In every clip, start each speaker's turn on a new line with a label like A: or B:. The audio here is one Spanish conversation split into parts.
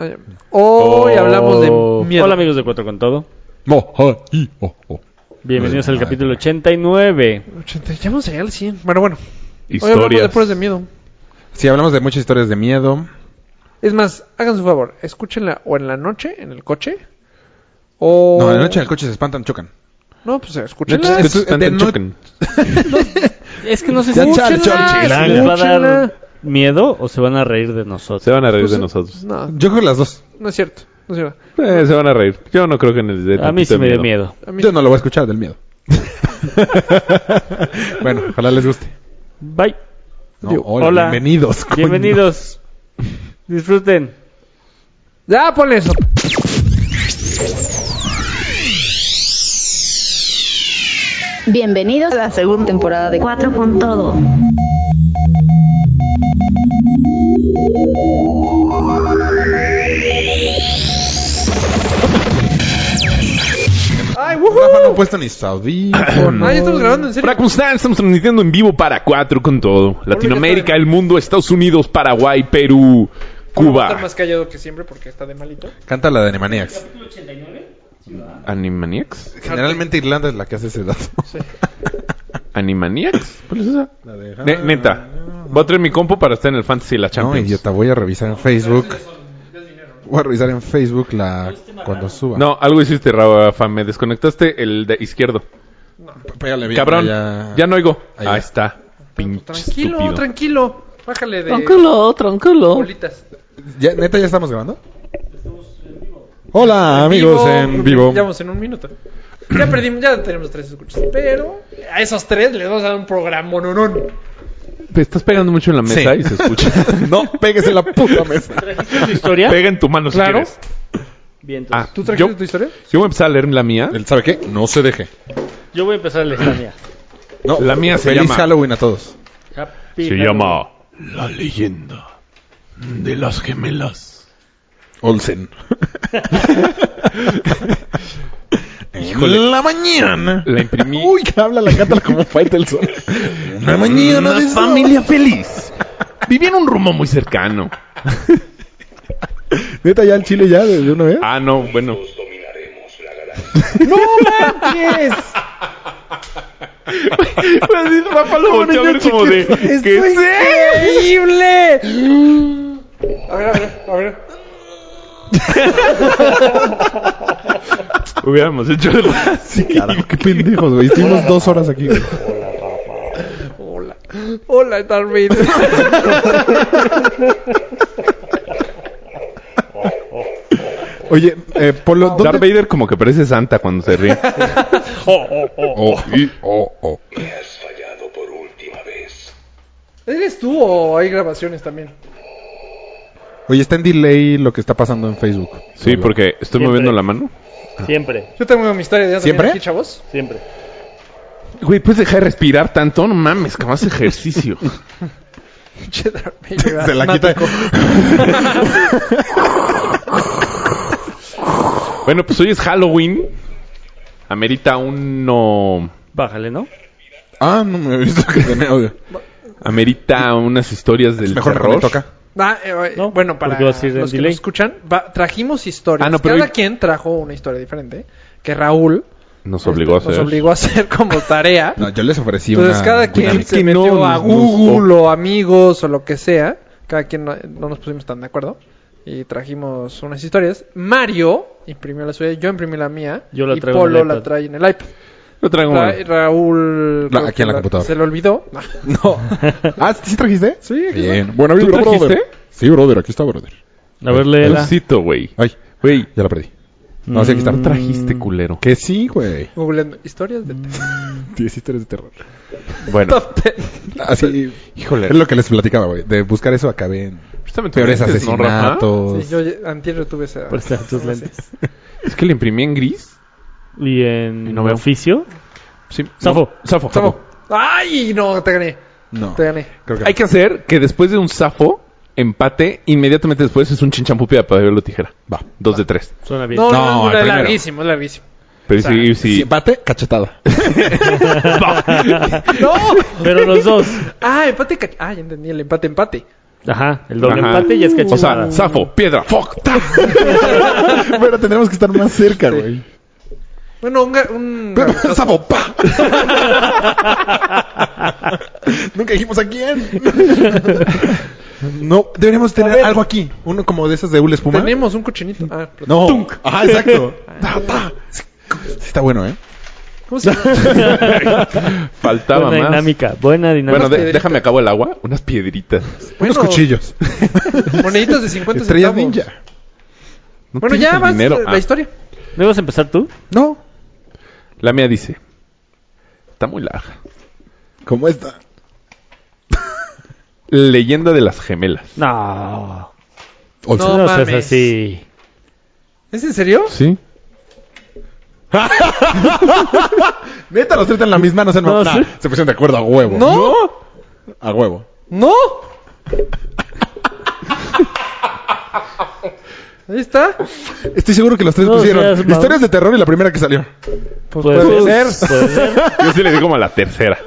A: Eh, Hoy
B: Oh.
A: hablamos de miedo.
C: Hola amigos de Cuatro con Todo.
D: No, ja, i, oh, oh.
C: Bienvenidos
D: Ay,
C: al capítulo 89.
A: 80, ya vamos a llegar al 100. Bueno, bueno. Hoy hablamos de
B: Historias.
A: puras de miedo.
D: Sí, hablamos de muchas historias de miedo.
A: Es más, hagan su favor, escúchenla o en la noche, en el coche, o...
D: No, de noche en el coche se espantan, chocan.
A: No, pues
B: De
A: escúchenla.
D: Chela.
B: hecho, se espantan,
D: De no-
B: chocan.
C: Es que no sé si
D: Ya,
C: les
D: chale, chale,
B: chale.
C: va a dar miedo o se van a reír de nosotros.
B: Se van a reír de
A: Pues,
B: nosotros.
A: No,
D: Yo creo que las dos.
A: no es cierto. No es cierto.
B: Eh, se van a reír. Yo no creo que les dé
C: A mí
B: tantito
C: sí me dio miedo.
A: A mí
D: Yo no lo voy a escuchar del miedo. bueno, ojalá les guste.
C: Bye.
D: No,
A: Digo,
D: hola,
C: hola.
D: Bienvenidos. coño.
C: Bienvenidos. Disfruten.
A: Ya, ponle eso.
E: Bienvenidos a la segunda temporada de Cuatro con Todo.
A: ¡Ay,
D: Rafa no ha
A: woohoo!
B: pues
D: puesto ni Saudí.
A: Ah, ya estamos grabando, en serio.
B: Hola, ¿cómo están? Estamos transmitiendo en vivo para cuatro con todo. Latinoamérica, el mundo, Estados Unidos, Paraguay, Perú,
A: Voy a estar
B: Cuba.
A: más callado que siempre porque está de malito.
D: Canta la de Animaniacs.
B: ¿Animaniacs?
D: Generalmente Irlanda es la que hace ese dato.
B: ¿Animaniacs? ¿Cuál es esa?
D: La de-
B: Ne- neta. Voy a traer mi compo para estar en el Fantasy y la
D: Ah, No,
B: Champions.
D: idiota, voy a revisar en Facebook. Voy a revisar en Facebook la cuando suba.
B: No, algo hiciste, Rafa. Me desconectaste el de izquierdo.
D: pégale bien.
B: Cabrón,
D: ya-
B: ya no oigo.
D: Ahí
B: Ahí,
D: va.
B: está. Pinche
A: Tranquilo,
B: estúpido.
A: tranquilo. Bájale de
C: tranquilo.
A: bolitas.
D: ¿Ya- ¿Neta ya estamos grabando? Hola, amigos en vivo.
A: Ya vamos en un minuto. Ya perdimos, ya tenemos tres escuchas. Pero a esos tres les vamos a dar un programa mononón.
B: Te estás pegando mucho en la
D: Sí.
B: mesa y se escucha.
D: no pegues en la puta mesa.
C: ¿Tu historia?
B: Pega en tu mano si
A: Claro.
B: quieres.
C: Bien,
B: Ah,
C: entonces.
A: ¿Tú
B: yo,
A: trajiste tu historia?
B: yo voy a empezar a leer la mía.
D: Él sabe qué? No se deje.
C: Yo voy a empezar la historia.
D: No,
B: La mía se
D: Feliz
B: llama-
D: Halloween a todos.
C: Happy
B: Se
C: Halloween.
B: llama La leyenda de las gemelas.
D: Olsen.
B: Híjole.
D: La mañana.
B: La imprimí.
D: Uy, que habla la cántala como Faitelson. La mañana
B: Una
D: de
B: familia feliz. Vivía en un rumbo muy cercano.
D: Neta, ya el chile ya de de una vez.
B: Ah, no, bueno. Pues sí, Rafa lo volteó a ver como de. ¿Qué es
A: ¡Increíble! A ver, a ver, a ver.
B: Hubiéramos hecho el
D: Ah,
B: así.
D: Qué pendejos, güey. Estuvimos dos horas aquí. güey.
A: Hola. Hola, Darth Vader.
D: Oye, eh, Polo, ¿dónde...
B: Darth Vader como que parece Santa cuando se ríe.
D: Oh, y- oh, oh.
F: Has fallado por última vez.
A: ¿Eres tú o hay grabaciones también?
D: Oye, está en delay lo que está pasando en Facebook.
B: Sí, porque estoy
C: Siempre.
B: moviendo la mano.
C: Siempre,
A: Yo tengo mi historia de también
D: ¿Siempre?
A: aquí, chavos.
C: siempre.
B: Güey, ¿puedes dejar de respirar tanto? No mames, que más ejercicio.
A: Pinche Darth Vader.
D: Se la quita.
B: bueno, pues hoy es Halloween. Amerita uno...
C: Bájale, ¿no?
D: Ah, no me he visto que tenía audio.
B: Amerita unas historias del
D: Mejor me
B: terror.
D: conecto acá.
A: Ah, eh, eh,
C: No,
A: bueno, para
C: porque va a ser en
A: los que
C: delay.
A: nos escuchan, va- trajimos historias.
B: Ah, no, pero
A: Cada
B: hoy-
A: quien trajo una historia diferente que Raúl
B: Nos obligó a
A: nos
B: hacer.
A: obligó a hacer como tarea.
D: No, yo les ofrecí
A: Entonces
D: una...
A: cada quien
D: dinámica.
A: se
B: que no
A: metió a
B: nos gustó.
A: Google o amigos o lo que sea. Cada quien no, no nos pusimos tan de acuerdo. Y trajimos unas historias. Mario imprimió la suya, yo imprimí la mía.
C: Yo la
A: y
C: traigo en el
A: Polo la
C: iPad.
A: trae en el iPad.
B: Yo traigo
A: Ra-
B: una-
A: Raúl...
D: La-
A: creo
D: aquí
A: que
D: en la computadora.
A: Se le olvidó. No.
D: Ah, ¿sí trajiste?
A: Sí, aquí
D: Bien. Bueno,
B: ¿Tú
D: vibra,
B: trajiste?
D: brother. Sí, brother, aquí está, brother.
C: A ver, léela.
B: Necesito, güey.
D: Ay, güey, ya la perdí. No, sí, aquí
A: Mm.
D: está.
B: No trajiste, culero.
D: Que sí, güey.
A: Googleando historias de
D: Diez historias de terror.
B: Bueno,
A: top ten.
D: Así,
B: híjole.
D: es lo que les platicaba, güey. De buscar eso acabé en
B: Préstame tus
D: peores
B: lentes, ¿no, Rafa?
D: asesinatos.
A: Sí, yo ye- antier yo tuve esa.
C: Presta tus lentes.
B: Es que le imprimí en gris.
C: Y en
B: no veo.
C: oficio.
B: Sí.
C: Zafo.
B: No, Zafo.
A: Chavo. ¡Ay! No, te gané.
D: No.
A: Te gané.
D: Creo que
B: Hay que hacer que después de un zafo, empate, inmediatamente después es un chinchampupi a papel o tijera.
D: va.
B: Dos de tres.
C: Suena bien.
A: No, no,
D: No,
A: no,
D: el
A: es
D: primero.
A: larguísimo, es larguísimo.
B: Pero
A: O sea,
B: sí, sí.
D: Si bate, cachetada.
A: ¡No!
C: Pero los dos.
A: Ah, empate. ca- Ah, ya entendí, el empate, empate.
C: Ajá, el doble
B: Ajá.
C: empate ya es
B: O
C: cachimba.
B: sea, zafo, piedra, fuck, ta.
D: Pero tendremos que estar más cerca, güey.
A: Bueno, un... ga- un
D: Pero, sapo, pa. Nunca dijimos a quién. no, deberíamos tener algo aquí. Uno como de esas de hule espuma.
A: tenemos un cochinito. Ah, pero-
D: No. Ajá, exacto. Ta, ta. Sí, Está bueno, ¿eh?
A: ¿Cómo se llama?
B: Faltaba
C: buena
B: más.
C: dinámica, buena dinámica.
B: Bueno, de-
A: piedritas.
B: déjame acabo el agua. Unas piedritas.
A: Bueno,
D: Unos cuchillos.
A: Moneditas de 50 centavos.
D: Estrellas ninja.
B: No
A: Bueno,
B: tienes
A: ya
B: el
A: vas
B: dinero.
A: la
B: Ah,
A: historia.
C: ¿No ibas a empezar tú?
D: No.
B: La mía dice: Está muy larga.
D: Como esta.
B: Leyenda de las gemelas.
C: No.
A: No
C: No, seas
A: mames.
C: así.
A: ¿Es en serio?
B: ¿Sí?
D: Neta, los tratan la misma, no sean
C: No,
D: mamás.
C: sí.
D: Se pusieron de acuerdo a huevo.
A: No.
D: A huevo.
A: No. Ahí está.
D: Estoy seguro que los tres
C: No
D: pusieron
C: seas mamón.
D: historias de terror y la primera que salió.
A: Pues
C: Puede
A: puede
C: ser.
A: ser.
C: Puede ser.
B: Yo sí le digo como a la tercera.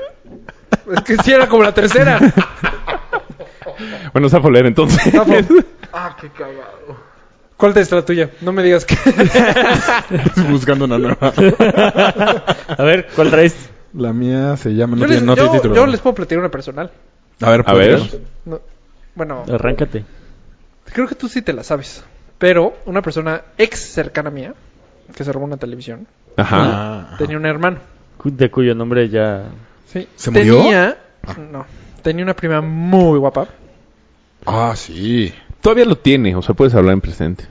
A: Es que si era como la tercera.
B: Bueno, zafo leer entonces.
A: Zafo. ah, qué cagado. ¿Cuál es la tuya? No me digas que.
D: Estoy buscando una nueva.
C: A ver, ¿cuál traes?
D: La mía se llama. No,
A: yo, les,
D: tiene, no tiene
A: yo-
D: título.
A: yo les puedo platicar una personal.
D: A ver,
B: A ver.
D: podemos.
A: No, bueno,
D: Ah.
C: Arráncate.
A: creo que tú sí te la sabes. Pero una persona ex cercana mía, que se robó una televisión,
B: Ajá.
D: Ah.
A: tenía un hermano.
C: Cu- De cuyo nombre ya.
A: Sí.
D: ¿Se murió?
A: Tenía, no, tenía una prima muy guapa.
D: Ah, sí.
B: Todavía lo tiene, o sea, puedes hablar en presente.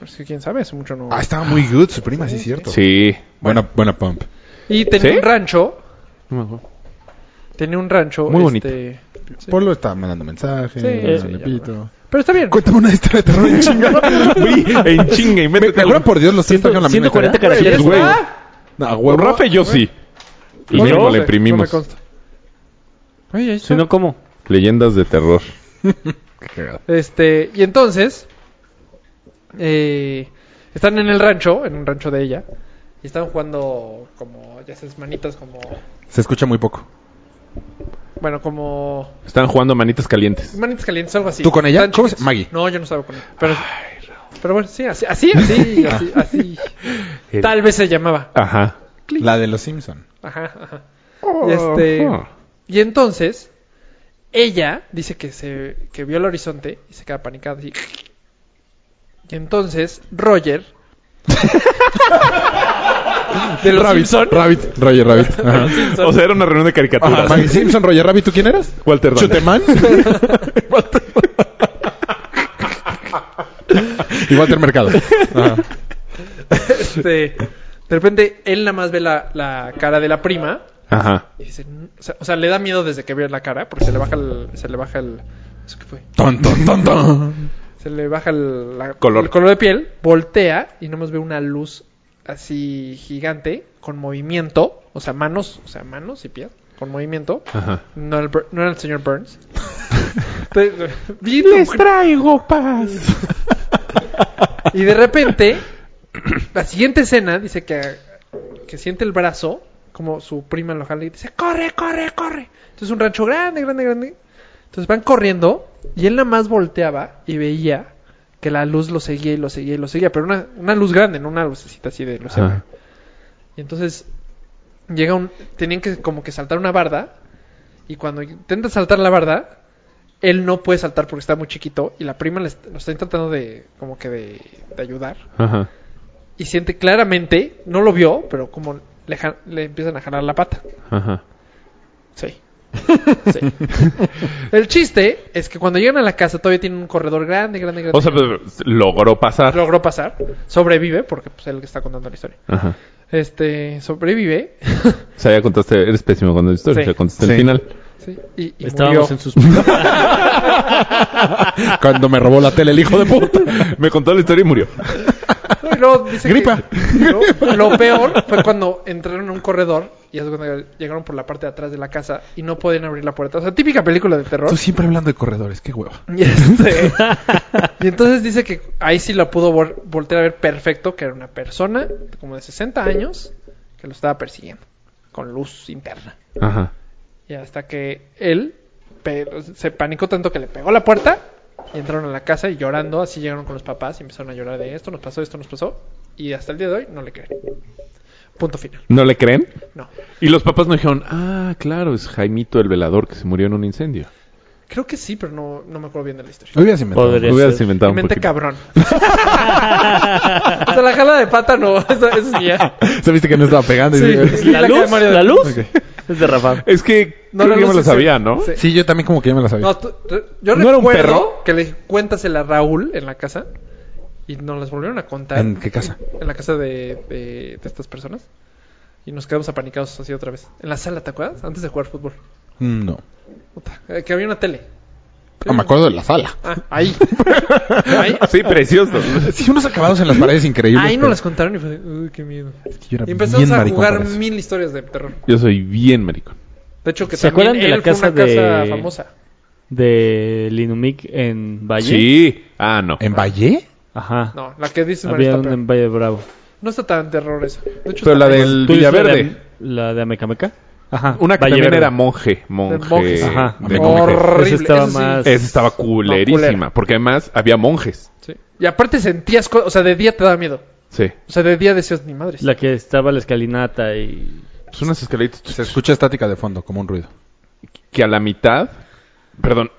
A: Es que quién sabe, hace mucho no.
D: Ah, estaba muy good su prima, sí, es cierto.
B: Sí.
D: Buena, buena pump.
A: Y tenía
B: ¿Sí?
A: un rancho.
B: No me acuerdo.
A: Tenía un rancho.
B: Muy
A: este,
D: Polo está mandando mensajes.
A: Sí,
D: dándole
A: sí, ya,
D: pito.
A: Pero está bien.
D: Cuéntame una historia de terror en chinga.
B: Güey, en chinga y
D: Me,
B: métete.
D: me juro por Dios, los tres trajeron la misma
C: 140
D: historia.
C: caracteres.
B: güey.
A: Ah,
D: No, a huevo.
B: Por Rafa y yo sí. Y
A: no, no sé,
B: luego le
A: no me
B: imprimimos.
A: consta. Ay, ahí
C: Si
A: está.
C: no, ¿cómo?
B: Leyendas de terror.
A: Este, y entonces, eh, están en el rancho, en un rancho de ella, y están jugando como, ya sabes, manitas como,
D: Se escucha muy poco.
A: bueno, como
B: Están jugando a manitas calientes.
A: manitas calientes, algo así.
D: ¿Tú con ella?
A: Están
D: ¿Cómo se-
A: chiquitos.
D: Maggie?
A: No, yo no estaba con ella. Pero, pero bueno, sí, así, así, así, así, así. Tal vez se llamaba.
B: Ajá.
D: La de los Simpson. Oh.
A: Ajá, ajá. Este,
B: Ajá.
A: y entonces, ella dice que se que vio el horizonte y se queda panicada así. Y entonces, Roger de los
D: Rabbit.
A: Simpson,
D: Rabbit. Roger Rabbit. Ajá.
A: Simpson,
B: O sea, era una reunión de
D: Ajá,
B: caricaturas.
D: Maggie Simpson, Roger Rabbit, ¿tú quién eras?
B: Walter Rand.
D: ¿Chuteman? y Walter Mercado. Ajá.
A: este, de repente él nada más ve la, la cara de la prima
B: Ajá.
A: y dice, "Mm", o sea, o sea, le da miedo desde que vio la cara porque se le baja el se le baja el ¿eso qué fue?
D: Ton, ton, ton, ton.
A: Se le baja el, la-
B: Color.
A: el color de piel, voltea y nomás ve una luz así gigante con movimiento, o sea, manos, o sea, manos y pies con movimiento.
B: Ajá.
A: No era el, Bur- no era el señor Burns. Entonces, vi Tom Cruise,
B: traigo paz.
A: y de repente, la siguiente escena dice que, que siente el brazo, como su prima lo jala y dice, corre, corre, corre. Entonces es un rancho grande, grande, grande. Entonces van corriendo y él nada más volteaba y veía que la luz lo seguía y lo seguía y lo seguía, pero una, una luz grande, no una lucecita así de lucero.
B: Ajá.
A: Y entonces llega un tenían que como que saltar una barda y cuando intenta saltar la barda él no puede saltar porque está muy chiquito y la prima le est- lo está intentando de como que de, de ayudar
B: Ajá.
A: y siente claramente no lo vio pero como le, ja- le empiezan a jalar la pata
B: Ajá.
A: sí Sí. El chiste es que cuando llegan a la casa todavía tienen un corredor grande, grande, grande.
B: O sea, pues, pero logró pasar.
A: logró pasar, sobrevive porque pues, él está contando la historia.
B: Ajá.
A: Este sobrevive
B: O sea, ya contaste, eres pésimo cuando historias,
A: Sí.
B: ya contaste el
D: Sí.
B: final.
A: sí, y, y murió.
C: Estábamos en suspenso.
D: Cuando me robó la tele el hijo de puta.
B: Me contó la historia y murió.
A: No, y luego dice
D: Gripa.
A: que- lo, lo peor fue cuando entraron en un corredor y haz de cuenta que llegaron por la parte de atrás de la casa y no podían abrir la puerta. O sea, típica película de terror.
D: Tú siempre hablando de corredores, qué hueva.
A: Y, este- y entonces dice que ahí sí la pudo vol- voltear a ver perfecto, que era una persona como de 60 años que lo estaba persiguiendo con luz interna.
B: Ajá.
A: Y hasta que él, pe- se panicó tanto que le pegó la puerta y entraron a la casa y llorando, así llegaron con los papás y empezaron a llorar de esto, nos pasó, esto nos pasó. Y hasta el día de hoy no le creen. Punto final.
B: ¿No le creen?
A: No.
B: Y los papás no dijeron, ah, claro, es Jaimito el velador que se murió en un incendio.
A: Creo que sí, pero no, no me acuerdo bien de la historia.
D: Hubieras inventado.
C: Podría
B: Lo hubieras
C: ser.
B: inventado
A: Mi
B: un
A: mente
B: poquito.
A: cabrón. o sea, la jala de pata no, esa, esa es mía.
D: Sabiste que no estaba pegando. Y
A: Sí.
D: dije,
C: ¿La
A: la
C: luz?
A: cámara de-
C: ¿La luz?
D: Ok.
C: Es de Rafa.
B: Es que
A: No,
B: creo
A: la
B: que yo
A: luz
B: me lo
A: es el-
B: sabía, ¿no?
A: sí.
D: Sí, yo también como que ya me la sabía.
A: No, tú- tú- yo
B: ¿No era un
A: recuerdo
B: perro?
A: que le cuéntasela a Raúl en la casa y nos las volvieron a contar.
D: ¿En qué casa?
A: En la casa de, de- de estas personas. Y nos quedamos apanicados así otra vez. En la sala, ¿te acuerdas? Antes de jugar fútbol.
D: Mm, No.
A: Puta, eh, que había una tele.
D: Ah, me acuerdo de la sala.
A: Ah, ahí. ahí.
B: Sí, precioso.
D: Sí, unos acabados en las paredes increíbles.
A: Ahí
D: pero
A: nos las contaron y fue, uy, qué miedo.
D: yo era
A: Y empezamos
D: bien
A: a
D: maricón
A: jugar
D: para eso.
A: mil historias de terror.
B: Yo soy bien maricón.
A: De hecho, que
C: ¿Se
A: también
C: acuerdan de
A: él
C: la
A: fue
C: casa
A: una casa
C: de-
A: famosa.
C: De Linumic en Valle.
B: Sí. Ah, no.
D: ¿En Valle?
C: Ajá.
A: No, la que dice Mario
C: Había em-
A: está
C: un
A: peor.
C: en Valle Bravo.
A: No está tan terror esa. De hecho, está
B: Pero la
A: peor.
B: del
C: ¿Tú dices La
B: Villaverde.
C: de, la de Amecameca. Ajá.
B: Una que
C: Valle
B: también
C: Verde.
B: era monje. Monje.
A: monjes.
C: Ajá.
B: de
D: Monje.
B: monjes.
A: Horrible.
C: Esa estaba
A: eso sí.
C: más-
B: Esa estaba culerísima.
A: culera.
B: porque además había monjes.
A: Sí. Y aparte sentías cosas, o sea, de día te daba miedo.
B: Sí.
A: O sea, de día decías, ni madres.
C: La que estaba la escalinata y...
B: Pues unas escaleras
D: Se escucha estática de fondo, como un ruido.
B: que a la mitad. Perdón.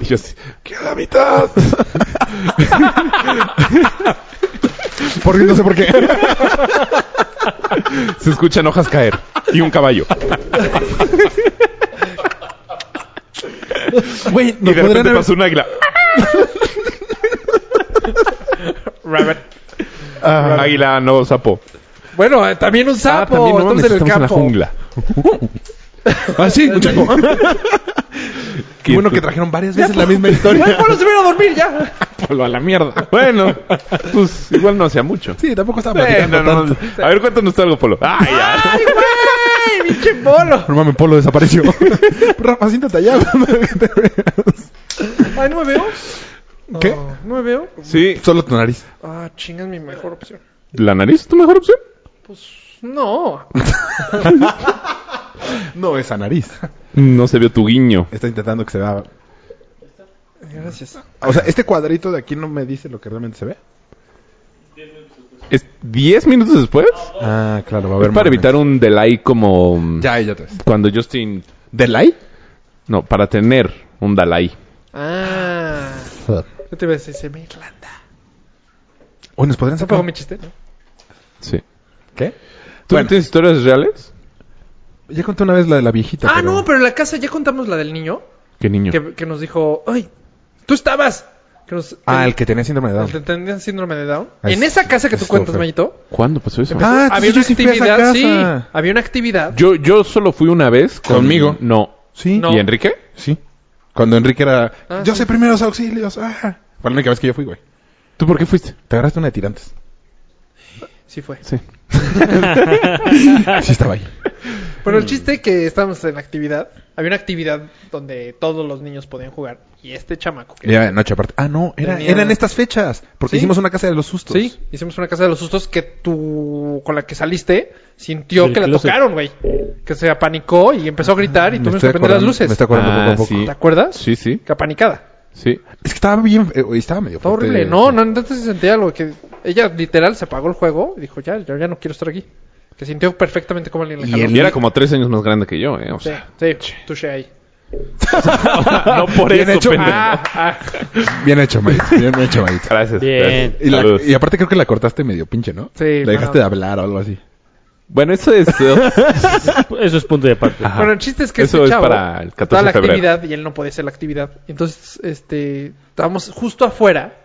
B: y yo así, que a la mitad.
D: Porque no sé por qué.
B: Se escuchan hojas caer. Y un caballo.
D: Güey,
B: Y
D: nos
B: de repente
D: podrían haber-
B: pasó un águila. Ah, águila, no sapo.
A: Bueno, eh, también un sapo.
B: Ah, también no,
A: estamos en el
B: estamos en la
A: campo.
B: jungla.
D: Ah, sí, un chaco. Qué bueno que trajeron varias veces la misma
A: Bueno,
D: historia.
A: bueno, se vieron a dormir ya.
B: Polo a la mierda. Bueno, pues igual no hacía mucho.
D: Sí, tampoco estaba
B: Eh,
D: platicando
B: no, no, no.
D: tanto.
B: A ver, cuéntanos tú algo, Polo. Ay, ya.
A: ¡Ay, güey! ¡Pinche polo!
D: No mames, Polo desapareció. Rafa, siéntate allá.
A: Ay, no me veo.
D: ¿Qué?
A: Oh, no me veo.
B: Sí.
D: Solo tu nariz.
A: Ah, chingas, mi mejor opción.
B: ¿La nariz es tu mejor opción?
A: No.
D: No, esa nariz.
B: No se vio tu guiño.
D: Está intentando que se vea.
A: Gracias.
D: O sea, este cuadrito de aquí no me dice lo que realmente se ve.
B: ¿Es 10 minutos después?
D: Ah, claro, va a
B: Es para evitar un delay como mm,
D: Ya, ya te ves.
B: cuando Justin... ¿Delay? No, para tener un delay.
A: Ah. Yo te iba a decir, se me Irlanda.
D: Oye, ¿nos podrían
A: No pegó
D: sacar?
A: mi chiste, ¿no?
B: Sí.
D: ¿Qué?
B: ¿Tú
D: Bueno.
B: tienes historias reales?
D: Ya conté una vez la de la viejita.
A: Ah, no, pero en la casa ya contamos la del niño
B: ¿Qué niño?
A: que, que nos dijo, ¡ay! ¡Tú estabas! Que nos,
D: Ah, el que tenía síndrome de
A: el que
D: Down.
A: tenía síndrome de Down.
D: Ah,
A: en
D: es-
A: esa casa que tú
D: estuvo
A: cuentas,
D: feo.
A: Mayito,
B: ¿Cuándo pasó eso?
D: Ah,
A: había
D: entonces
A: una
D: yo sí fui a esa
A: actividad, sí,
D: casa.
A: había una actividad.
B: Yo, yo solo fui una vez. con-
D: ¿Conmigo?
B: No.
D: Sí.
A: No.
B: ¿Y Enrique?
D: Sí. Cuando Enrique era...
A: Ah,
D: yo
A: sí.
D: sé primeros auxilios. Ah. Fue la única vez que yo fui, güey.
B: ¿Tú por qué fuiste?
D: Te agarraste una de tirantes.
A: Sí fue.
B: Sí.
D: Sí estaba ahí.
A: Pero el chiste que estábamos en la actividad, había una actividad donde todos los niños podían jugar y este chamaco. que-
D: Y era de noche aparte. Ah, no. Era,
A: Tenía-
D: Eran estas fechas. Porque
A: Sí.
D: hicimos una casa de los sustos.
A: Sí, hicimos una casa de los sustos que tú con la que saliste sintió
C: Del
A: que la
C: closet.
A: tocaron, güey. Que se apanicó y empezó a
D: Ah,
A: gritar y
D: Me
A: tuvimos
D: estoy
A: que prender las
D: acordando-
A: luces.
D: Me estoy acordando
B: Ah,
D: poco a poco.
B: sí.
A: ¿Te acuerdas?
B: Sí, sí.
A: Que apanicada.
B: Sí.
D: Es que estaba bien... eh, estaba medio
A: Está
D: fuerte.
A: horrible. No, no, entonces sentía algo que ella literal se apagó el juego y dijo, ya, yo ya no quiero estar aquí. Que sintió perfectamente como alguien le
D: Y
A: jaló.
D: él- "Ah,
B: Y era como tres años más grande que yo, ¿eh? O
A: Sí,
B: sea,
A: sí, touché ahí.
B: no por
D: Bien
B: eso,
D: hecho.
B: pendejo.
A: Ah, ah.
D: Bien hecho, Maid. Bien hecho, Maid.
B: Gracias.
C: Bien.
D: Y, la-
B: Saludos.
D: y aparte creo que la cortaste medio pinche, ¿no?
A: Sí,
D: La dejaste
A: no.
D: de hablar o algo así.
B: Bueno, eso es...
C: Eso es punto de parte.
B: Ajá.
A: Bueno, el chiste es que
B: Eso
A: este
B: es
A: chavo
B: para el 14
A: estaba en la
B: de febrero.
A: actividad y él no podía hacer la actividad. Entonces, este, estábamos justo afuera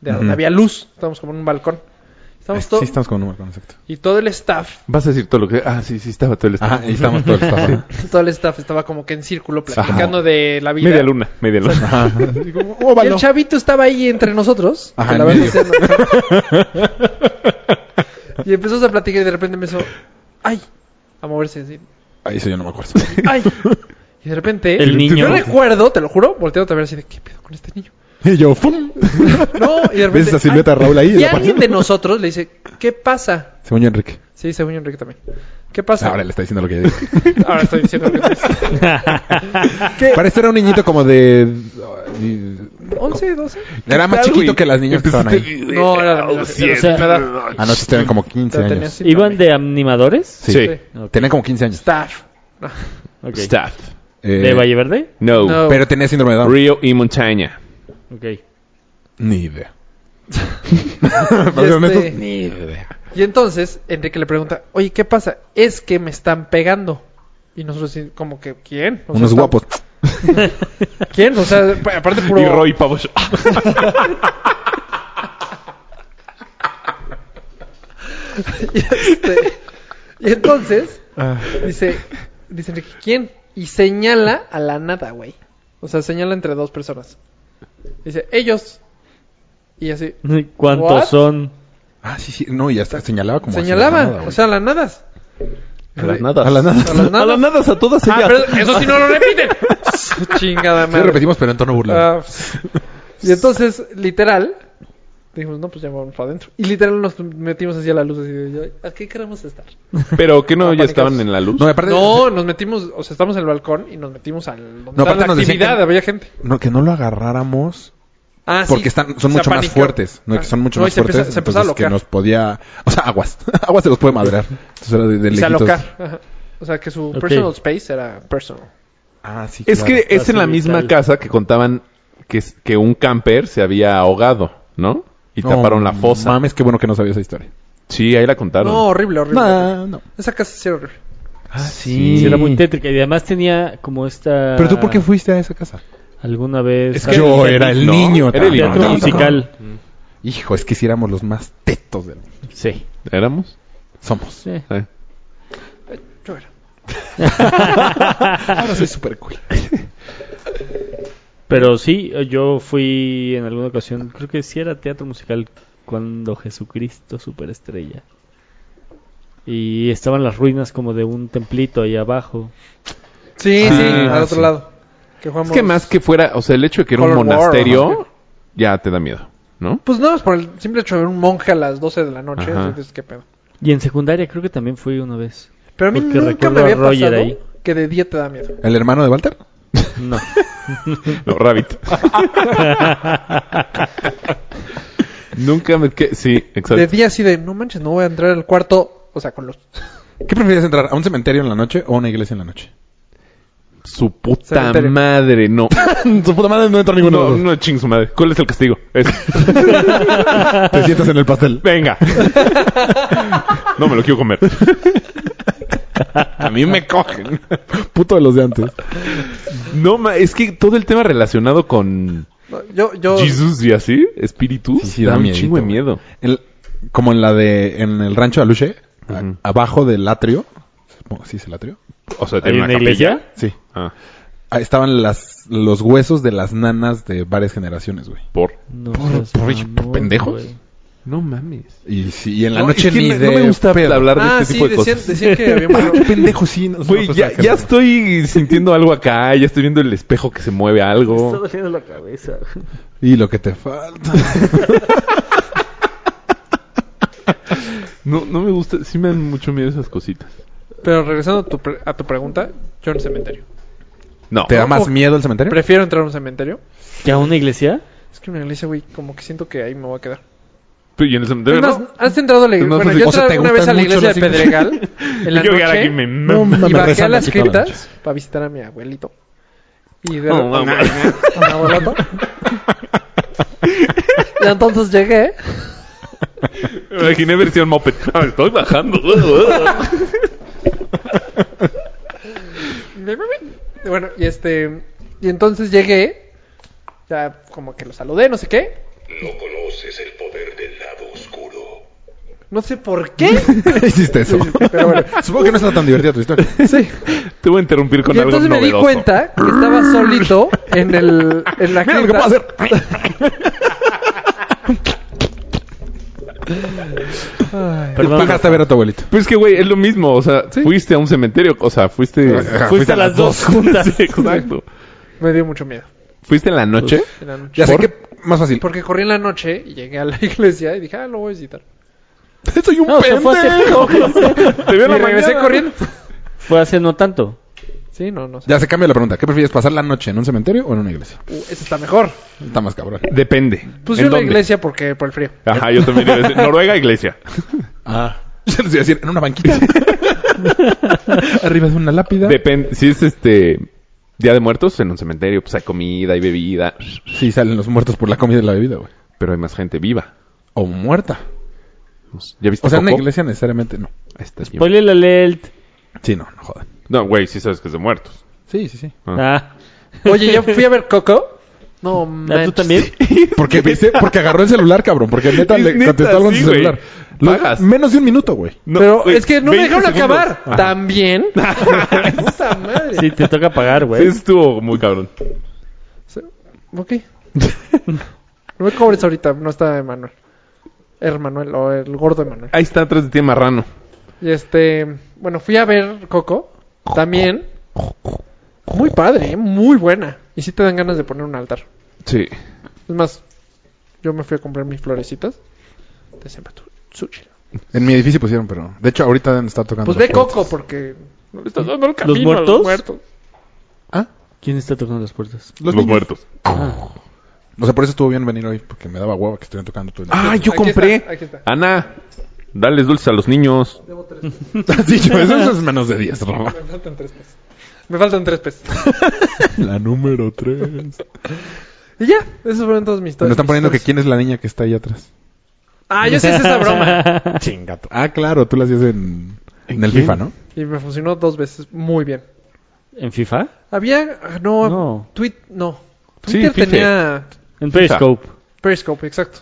A: de donde
D: Ujú.
A: había luz, estábamos como en un balcón. Estábamos todo
D: Sí, estamos con un balcón, exacto.
A: y todo el staff,
B: Vas a decir todo lo que... Ah, sí, sí, estaba todo el estado.
D: Ajá, y estamos todos. Estaba...
A: todo el staff estaba como que en círculo platicando
D: Ajá.
A: de la vida.
B: Media luna, media luna.
A: Y el chavito estaba ahí entre nosotros.
D: Ajá,
A: que
D: en
A: la verdad
D: medio.
A: no sé- y empezamos a platicar y de repente empezó, ay, a moverse así,
D: Ahí eso yo no me acuerdo.
A: ay. Y de repente,
C: El niño.
A: yo recuerdo, te lo juro, volteando a ver así de, ¿qué pedo con este niño?
D: y yo, ¡fum!
A: No, y de repente.
D: ¿Ves esa silueta de
A: ay,
D: Raúl ahí?
A: Y
D: La-
A: alguien de nosotros le dice, ¿qué pasa?
D: Según yo, Enrique.
A: Sí, según yo, Enrique también. ¿Qué pasa?
B: Ahora le está diciendo lo que yo dije.
A: Ahora estoy diciendo lo que tú dices. ¿Qué?
D: Para esto era un niñito como de.
A: ¿11, 12?
D: Era más chiquito que las niñas que estaban ahí.
A: No, era la misma.
C: O sea,
D: Ah, no, sí, tenían como 15
A: La tenía
D: años.
A: así.
C: ¿Iban de animadores?
B: Sí.
A: Sí.
D: Tenían como 15 años.
A: Staff.
C: Ok.
B: Staff.
D: Eh,
C: ¿De Valle Verde?
B: No.
A: No.
D: Pero tenía síndrome de Down.
B: Río y montaña.
C: Ok.
D: Ni idea.
A: Y,
D: Para
A: este-
D: ser
B: Ni idea.
A: y entonces Enrique le pregunta, oye, ¿qué pasa? Es que me están pegando. Y nosotros así, como que, ¿quién?
B: Pues
A: O sea,
D: Unos
A: está-
D: guapos.
A: ¿Quién? O sea, pa- aparte puro...
B: Y Roy Pavos.
A: Y, este- y entonces
D: Ah.
A: dice, dice Enrique, ¿quién? Y señala a la nada, güey. O sea, señala entre dos personas. Dice, ellos. Y así.
C: ¿Cuántos
A: What?
C: son?
D: Ah, sí, sí. No, y hasta señalaba como. hacia la
A: señalaba,
D: nada, güey.
A: o sea, a las nadas.
B: A las nadas.
D: A la nada.
A: A las
B: A las
A: nadas.
B: nadas, a todas
A: Ah,
B: ellas.
A: pero eso sí no lo repiten. Chingada
D: Sí, lo
A: madre.
D: repetimos, pero en tono burlado.
A: Ah, y entonces, literal, dijimos, no, pues ya vamos para adentro. Y literal nos metimos hacia la luz así de, "Ay, ¿a qué queremos estar?
B: Pero que no,
A: No,
B: ya estaban
A: pánicos.
B: en la luz.
D: No, y aparte.
A: No, nos metimos, o sea, estamos en el balcón y nos metimos al donde
D: No,
A: estaba
D: aparte
A: la
D: nos decían
A: actividad,
D: que-
A: había gente.
D: No, que no lo agarráramos
A: Ah,
D: porque están, son
A: Se
D: mucho más
A: apaniqueó. Ah,
D: fuertes. No, que son mucho
A: No, y
D: más
A: se
D: fuertes.
A: empezó- se empezó a
D: entonces que
A: alocar.
D: nos podía. O sea, aguas. aguas se los puede madrear. Entonces era de, de
A: Y se
D: lejitos.
A: alocar. ajá. O sea, que su
C: Ok.
A: personal space era personal.
D: Ah, sí.
B: Es
D: claro.
B: que es en la
C: Así,
B: misma
C: tal.
B: casa que contaban que, es- que un camper se había ahogado, ¿no? Y
D: No,
B: taparon la fosa.
D: Mames, qué bueno que no sabía esa historia.
B: Sí, ahí la contaron.
A: No, horrible, horrible.
D: No, no.
A: Esa casa sí era horrible.
D: Ah,
C: Sí. Era muy tétrica y además tenía como esta...
D: Pero tú, ¿por qué
B: Ah.
D: fuiste a esa casa?
C: ¿Alguna vez?
D: Es que yo era el
B: no,
D: niño.
B: era el
C: Teatro
B: No, no.
C: musical.
D: Hijo, es que si éramos los más tetos del mundo.
C: Sí.
B: ¿Éramos? Eh.
D: Somos.
C: sí.
B: Sí.
A: Yo era.
D: Ahora soy súper cool.
C: Pero sí, yo fui en alguna ocasión, creo que sí era teatro musical cuando Jesucristo Superestrella. Y estaban las ruinas como de un templito ahí abajo.
A: Sí, sí,
B: Ah,
A: al otro
B: sí.
A: lado. Que jugamos...
B: Es que más que fuera, o sea, el hecho de que era un
A: Color War,
B: monasterio
A: ajá.
B: ya te da miedo, ¿no?
A: Pues no, es por el simple hecho de ver un monje a las 12 de la noche.
B: Ajá.
A: Entonces, qué pedo.
C: Y en secundaria creo que también fui una vez.
A: Pero a mí
C: Porque
A: nunca
C: recuerdo
A: me había
C: a Roger
A: pasado
C: ahí.
A: que de día te da miedo.
D: ¿El hermano de Walter?
C: No.
B: No, Rabbit. Nunca me... que- sí, exacto.
A: De día así de, no manches, no voy a entrar al cuarto, o sea, con luz.
D: ¿Qué prefieres entrar? ¿A un cementerio en la noche o a una iglesia en la noche?
B: Su puta
A: Cementerio.
B: madre, no.
D: Su puta madre no entra
B: No, no, ching su madre. ¿Cuál es el castigo? Es-
D: Te sientas en el pastel.
B: Venga. No me lo quiero comer. A mí me cogen.
D: Puto de los de antes.
B: No, ma- es que todo el tema relacionado con
A: No, Yo, yo...
B: Jesús y así, espíritus,
D: Sí, sí,
B: da,
D: da
B: un
D: miedito,
B: chingo de
D: güey.
B: miedo.
D: El- como en la de... En el rancho de Aluche. a-
B: Ujú.
D: Abajo del atrio. Supongo- ¿Sí es el atrio?
B: O sea,
C: ¿Hay
B: ¿tiene
C: una,
B: una capilla?
C: iglesia?
D: Sí.
B: Ah,
D: Ahí estaban las, los huesos de las nanas de varias generaciones, güey.
B: por.
C: No
D: Por-
C: seas
D: por- pendejos.
C: güey.
B: No mames.
D: Y, sí, y en la
B: No,
D: noche
B: es que
D: ni
B: no-
D: de
B: no me gusta
D: pedo.
B: hablar de
A: Ah,
B: este
A: sí,
B: tipo de
A: decían,
B: cosas.
A: decían que había
D: Ah, qué pendejo, sí. no-
B: Güey,
D: no,
B: ya,
D: pues,
B: ya
D: no.
B: estoy sintiendo algo acá, ya estoy viendo el espejo que se mueve algo.
C: doliendo la cabeza.
D: Y lo que te falta.
B: No, no me gusta, sí me dan mucho miedo esas cositas.
A: Pero regresando a tu, pre- a tu pregunta, yo en cementerio.
B: No.
D: ¿Te da más
A: o-
D: miedo el
B: ¿Eh?
D: cementerio?
A: Prefiero entrar a un cementerio.
C: ¿Que a una iglesia?
A: Es que una iglesia, güey, como que siento que ahí me voy a quedar.
B: Pero y en el cementerio
A: Es más,
B: no.
A: ¿has entrado a la iglesia?
B: No,
A: Bueno,
B: pues,
A: yo
B: o sea,
A: entré
D: ¿te
A: una vez a la
D: gustan mucho
A: iglesia de
D: los
A: Pedregal en la
B: Yo llegar
A: noche
B: aquí me-
D: No, mames,
A: y bajé a
D: rezando
A: las
D: aquí toda la
A: criptas
D: noche.
A: para visitar a mi abuelito. Y ver
B: No,
A: a, mi-
B: mames.
A: a mi abuelito. y entonces llegué
B: Me imaginé versión moped. Ah, estoy bajando.
A: Y Bueno, y este. Y entonces llegué. Ya como que lo saludé, no sé qué.
F: No conoces el poder del lado oscuro.
A: No sé por qué.
D: Hiciste eso.
A: Pero bueno.
D: Supongo que no está tan divertida tu historia.
A: Sí.
B: Te voy a interrumpir con
A: Y
B: algo
A: entonces me di
B: novedoso.
A: cuenta que estaba solito en el en la
D: Mira lo que
A: cripta.
D: puedo hacer.
C: Perdón.
D: Bajaste a ver a tu abuelito.
B: Pero Pues es que, güey, es lo mismo. O sea, fuiste a un cementerio. O sea, fuiste...
D: Ajá,
C: Fuiste a las dos juntas.
B: Sí, exacto.
A: Me dio mucho miedo
B: ¿Fuiste en la noche?
A: en la noche.
D: Ya sé que más fácil.
A: Porque corrí en la noche y llegué a la iglesia y dije, ah, lo voy a visitar.
D: Soy un
C: No, se
D: pendejo.
C: fue hace
B: Te veo en
A: Y
B: la
A: regresé
B: mañana.
A: corriendo.
C: Fue hace no tanto.
A: Sí, no, no sé.
D: Ya se cambia la pregunta. ¿Qué prefieres, pasar la noche en un cementerio o en una iglesia?
A: Uh, eso está mejor.
D: Está más cabrón.
B: Depende.
A: Pues
B: ¿En
A: yo en la
B: dónde?
A: iglesia porque por el frío.
B: Ajá, yo también. iba a decir, Noruega, iglesia.
D: Ah. les iba a decir, en una banquita. Arriba de una lápida.
B: Depende. Si es este. Día de muertos en un cementerio, pues hay comida, hay bebida,
D: Sí, salen los muertos por la comida y la bebida, güey.
B: pero hay más gente viva.
D: O muerta.
B: Pues, ¿Ya viste
D: O sea, en una
B: Coco?
D: iglesia necesariamente no.
B: Ahí está, tío.
C: Spoiler alert.
D: Sí, no, no jodan.
B: No, güey, sí sabes que es de muertos.
D: Sí, sí, sí.
C: Ah,
A: Oye, yo fui a ver Coco. No,
C: ¿ah,
A: manches.
C: ¿tú también?
D: Porque viste, porque agarró el celular, cabrón. Porque neta
B: Es
D: le
B: neta,
D: contestó algo en
B: sí,
D: su
B: güey.
D: celular. Lo-
B: Pagas.
D: menos de un minuto, güey.
B: No,
A: Pero
B: güey, este
A: es que no me
B: 20
A: dejaron
B: segundos.
A: acabar. También. Puta madre.
C: Sí, te toca pagar,
B: Sí,
C: güey.
B: estuvo muy cabrón.
A: Ok. No me cobres ahorita, no está Emanuel. El Manuel o el gordo Emanuel.
B: Ahí está atrás de ti Marrano.
A: Y este, bueno, fui a ver Coco. También. Muy padre, ¿eh? muy buena. Y si te dan ganas de poner un altar.
B: Sí.
A: Es más, yo me fui a comprar mis florecitas de Sempatu- Sushi.
D: En mi edificio pusieron, pero. De hecho, ahorita deben estar tocando.
A: Pues
D: las
A: ve
D: puertas.
A: Coco porque no le estás dando el
C: ¿Los
A: camino a
C: muertos?
D: Ah,
C: ¿Quién está tocando las puertas?
B: Los,
D: niños.
B: muertos.
D: O sea, por eso estuvo bien venir hoy, porque me daba hueva que estuvieran tocando todo el día.
B: Ah, yo
A: Aquí
B: compré.
A: está, aquí está.
B: Ana, dales dulces a los niños.
D: Has dicho, eso, eso es menos de 10, Rafa.
A: Me faltan tres pesos. Me faltan tres pesos.
D: La número 3.
A: Y ya, esos fueron todos mis
D: Me
A: historias.
D: están poniendo que quién es la niña que está ahí atrás.
A: Ah, yo sí hice esa broma.
D: Chingato. Ah, claro, tú la hacías en, en el
B: quién?
D: FIFA, ¿no?
A: Y me funcionó dos veces muy bien.
C: ¿En FIFA?
A: Había. ah, No.
C: No.
A: Tweet, no.
B: Sí,
A: Twitter
B: Fife.
A: tenía
C: En Periscope.
A: Periscope, exacto.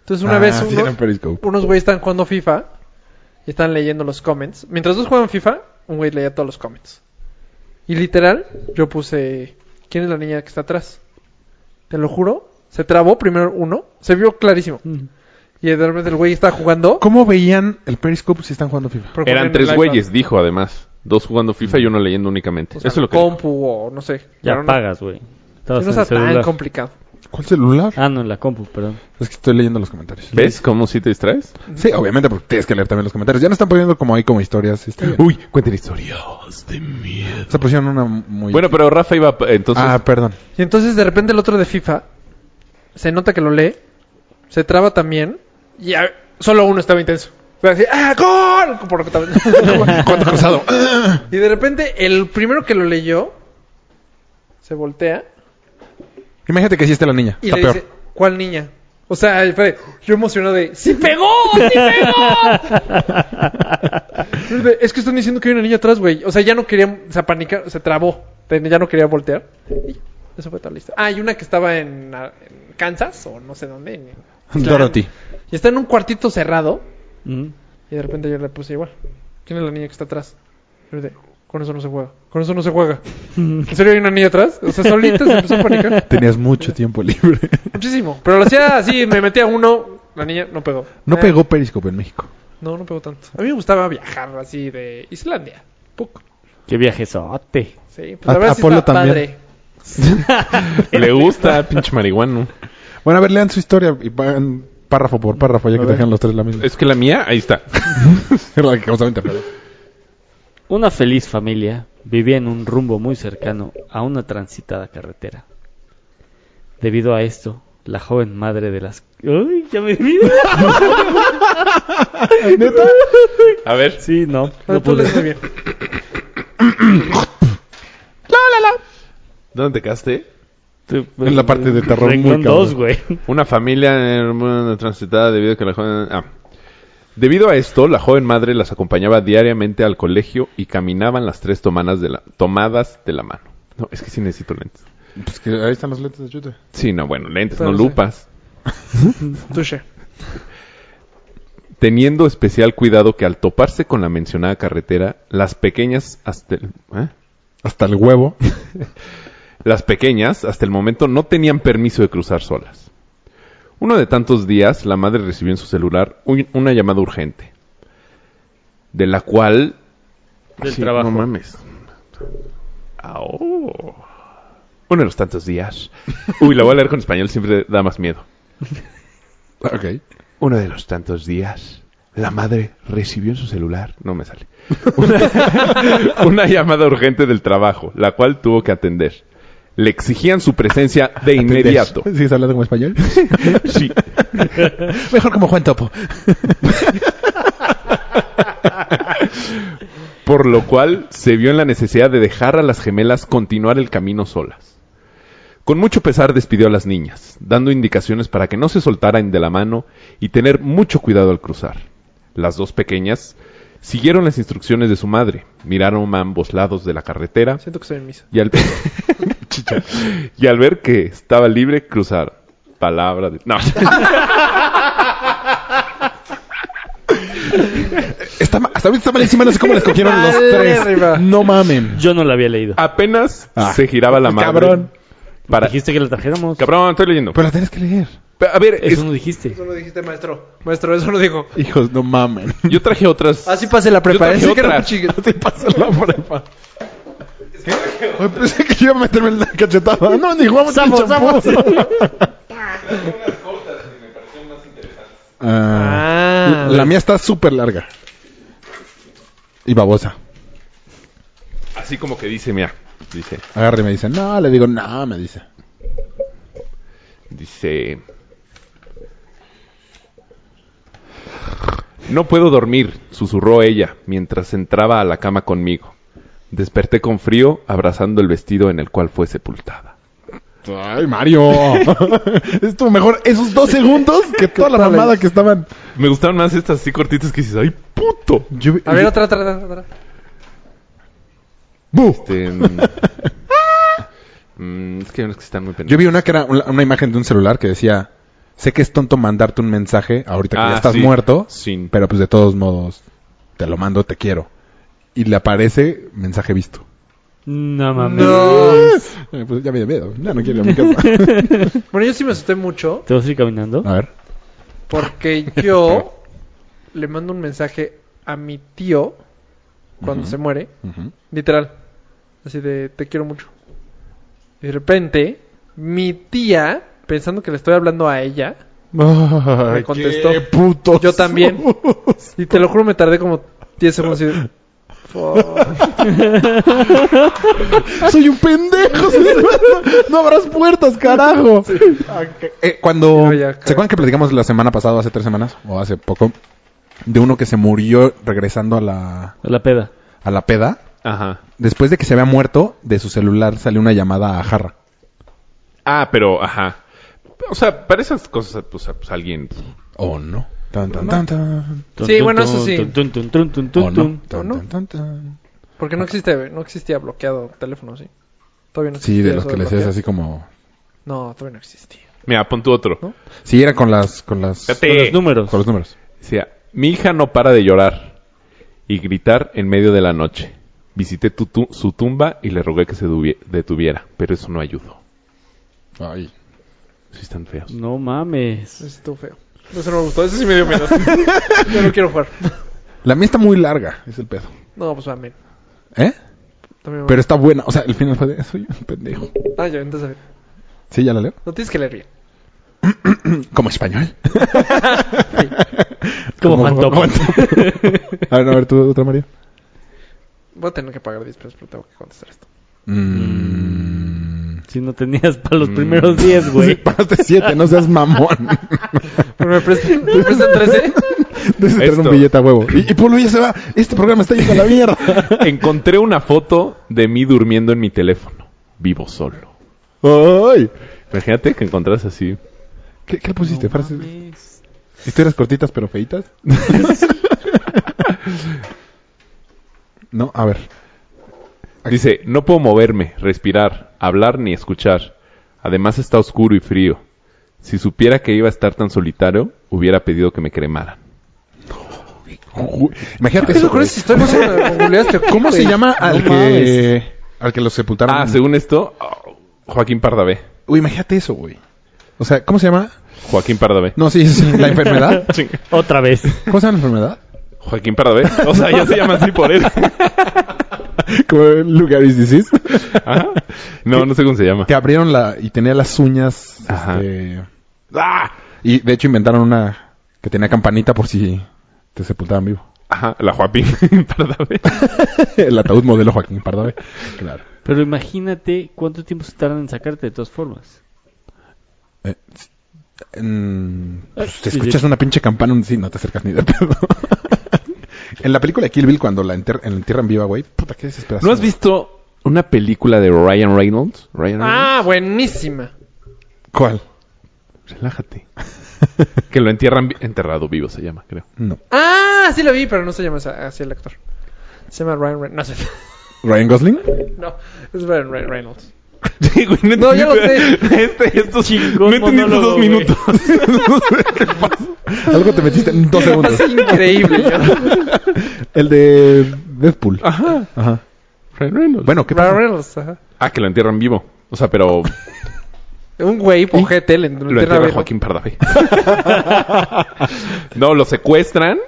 A: Entonces una
D: Ah,
A: vez
D: sí,
A: uno-
D: era en Periscope.
A: unos güeyes están jugando FIFA y están leyendo los comments. Mientras dos jugaban FIFA, un güey leía todos los comments. Y literal, yo puse. ¿Quién es la niña que está atrás? Te lo juro. Se trabó primero uno. Se vio clarísimo.
C: Mm.
A: Y de repente el güey estaba jugando.
D: ¿Cómo veían el Periscope si están jugando FIFA?
A: pero con
B: Eran
A: el
B: tres
A: iPad.
B: güeyes, dijo además. Dos jugando FIFA y uno leyendo únicamente.
A: O sea,
B: Eso es lo que. dijo.
A: compu o no sé.
C: Ya
A: Pero no-
C: pagas, güey.
A: sí,
C: Estabas
A: no
C: en el
A: está tan
C: celular.
A: complicado.
D: ¿Cuál celular?
C: Ah, no, en la compu, perdón.
D: Es que estoy leyendo los comentarios.
B: ¿Ves cómo si te distraes?
D: Sí, obviamente, porque tienes que leer también los comentarios. Ya no están poniendo como ahí como historias. este, está bien.
B: Uy, cuenten historias de miedo.
D: Se pusieron una muy...
B: Bueno, pero Rafa iba. eh, Entonces.
D: ah, perdón.
A: Y entonces de repente el otro de FIFA se nota que lo lee, se traba también y a- solo uno estaba intenso. O sea, así, ¡ah, gol! Por lo que estaba-
D: ¿Cuánto cruzado?
A: y de repente el primero que lo leyó se voltea
D: Imagínate que sí está la niña.
A: y
D: está
A: le
D: peor.
A: dice, ¿cuál niña? O sea, espere, yo emocionado de, ¡sí pegó! ¡sí pegó! es que están diciendo que hay una niña atrás, güey. O sea, ya no quería, se apanicar, se trabó, ya no quería voltear. Y eso fue todo listo. Ah, y una que estaba en, ah, en Kansas o no sé dónde. en-
D: Dorothy.
A: Y está en un cuartito cerrado.
C: Mm.
A: Y de repente yo le puse igual. ¿Quién es la niña que está atrás? Y yo de, con eso no se juega. Con eso no se juega. ¿En serio hay una niña atrás? O sea, solita se empezó a panicar.
D: Tenías mucho tiempo libre.
A: Muchísimo. Pero lo hacía así, me metía uno. La niña no pegó.
D: No
A: Ah,
D: pegó Periscope en México.
A: No, no pegó tanto. A mí me gustaba viajar así de Islandia. Poco.
C: Qué viajesote.
A: Sí, pues la
D: A-
A: verdad
D: a
A: sí
D: Polo
A: estaba
D: también.
A: padre.
B: Le gusta, pinche marihuano.
D: Bueno, a ver, lean su historia y van párrafo por párrafo, ya que trajeron los tres la misma.
B: Es que la mía, ahí está.
D: la que causaba interferencia.
C: Una feliz familia vivía en un rumbo muy cercano a una transitada carretera. Debido a esto, la joven madre de las... ¡Uy, ya me vi!
B: A ver.
C: Sí, no, no
A: Tú
C: pude.
A: le haces bien.
B: ¿Dónde te caste?
D: En la parte de terror muy
C: Renglón
D: cabrón.
C: dos, güey.
B: Una familia hermana transitada debido a que la joven... ah. Debido a esto, la joven madre las acompañaba diariamente al colegio y caminaban las tres tomanas de la, tomadas de la mano. No, es que sí necesito lentes.
D: Pues que ahí están los lentes de chute.
B: Sí, no, bueno, lentes,
A: Claro,
B: no
A: sí.
B: lupas.
A: Touché.
B: Teniendo especial cuidado que al toparse con la mencionada carretera, las pequeñas hasta el, ¿eh?
D: Hasta el huevo.
B: Las pequeñas, hasta el momento, no tenían permiso de cruzar solas. Uno de tantos días, la madre recibió en su celular un- una llamada urgente, de la cual...
C: Del trabajo.
B: No mames. Au. Uno de los tantos días. Uy, la voy a leer con español, siempre da más miedo.
D: Ok.
B: Uno de los tantos días, La madre recibió en su celular, no me sale, una, una llamada urgente del trabajo, la cual tuvo que atender. Le exigían su presencia de inmediato.
D: ¿Sigues hablando como español?
B: Sí.
D: Mejor como Juan Topo.
B: Por lo cual se vio en la necesidad de dejar a las gemelas continuar el camino solas. Con mucho pesar despidió a las niñas, dando indicaciones para que no se soltaran de la mano y tener mucho cuidado al cruzar. Las dos pequeñas siguieron las instrucciones de su madre, miraron a ambos lados de la carretera
A: Siento que estoy en misa.
B: y al, y al ver que estaba libre cruzaron. Palabra de... No.
D: Está, ma- hasta ahorita está malísima, no sé cómo la escogieron los
A: Dale,
D: tres.
A: arriba.
D: No mamen.
C: Yo no la había leído.
B: Apenas
D: Ah,
B: se giraba la madre.
D: cabrón.
B: Para...
C: Dijiste que la trajéramos.
B: Cabrón, estoy leyendo.
D: Pero la tienes que leer.
B: A ver, es-
C: Eso no dijiste.
A: Eso lo dijiste, maestro. Maestro, eso lo dijo.
D: Hijos, no mamen.
B: yo traje otras...
A: Así Ah, pasé la prepa.
B: Yo
A: Ese
B: traje
A: que era
B: otra.
A: un chique-
D: No te pases la prepa. Oye, Pensé que iba a meterme en la cachetada. No, ni jugamos ni champú. Ah,
A: Ah,
D: la mía está súper larga. Y babosa.
B: Así como que dice, mira. Dice,
D: Agarre y me dice, no, le digo, no, me dice.
B: dice... No puedo dormir, susurró ella mientras entraba a la cama conmigo. Desperté con frío abrazando el vestido en el cual fue sepultada.
D: Ay, Mario. Estuvo mejor esos dos segundos que toda la mamada que estaban.
B: Me gustaron más estas así cortitas que dices, ¡ay, puto!
D: Yo-
A: A ver, otra, otra, otra, otra.
D: ¡Bu!
B: Este, mm, mm, es que hay unas que están muy
D: Yo
B: pendientes.
D: vi una que era una, una imagen de un celular que decía, sé que es tonto mandarte un mensaje ahorita que
B: Ah,
D: ya estás
B: sí.
D: muerto,
B: Sí.
D: pero pues de todos modos, te lo mando, te quiero. Y le aparece mensaje visto.
C: No mames.
A: No.
D: Eh, pues ya me dio miedo, ya no quiero ir a mi casa.
A: Bueno, yo sí me asusté mucho
C: ¿Te vas a ir caminando?
D: A ver.
A: porque yo le mando un mensaje a mi tío cuando se muere.
D: Ujú.
A: Literal. Así de, te quiero mucho. Y de repente, mi tía, pensando que le estoy hablando a ella,
D: Ay,
A: contestó.
D: qué putos.
A: Yo también. y te lo juro, me tardé como 10 segundos. y de, "Fuck".
D: Soy un pendejo. soy un- no abras puertas, carajo. Eh, cuando...
A: Sí, no, ya,
D: ¿Se acuerdan que platicamos la semana pasada, o hace tres semanas, o hace poco, de uno que se murió regresando a la,
C: A la peda.
D: a la peda?
B: Ajá.
D: Después de que se había muerto, de su celular salió una llamada a Jarra.
B: Ah, pero, ajá. O sea, para esas cosas, o sea, pues alguien...
D: ¿O no? Tan, tan, tan, tan.
C: Tun,
A: Sí,
C: tun,
A: bueno,
C: tun,
A: eso sí.
C: tun, tun, tun, tun,
D: ¿O
C: tun,
D: no?
C: tun.
D: Tan, tan, tan, tan.
A: Porque no existe, no existía bloqueado teléfono, sí. Todavía no
D: Sí,
A: existía
D: de los
A: eso
D: que le
A: bloquear.
D: hacías así como...
A: No, todavía no existía.
B: Mira, pon tu otro.
D: Sí, era con las... Con las...
B: Espérate.
C: Con los números.
D: Con los números.
B: Decía, mi hija no para de llorar y gritar en medio de la noche. Visité tu tu- su tumba y le rogué que se duvie- detuviera, pero eso no ayudó.
D: Ay.
B: Sí están feos.
C: No mames.
A: Eso estuvo feo. Eso no me gustó. Eso sí me dio miedo. yo no quiero jugar.
D: La mía está muy larga, es el pedo.
A: No, pues amén.
D: ¿Eh?
A: También
D: Pero está buena. O sea, el final fue de... Soy un pendejo.
A: Ah, ya, entonces, a ver.
D: Sí, ya la leo.
A: No tienes que leer bien.
D: Como español.
C: Como Juan Topo.
D: a ver, a ver, tú otra, María.
A: Voy a tener que pagar 10 pesos, pero tengo que contestar esto.
D: Mmm...
C: Si no tenías para
A: Mm.
C: los primeros 10,
D: Sí,
C: güey.
D: pagaste siete, no seas mamón.
A: Pero me prestan, me prestan 13.
D: Debes de tener
B: Esto.
D: un billete a huevo. Y, y Polo ya se va. Este programa está yendo a la mierda.
B: Encontré una foto de mí durmiendo en mi teléfono, vivo solo.
D: ¡Ay!
B: Imagínate que encontrás así.
D: ¿Qué, qué le pusiste?
C: No
D: Frases-
C: mames.
D: ¿Historias cortitas pero feitas? no, a ver.
B: Dice, no puedo moverme, respirar, hablar ni escuchar. Además está oscuro y frío. Si supiera que iba a estar tan solitario, hubiera pedido que me cremaran.
D: Ju- Imagínate
A: Eso
D: eso.
A: con
D: güey.
A: esas historias me googleaste.
D: ¿Cómo se
A: güey?
D: llama al que al que lo sepultaron?
B: Ah, según esto, oh, Joaquín Pardavé.
D: Uy, imagínate eso, güey. O sea, ¿cómo se llama?
B: Joaquín Pardavé.
D: No, sí, sí, la enfermedad.
C: Otra vez.
D: ¿Cómo se llama la enfermedad?
B: Joaquín Pardavé. O sea, ya se llama así por él.
D: Como Lugaris disease.
B: Ajá. No, no sé cómo se llama.
D: Que abrieron la y tenía las uñas
B: Ajá.
D: este, ¡ah! y de hecho inventaron una que tenía campanita por si Te sepultaban vivo.
B: Ajá, la Joaquín Pardavé.
D: El ataúd modelo Joaquín Pardavé. Claro.
C: Pero imagínate cuánto tiempo se tardan en sacarte de todas formas.
D: Eh, mm, pues,
C: Ah,
D: te
C: sí,
D: escuchas
C: sí.
D: una pinche campana, sí, no te acercas ni de pedo. en la película de Kill Bill, cuando la, enter- la entierran viva, güey, puta, qué desesperación.
B: ¿No has visto una película de Ryan Reynolds? Ryan Reynolds.
A: Ah, buenísima.
D: ¿Cuál?
B: Relájate. que lo entierran vi- enterrado vivo se llama, creo.
D: No.
A: Ah, sí la vi, pero no se llama esa- así el actor. Se llama Ryan Reynolds. No, se-
D: ¿Ryan Gosling?
A: no, es Ryan Re- Reynolds.
B: Sí, güey, no,
A: No, ya lo
B: entendí- Este, estos
C: Chingón
B: no entendí estos
C: monólogo,
B: dos
C: güey.
B: minutos.
D: Algo te metiste en dos segundos.
A: Es increíble. yo-
D: El de Deadpool.
B: Ajá.
D: Ajá.
B: Ryan Reynolds.
D: Bueno, ¿qué
A: Ryan
D: pasa?
A: Reynolds, ajá.
B: Ah, que lo entierran vivo. O sea, pero
A: Un güey pojete le
B: lo entierra Joaquín Pardavé. no, lo secuestran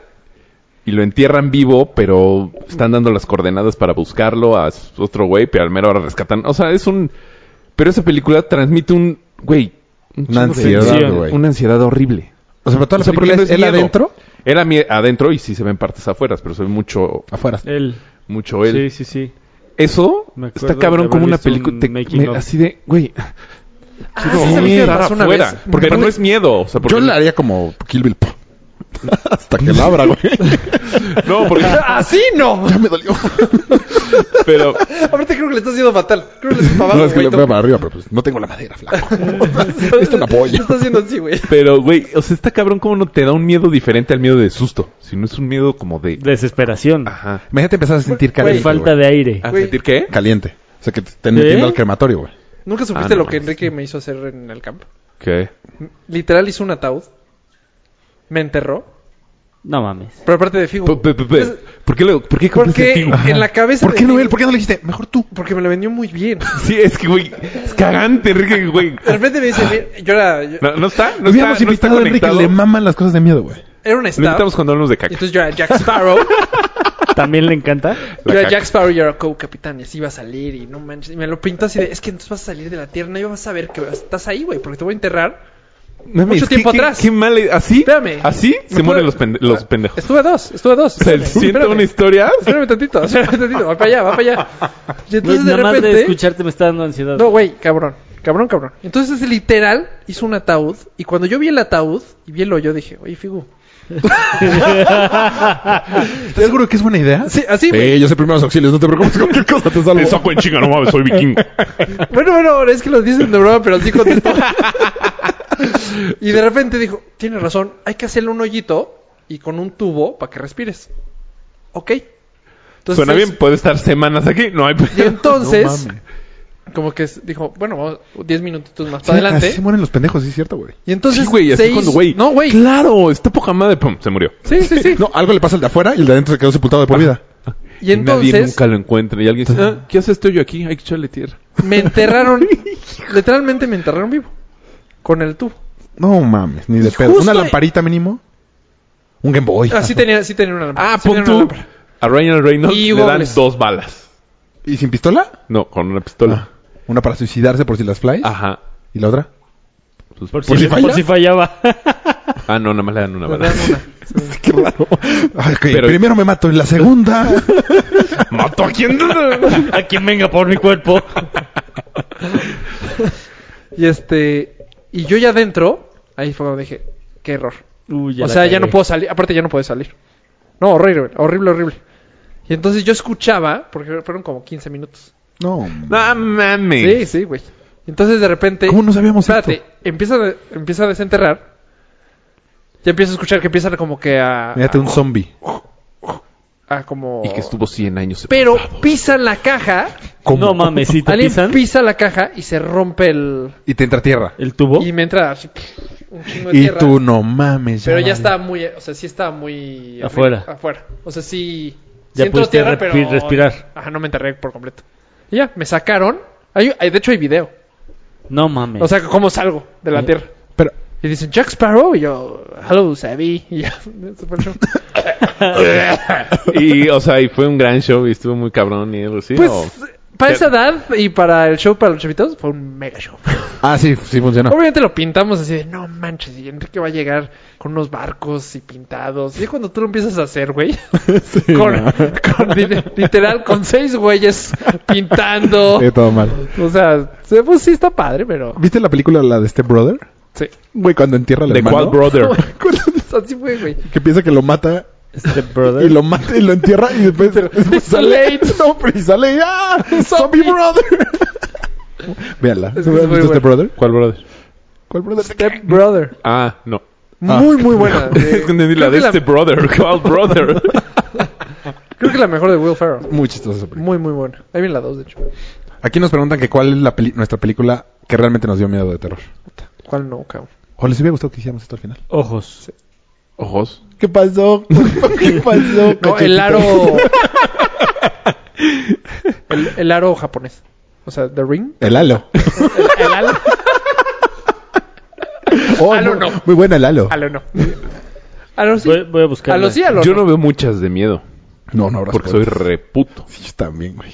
B: y lo entierran vivo, pero están dando las coordenadas para buscarlo a s- otro güey, pero al mero ahora rescatan. O sea, es un... Pero esa película transmite un... Güey. un
D: Una
B: chingo de
D: ansiedad,
B: tensión,
D: güey.
B: Una ansiedad horrible.
D: O sea, pero toda
B: O
D: la
B: sea, porque
D: película
B: no
D: es él
B: miedo.
D: adentro.
B: Él a mi- adentro y sí se ven partes afuera, pero se ve mucho,
D: Afuera.
C: Él.
B: mucho él.
C: Sí, sí, sí.
B: Eso
C: Me acuerdo
B: está
C: de
B: cabrón como
C: haber
B: una
C: visto
B: película.
C: un
B: te-
C: making
B: me-
C: of.
B: Así de, güey.
A: Ah,
B: no,
A: sí, ¿sabes qué me
B: estar
A: pasó una vez?
B: afuera. Porque
D: Pero
B: pero no
D: güey,
B: es miedo. O sea, porque
D: Yo la haría como Kill Bill. Hasta que la abra, güey.
B: No, porque.
A: Así ah, no.
D: Ya me dolió.
B: Pero.
A: Aparte creo que le está haciendo fatal. Creo que le está para abajo,
D: No, es que
A: güey,
D: le
A: tú-
D: veo para arriba, pero pues no tengo la madera, flaco. Esto es una
A: Le
D: polla.
A: está haciendo así, güey.
B: Pero, güey, o sea, está cabrón como no te da un miedo diferente al miedo de susto. Sino es un miedo como de.
C: Desesperación.
B: Ajá.
D: Imagínate empezar a sentir
C: Güey,
D: caliente.
C: falta
D: güey.
C: de aire.
B: ¿A
A: Ah, Güey. Ah.
B: sentir qué?
D: Caliente. O sea, que te estén
C: ¿Eh?
D: metiendo al crematorio, güey.
A: ¿Nunca supiste
B: Ah, no
A: lo que
B: mames.
A: Enrique me hizo hacer en el campo?
B: ¿Qué?
A: Literal hizo un ataúd. Me enterró.
C: No mames.
A: Pero aparte de Figo.
B: Pe- pe- pe- pe-
A: Es-
B: ¿Por qué, lo- por qué compraste
A: Porque
B: Tigo?
A: en la cabeza.
D: ¿Por
A: de
D: qué no
A: Figo-
D: él? ¿Por qué no le dijiste? Mejor tú.
A: Porque me la vendió muy bien.
B: Sí, es que, güey. Es cagante, Enrique, güey.
A: De repente me dice, mira, yo era. yo-
B: No, no está, no está,
D: Hubiéramos
B: no está
D: invitado a Enrique.
B: conectado.
D: Le
B: Lo
D: maman las cosas de miedo, güey.
A: era un staff.
B: invitamos cuando hablamos de
A: Y
B: caca.
A: entonces yo era Jack Sparrow.
C: ¿También le encanta?
A: yo
B: La
A: era
B: caca.
A: Jack Sparrow y yo era co-capitán. Y así iba a salir y no manches. Y me lo pintó así de: Es que entonces vas a salir de la tierra y vas a ver que estás ahí, güey. Porque te voy a enterrar.
B: No,
A: Mucho
B: es que-
A: tiempo
B: qué-
A: atrás.
B: Qué mal. ¿Así?
A: Espérame.
B: ¿Así?
A: ¿Me
B: Se
A: puedo-
B: mueren los, pende- los
A: Ah,
B: pendejos.
A: Estuve a dos, estuve a dos.
B: O sea, el
A: Espérame,
B: siento
A: espérame.
B: una historia.
A: Espérame tantito, espérame tantito, va para allá, va para allá. Y entonces de
C: Nada más de
A: repente.
C: escucharte me está dando ansiedad.
A: No, güey, cabrón, cabrón, cabrón. Entonces literal hizo un ataúd y cuando yo vi el ataúd y vi el hoyo dije, oye, Figu.
D: ¿Estás seguro que es buena idea?
A: Sí, así, güey.
D: Eh, yo sé primeros auxilios, no te preocupes, cualquier cosa te salvo.
B: Te saco en chinga, no mames, soy vikingo.
A: Bueno, bueno, es que lo dicen de broma, pero sí contestó. y de repente dijo, tienes razón, hay que hacerle un hoyito y con un tubo para que respires. Ok. Entonces,
B: Suena bien, puede estar semanas aquí, no hay
A: Y
B: pedo.
A: entonces, como que dijo, bueno, vamos 10 minutitos más para adelante.
D: Así mueren los pendejos, sí es cierto, güey.
A: Y entonces
B: Sí, güey, así
A: se
B: cuando,
A: hizo-
B: güey.
A: No, güey.
B: Claro, está poca madre, pum, se murió.
A: Sí, sí, sí.
D: No, algo le pasa al de afuera y el de adentro se quedó sepultado de por vida.
A: Y
B: nadie
A: entonces ¿eh?
B: nunca lo encuentra. Y alguien dice, "Ah, ¿qué hace estoy yo aquí? Hay que echarle tierra.
A: me enterraron, literalmente me enterraron vivo. Con el tubo.
D: No mames, ni de
A: Y
D: pedo.
A: justo
D: ¿Una
A: ahí-
D: lamparita mínimo? ¿Un Game Boy?
A: Ah, sí tenía, sí tenía una lámpara.
B: Ah,
A: sí
B: pon
A: tenía una
B: tú.
A: lámpara.
B: A Ryan Reynolds
A: Y
B: le dan
A: gobles.
B: dos balas.
D: ¿Y sin pistola?
B: No, con una pistola.
D: Una para suicidarse por si las flies.
A: Ah.
B: Ajá.
D: ¿Y la otra?
B: Pues,
C: Por,
D: Ah. ¿Por
C: si,
D: si falla?
C: por si fallaba.
B: Ah, no, nada más le dan una
A: Me
B: bala.
A: dan una.
D: Qué raro.
B: Pero-
D: Primero me mato y la segunda.
B: ¿Mató a quién?
C: A quien venga por mi cuerpo.
A: Y este, y yo ya adentro, ahí fue cuando dije, qué error.
C: Uy, ya
A: o
C: la
A: sea, ya
C: cagué.
A: no puedo salir, aparte ya no puedo salir. No, horrible, horrible, horrible. Y entonces yo escuchaba, porque fueron como 15 minutos.
D: no.
B: no mames.
A: Sí, sí, güey. Y Entonces de repente...
D: ¿Cómo no sabíamos
A: Espérate,
D: esto?
A: empieza, a- empieza a desenterrar. Ya empiezo a escuchar que empiezan como que a...
D: Mírate un zombie.
A: a como...
B: Y que estuvo 100 años.
A: Pero
B: sepultado.
A: pisan la caja,
C: No mames, si te
A: alguien
C: pisan
A: pisa la caja y se rompe el...
D: Y te entra tierra.
C: el tubo.
A: Y me entra así, pff, un chingo de
D: Y
A: tierra.
D: tú no mames.
A: Pero ya
D: vale.
A: estaba muy, o sea, sí estaba muy... arriba-
C: Afuera.
A: Afuera. O sea, sí...
C: Ya
A: sí entró
C: pudiste
A: tierra,
C: repi-
A: pero-
C: respirar.
A: Ajá, no me enterré por completo. Y ya, me sacaron. Hay- hay- de hecho hay video.
C: No mames.
A: O sea, cómo salgo de la
C: Eh.
A: tierra.
D: Pero,
A: Y dicen, Jack Sparrow. Y yo, hello, Savvy. Y ya, se fue el show.
B: Y, o sea, y fue un gran show y estuvo muy cabrón y algo así.
A: Pues
B: ¿o?
A: Para esa edad y para el show para los chavitos fue un mega show.
D: Ah, sí, sí funcionó.
A: Obviamente lo pintamos así de, no manches, y Enrique va a llegar con unos barcos y pintados. Y es cuando tú lo empiezas a hacer, güey,
D: Sí,
A: con,
D: no.
A: con li- literal, con seis güeyes pintando.
D: Sí, todo mal.
A: O sea, se- pues sí está padre, pero...
D: ¿Viste la película, la de Step Brother?
A: Sí.
D: Güey, cuando entierra al
B: The
D: hermano.
B: Quad Brother.
A: Así fue, güey.
D: que piensa que lo mata
C: Step Este Brother.
D: y lo mata y lo entierra y después, después sale. No, pero y sale. y, ¡Ah! ¡Zombie Brother! Véanla. ¿Has
A: muy
D: visto
A: buena.
D: Step Brother?
B: ¿Cuál brother?
D: ¿Cuál brother?
A: Step Brother.
B: Ah, no.
D: Ah.
A: Muy, muy buena. eh,
B: Es Eh, que entendí la de este brother. ¿Cuál brother?
A: Creo que la mejor de Will Ferrell.
D: Muy chistosa esa película.
A: Muy, muy buena. Ahí viene la dos, de hecho.
D: Aquí nos preguntan que cuál es la peli- nuestra película que realmente nos dio miedo de terror.
A: ¿Cuál no, cabrón?
D: ¿O les hubiera gustado que hiciéramos esto al final?
C: Ojos.
B: Ojos.
D: ¿Qué pasó? ¿Qué pasó?
A: No, el aro. el, el aro japonés. O sea, The Ring.
D: El halo.
A: El, el aro.
D: Oh,
A: Halo
D: muy,
A: no.
D: muy buena el halo.
A: Alo no. Alo sí.
C: Voy, voy a buscar.
A: Alo sí, alo
B: Yo
A: no.
B: no veo muchas de miedo.
D: No, no, habrá
B: Porque soy
D: spoilers.
B: reputo.
D: Sí, también, güey.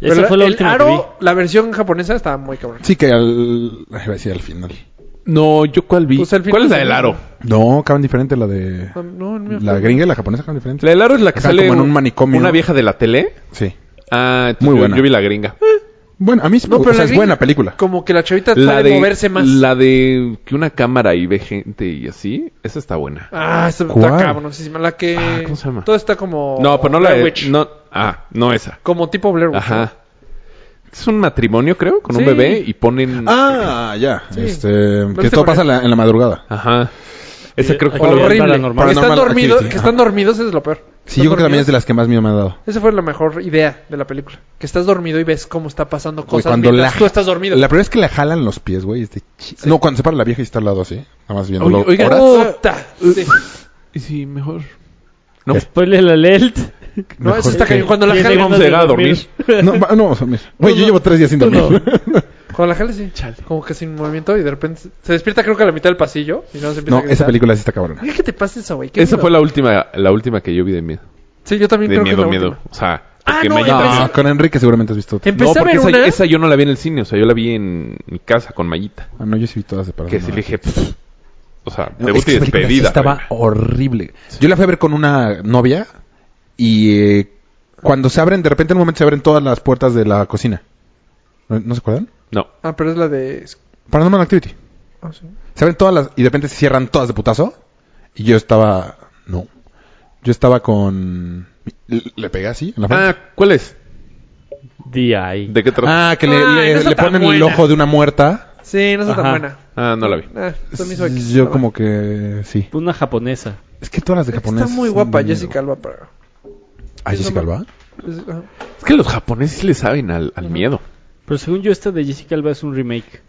C: Esa
A: Pero
C: fue la
A: el
C: última que vi.
A: aro, la versión japonesa estaba muy cabrón.
D: Sí, que al. Iba a decir al final.
B: No, ¿yo cuál vi?
A: Pues al final
B: ¿Cuál es la
A: se
B: del
A: ve.
B: aro?
D: No, acaban diferente la de.
A: No, no me
D: La
A: acuerdo.
D: gringa y la japonesa acaban diferente.
B: La del aro es la que
D: Ajá,
B: sale
D: como en un manicomio.
B: Una vieja de la tele.
D: Sí.
B: Ah,
D: Muy buena.
B: muy buena. Eh, Yo vi la gringa.
D: Bueno, a mí sí-
A: No,
D: o
A: pero
D: sea,
A: la
D: es
A: gringa-
D: buena película.
A: Como que la chavita
B: La
A: sabe
B: de,
A: moverse más.
B: la de que una cámara y ve gente y así. Esa está buena.
A: Ah, esa está
D: ¿Cuál?
A: cabroncísima. La que.
B: Ah, ¿cómo se llama?
A: Todo está como.
B: no, pero no la
A: Blair
B: de.
A: Witch.
B: No, ah, no esa.
A: Como tipo Blair Witch.
B: Ajá. Es un matrimonio, creo, con
A: Sí.
B: un bebé y ponen.
D: Ah, ya. Este, que
A: viste
D: todo
A: con
D: pasa
A: él?
D: en la, en la madrugada.
B: Ajá. Esa creo que fue
C: Aquí
B: la
C: lo
A: Horrible.
C: Paranormal.
A: Que están,
D: Paranormal
A: dormidos,
D: Activity,
A: que están
D: ajá.
A: dormidos es lo peor.
D: Sí, yo creo que también es de
A: la...
D: las que más miedo me ha dado.
A: Esa fue la mejor idea de la película. Que estás dormido y ves cómo está pasando
D: Güey,
A: cosas mientras tú estás dormido.
D: La primera vez que la jalan los pies, güey. es de chi- No, cuando se para la vieja y está al lado así. Nada más viéndolo.
B: Oye, oiga,
D: horas.
A: Puta. Sí.
B: Y sí, mejor.
C: Spoiler alert.
A: No, eso está
C: Es que
A: cañón. Cuando la
C: tiene
A: jale,
B: ganas de
C: llegar
B: dormir.
D: No, va- no, vamos a dormir.
A: Pues
D: Güey, yo llevo tres días sin dormir.
A: cuando la jale, sí. Como que sin movimiento y de repente se- se despierta, creo que a la mitad del pasillo. Y no se empieza
D: No,
A: a gritar.
D: esa película sí está cabrona.
A: ¿Qué te pasa eso, güey? ¿Qué
B: Esa
A: miedo?
B: fue la última, la última que yo vi de miedo.
A: Sí, yo también
B: De
A: creo que
B: miedo,
A: la
B: miedo.
A: última.
B: O sea,
A: Ah,
B: que
A: no,
B: me
A: ya
B: haya-
A: pensé-
D: No, con Enrique seguramente has visto. otra.
A: Empecé a
B: porque
A: ver
B: esa,
A: una.
B: esa yo no la vi en el cine, o sea, yo la vi en mi casa con Mayita.
D: Ah, no, yo sí vi todas separadas.
B: Que sí le
D: No,
B: dije, "Pff", o sea,
D: No,
B: debut
D: es que
B: y
D: esa película sí
B: despedida.
D: estaba
B: güey.
D: horrible. Yo la fui a ver con una novia y eh, cuando se abren, de repente en un momento se abren todas las puertas de la cocina. ¿No, no se acuerdan?
B: No,
A: Ah, pero es la de.
D: Paranormal Activity.
A: Ah, sí.
D: Se abren todas las y de repente se cierran todas de putazo. Y yo estaba... No. Yo estaba con... Le pegué así en la frente.
B: Ah, ¿cuál es?
C: DI.
B: ¿De qué trata?
D: Ah, que le,
A: Ay,
D: le-
A: no está
D: le
A: tan
D: ponen el
A: buena.
D: ojo de una muerta.
A: Sí, no está tan
C: Ajá.
A: buena.
B: Ah, no la vi.
A: Ah, se me hizo X.
D: Yo
A: Está
D: como que... Sí.
C: Una japonesa.
D: Es que todas las de
A: buena.
D: japonés...
A: Está muy
D: son
A: guapa
D: de miedo.
A: Jessica Alba para.
D: Ah, Jessica Alba.
A: es- ajá.
B: Es que los japoneses le saben al, al miedo.
C: Pero según yo, esta de Jessica Alba es un remake.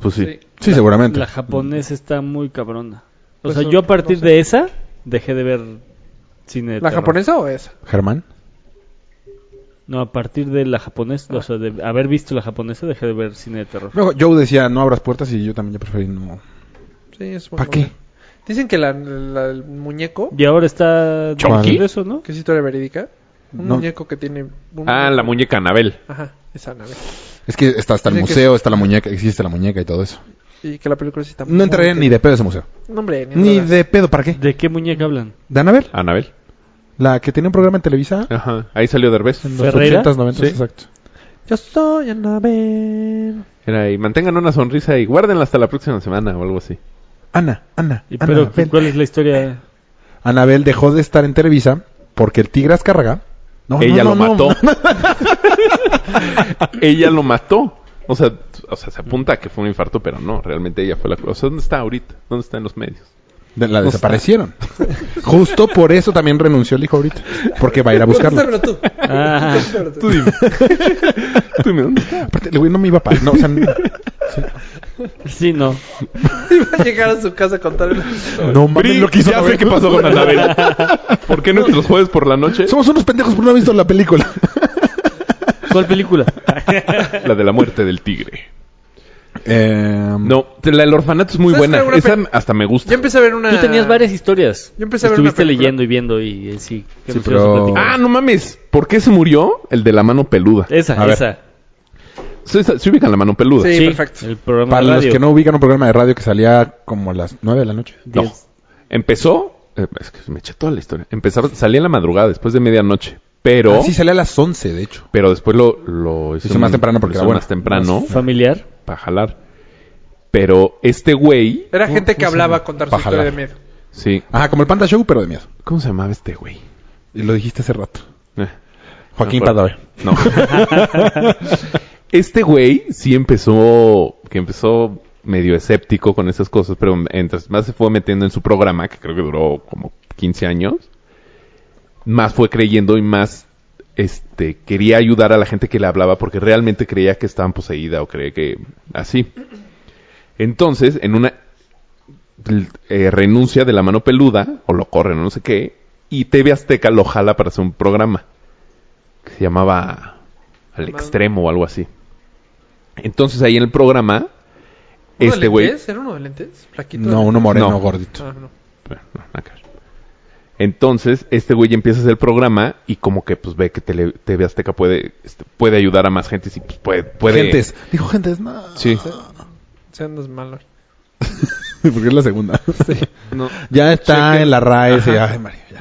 B: Pues sí.
A: Sí.
D: Sí, seguramente.
C: La japonesa está muy cabrona. O
A: Pues
C: sea,
A: no-
C: yo a partir
A: no sé.
C: de esa dejé de ver cine. de
A: ¿La
C: terror.
A: japonesa o esa?
D: Germán.
C: No, a partir de la
A: Ah.
C: japonesa, o sea, de haber visto la japonesa dejé de ver cine de terror.
D: Luego Joe decía, no abras puertas y yo también ya preferí no.
A: Sí, es buena.
D: ¿Para qué?
A: Dicen que la, la- el muñeco,
C: Y ahora está
D: ¿Chucky?
C: de eso, ¿no?
A: que es historia verídica, un
D: No.
A: muñeco que tiene. Un...
B: Ah, la muñeca Anabel.
A: Ajá, esa nave.
D: Es que está hasta el
A: Tiene que-
D: museo, está la muñeca, existe la muñeca y todo eso.
A: Y que la película sí está.
D: No entraría ni de pedo a ese museo.
A: No, hombre, ni,
D: Ni
A: de.
D: de pedo, ¿para qué?
C: ¿De qué muñeca hablan?
D: ¿De Anabel?
B: Anabel.
D: La que tenía un programa en Televisa
B: Ajá. Ahí salió Derbez.
D: en los
C: ¿Ferreira?
D: 80s, 90s,
B: Sí.
D: exacto.
A: Yo soy Anabel.
B: Era ahí. Mantengan una sonrisa y guárdenla hasta la próxima semana o algo así.
D: Ana, Ana,
C: ¿Y pero
D: Anabel.
C: cuál es la historia?
D: Anabel dejó de estar en Televisa porque el Tigre Azcárraga... No,
B: Ella
D: no,
B: lo
D: no, no.
B: mató. ella lo mató. O sea, o sea, se apunta a que fue un infarto, pero no, realmente ella fue la causa. O sea, ¿dónde está ahorita? ¿Dónde está en los medios?
D: De- La desaparecieron. Justo por eso también renunció el hijo ahorita. Porque va a ir a buscarla.
A: Contéstalo tú.
C: Ah,
A: Contéstalo tú.
B: Tú dime. Tú dime, ¿dónde está?
D: Aparte, el güey no me iba a parar. No, o sea, no,
C: sí, no.
A: Iba a llegar a su casa a contarle.
D: no mames, lo quiso
B: ya sé qué pasó con Anabel. ¿Por qué nuestros jueves por la noche?
D: Somos unos pendejos por no haber visto la película.
C: ¿Cuál película?
B: La de la muerte del tigre.
D: Eh,
B: No, la, el orfanato es muy
A: ¿Sabes
B: buena.
A: cuál era una
B: Esa
A: pe-
B: hasta me gusta.
A: Yo empecé a ver una.
C: Tú tenías varias historias.
A: Yo empecé a ver una
C: Estuviste
A: película.
C: leyendo y viendo y, eh, sí. que
D: Sí,
C: nos ibas a
D: pero-
C: platicar.
B: Ah, no mames. ¿Por qué se murió? El de la mano peluda.
C: Esa,
D: A ver.
C: esa.
B: Se, se- se ubican la mano peluda.
A: Sí.
C: Sí,
A: perfecto.
C: El programa
D: Para
C: de
D: los
C: radio.
D: que no ubican un programa de radio que salía como a las 9 de la noche.
B: No.
C: Diez.
B: Empezó. eh, Es que me eché toda la historia. Empezaba, salía en la madrugada, después de medianoche. Pero.
D: Ah, sí, salía a las 11, de hecho.
B: Pero después lo, lo
D: Hizo más temprano porque era
B: lo hizo
D: bueno.
B: más temprano
C: Familiar.
B: para jalar. Pero este güey.
A: Era gente que hablaba contar su
D: Pajalar.
A: historia de miedo.
B: Sí.
D: Ajá, como el Panda Show, pero de miedo.
B: ¿Cómo se llamaba este güey?
D: Y lo dijiste hace rato.
B: Eh,
D: Joaquín
B: no me acuerdo.
D: Padaver.
B: No. este güey sí empezó. Que empezó medio escéptico con esas cosas, pero mientras más se fue metiendo en su programa, que creo que duró como 15 años, más fue creyendo y más este quería ayudar a la gente que le hablaba porque realmente creía que estaban poseída o creía que así. Entonces, en una l- eh, renuncia de la mano peluda, o lo corren, o no sé qué, y TV Azteca lo jala para hacer un programa que se llamaba Al
A: Llamado-
B: Extremo o algo así. Entonces ahí en el programa,
A: ¿Uno
B: este
A: de
B: güey...
A: lentes? ¿Era uno de lentes? ¿Flaquito?
D: No, uno moreno,
B: No.
D: gordito.
A: Ah, no.
B: Bueno, no, nada que ver. Entonces, este güey empieza a hacer el programa y como que pues ve que Tele- TV Azteca puede, este, puede ayudar a más gente y sí, pues, puede, puede...
D: Gentes. Dijo Gentes, no.
B: Sí.
A: Se andas malo.
D: Porque es la segunda.
B: No,
D: Ya está
B: Chequen.
D: en la RAE. ese,
B: Ajá.
D: ay, María, ya.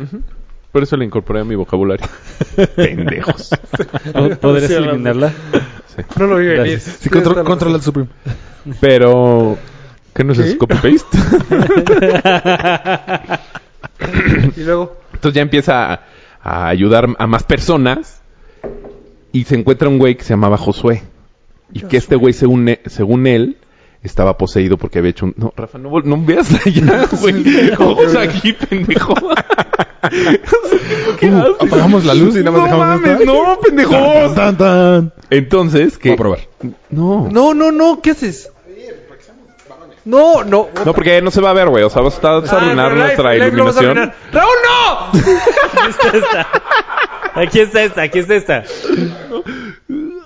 B: por eso le incorporé a mi vocabulario. Pendejos.
C: ¿No ¿Podrías eliminarla?
A: No lo vi venir.
C: Gracias.
A: Tienes
D: Sí, control,
A: toda la
D: control
A: razón.
D: al Supreme.
B: Pero... ¿Qué no es
A: ¿Qué?
B: eso? ¿Copy-paste?
A: Y luego,
B: Entonces ya empieza a, a ayudar a más personas y se encuentra un güey que se llamaba Josué. Y que este güey, según, e- según él, estaba poseído porque había hecho un... No, Rafa, no, vol- no veas allá, güey. Ojos aquí, pendejo. ¿Qué haces?
D: Uh, apagamos la luz y nada más
B: no
D: dejamos
B: mames,
D: esta.
B: No, pendejo.
D: Tan, tan, tan.
B: Entonces, que...
D: Voy a probar.
B: No.
A: No, no, no, ¿qué haces? No, no.
B: No, porque no se va a ver, güey. O sea, vas a vas a
A: Ah,
B: arruinar
A: pero live,
B: nuestra
A: live lo vas a
B: iluminación.
A: arruinar. ¡Raúl, no!
C: Aquí está esta. Aquí está esta, aquí está esta.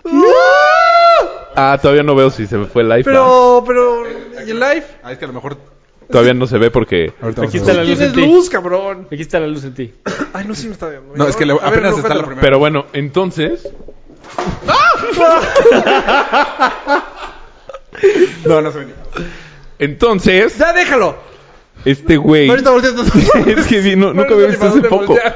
B: Ah, todavía no veo si se me fue el live. ¿verdad?
A: Pero, pero, ¿y el live?
D: Ah, es que a lo mejor.
B: Todavía no se ve porque...
D: Ahorita
C: Aquí
D: vamos a
C: está la
D: ver.
C: luz en
A: Tienes
C: ti.
A: luz, cabrón.
C: Aquí está la luz en ti.
A: Ay, no, sí me está viendo.
D: No, es que le-
A: A ver,
D: apenas
A: no,
D: está la
A: cuéntalo.
D: primera.
B: Pero bueno, entonces...
D: No, no se venía.
B: Entonces,
A: Ya déjalo.
B: este güey.
A: Ahorita volteas.
B: es que sí, no, nunca había
A: Ahorita ni
B: visto hace
A: para
B: poco.
A: dónde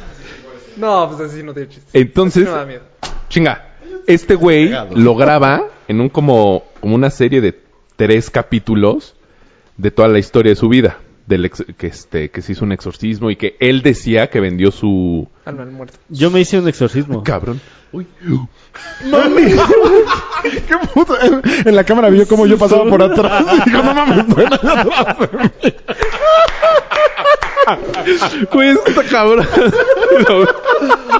A: No, pues así no tiene chiste.
B: Entonces,
A: No me da miedo.
B: chinga. Este güey lo graba en un como, como una serie de tres capítulos de toda la historia de su vida. Del ex- que, este, que se hizo un exorcismo y que él decía que vendió su.
A: Alma del muerto.
C: Yo me hice un exorcismo.
B: Cabrón. Uy.
D: ¿Qué puto? En, en la cámara vio cómo yo pasaba por atrás. Dijo, no mames, bueno,
B: Güey, esta cabrón.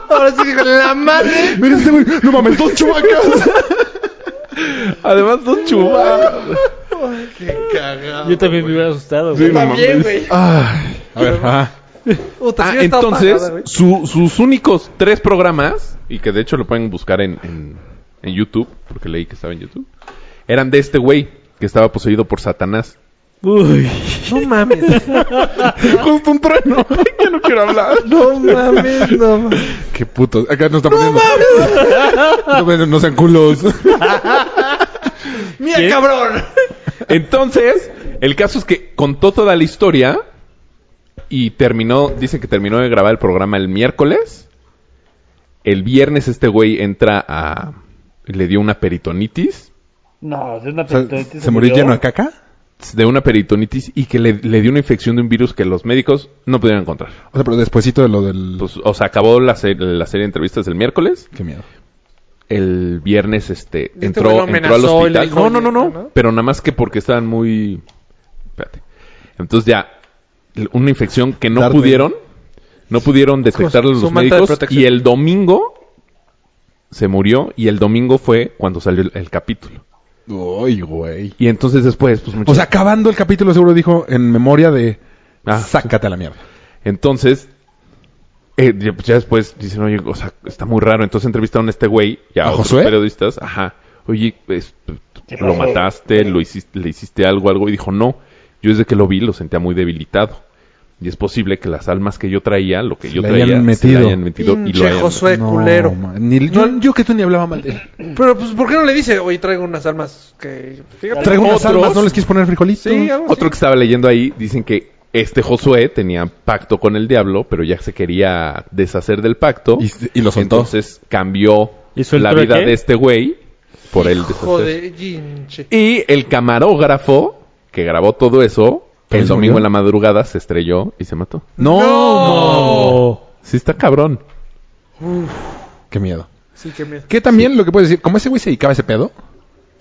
A: Ahora sí que con la madre.
D: mira este güey. No mames, dos chubacas.
B: Además, dos chubas.
C: Yo también me hubiera asustado. güey.
A: También, güey.
B: Ay.
D: A ver, ajá.
A: Puta,
B: Ah,
A: sí me estaba
B: entonces,
A: apagada, güey.
B: su- sus únicos tres programas, y que de hecho lo pueden buscar en, en- en YouTube, porque leí que estaba en YouTube, eran de este güey, que estaba poseído por Satanás.
C: Uy.
A: No mames.
D: Justo un trueno.
B: Ya no quiero hablar.
A: No mames, no mames.
D: Qué puto. Acá nos están poniendo. No mames. No, sean culos.
A: Mira, cabrón.
B: Entonces, el caso es que contó toda la historia y terminó, dice que terminó de grabar el programa el miércoles. El viernes este güey entra a... le dio una peritonitis.
G: No, de una
D: O sea,
G: peritonitis
D: ¿Se murió lleno de
G: acá.
D: caca?
B: de una peritonitis y que le, le dio una infección de un virus que los médicos no pudieron encontrar.
D: O sea, pero despuésito de lo del...
B: Pues, o sea, acabó la, ser- la serie de entrevistas el miércoles.
D: Qué miedo.
B: El viernes, este,
A: Este güey lo
B: entró, entró al
A: amenazó y le
B: hospital.
A: dijo,
B: No, no, no, no,
A: ¿no?
B: Pero nada más que porque estaban muy... Espérate. Entonces ya, l- una infección que no
D: Dardo.
B: pudieron, no pudieron detectar
A: su
B: los
A: manta de
B: médicos.
A: protección.
B: Y el domingo se murió y el domingo fue cuando salió el, el capítulo.
D: Uy, güey.
B: Y entonces después, pues... mucha-
D: O sea, acabando el capítulo seguro dijo en memoria de...
B: Ah.
D: Sácate a la mierda.
B: Entonces, eh, ya ya después dicen, oye, o sea, está muy raro. Entonces entrevistaron a este güey y a,
D: ¿A
B: otros
D: Josué?
B: periodistas. Ajá. Oye, es- lo mataste, lo hiciste, le hiciste algo, algo, y dijo, no, yo desde que lo vi lo sentía muy debilitado. Y es posible que las almas que yo traía, lo que
D: Se
B: yo
D: le
B: traía,
D: hayan
B: se le
D: metido.
B: hayan metido y lo
A: Pinche
B: hayan-
A: Josué culero.
D: ma- ni- yo, yo que tú ni hablaba mal de él.
A: Pero, pues, ¿por qué no le dice, oye, traigo unas almas que. Fíjate.
D: Traigo unas
B: ¿Otros?
D: almas, ¿no les quieres poner frijolitos?
A: Sí, algo así.
B: Otro que estaba leyendo ahí, dicen que este Josué tenía pacto con el diablo, pero ya se quería deshacer del pacto.
D: Y- y lo soltó.
B: Entonces cambió
C: ¿Hizo el
B: la vida
C: trueque?
B: de este güey por el deshacer.
A: Joder, ginche.
B: Y el camarógrafo que grabó todo eso,
D: ¿Pero
B: el
D: se
B: domingo
D: murió?
B: en la madrugada se estrelló y se mató.
D: No,
C: Oh.
B: Sí, está cabrón.
D: Qué miedo.
A: Sí, qué miedo.
D: Que también lo que puedes decir, como ese güey se dedicaba a ese pedo,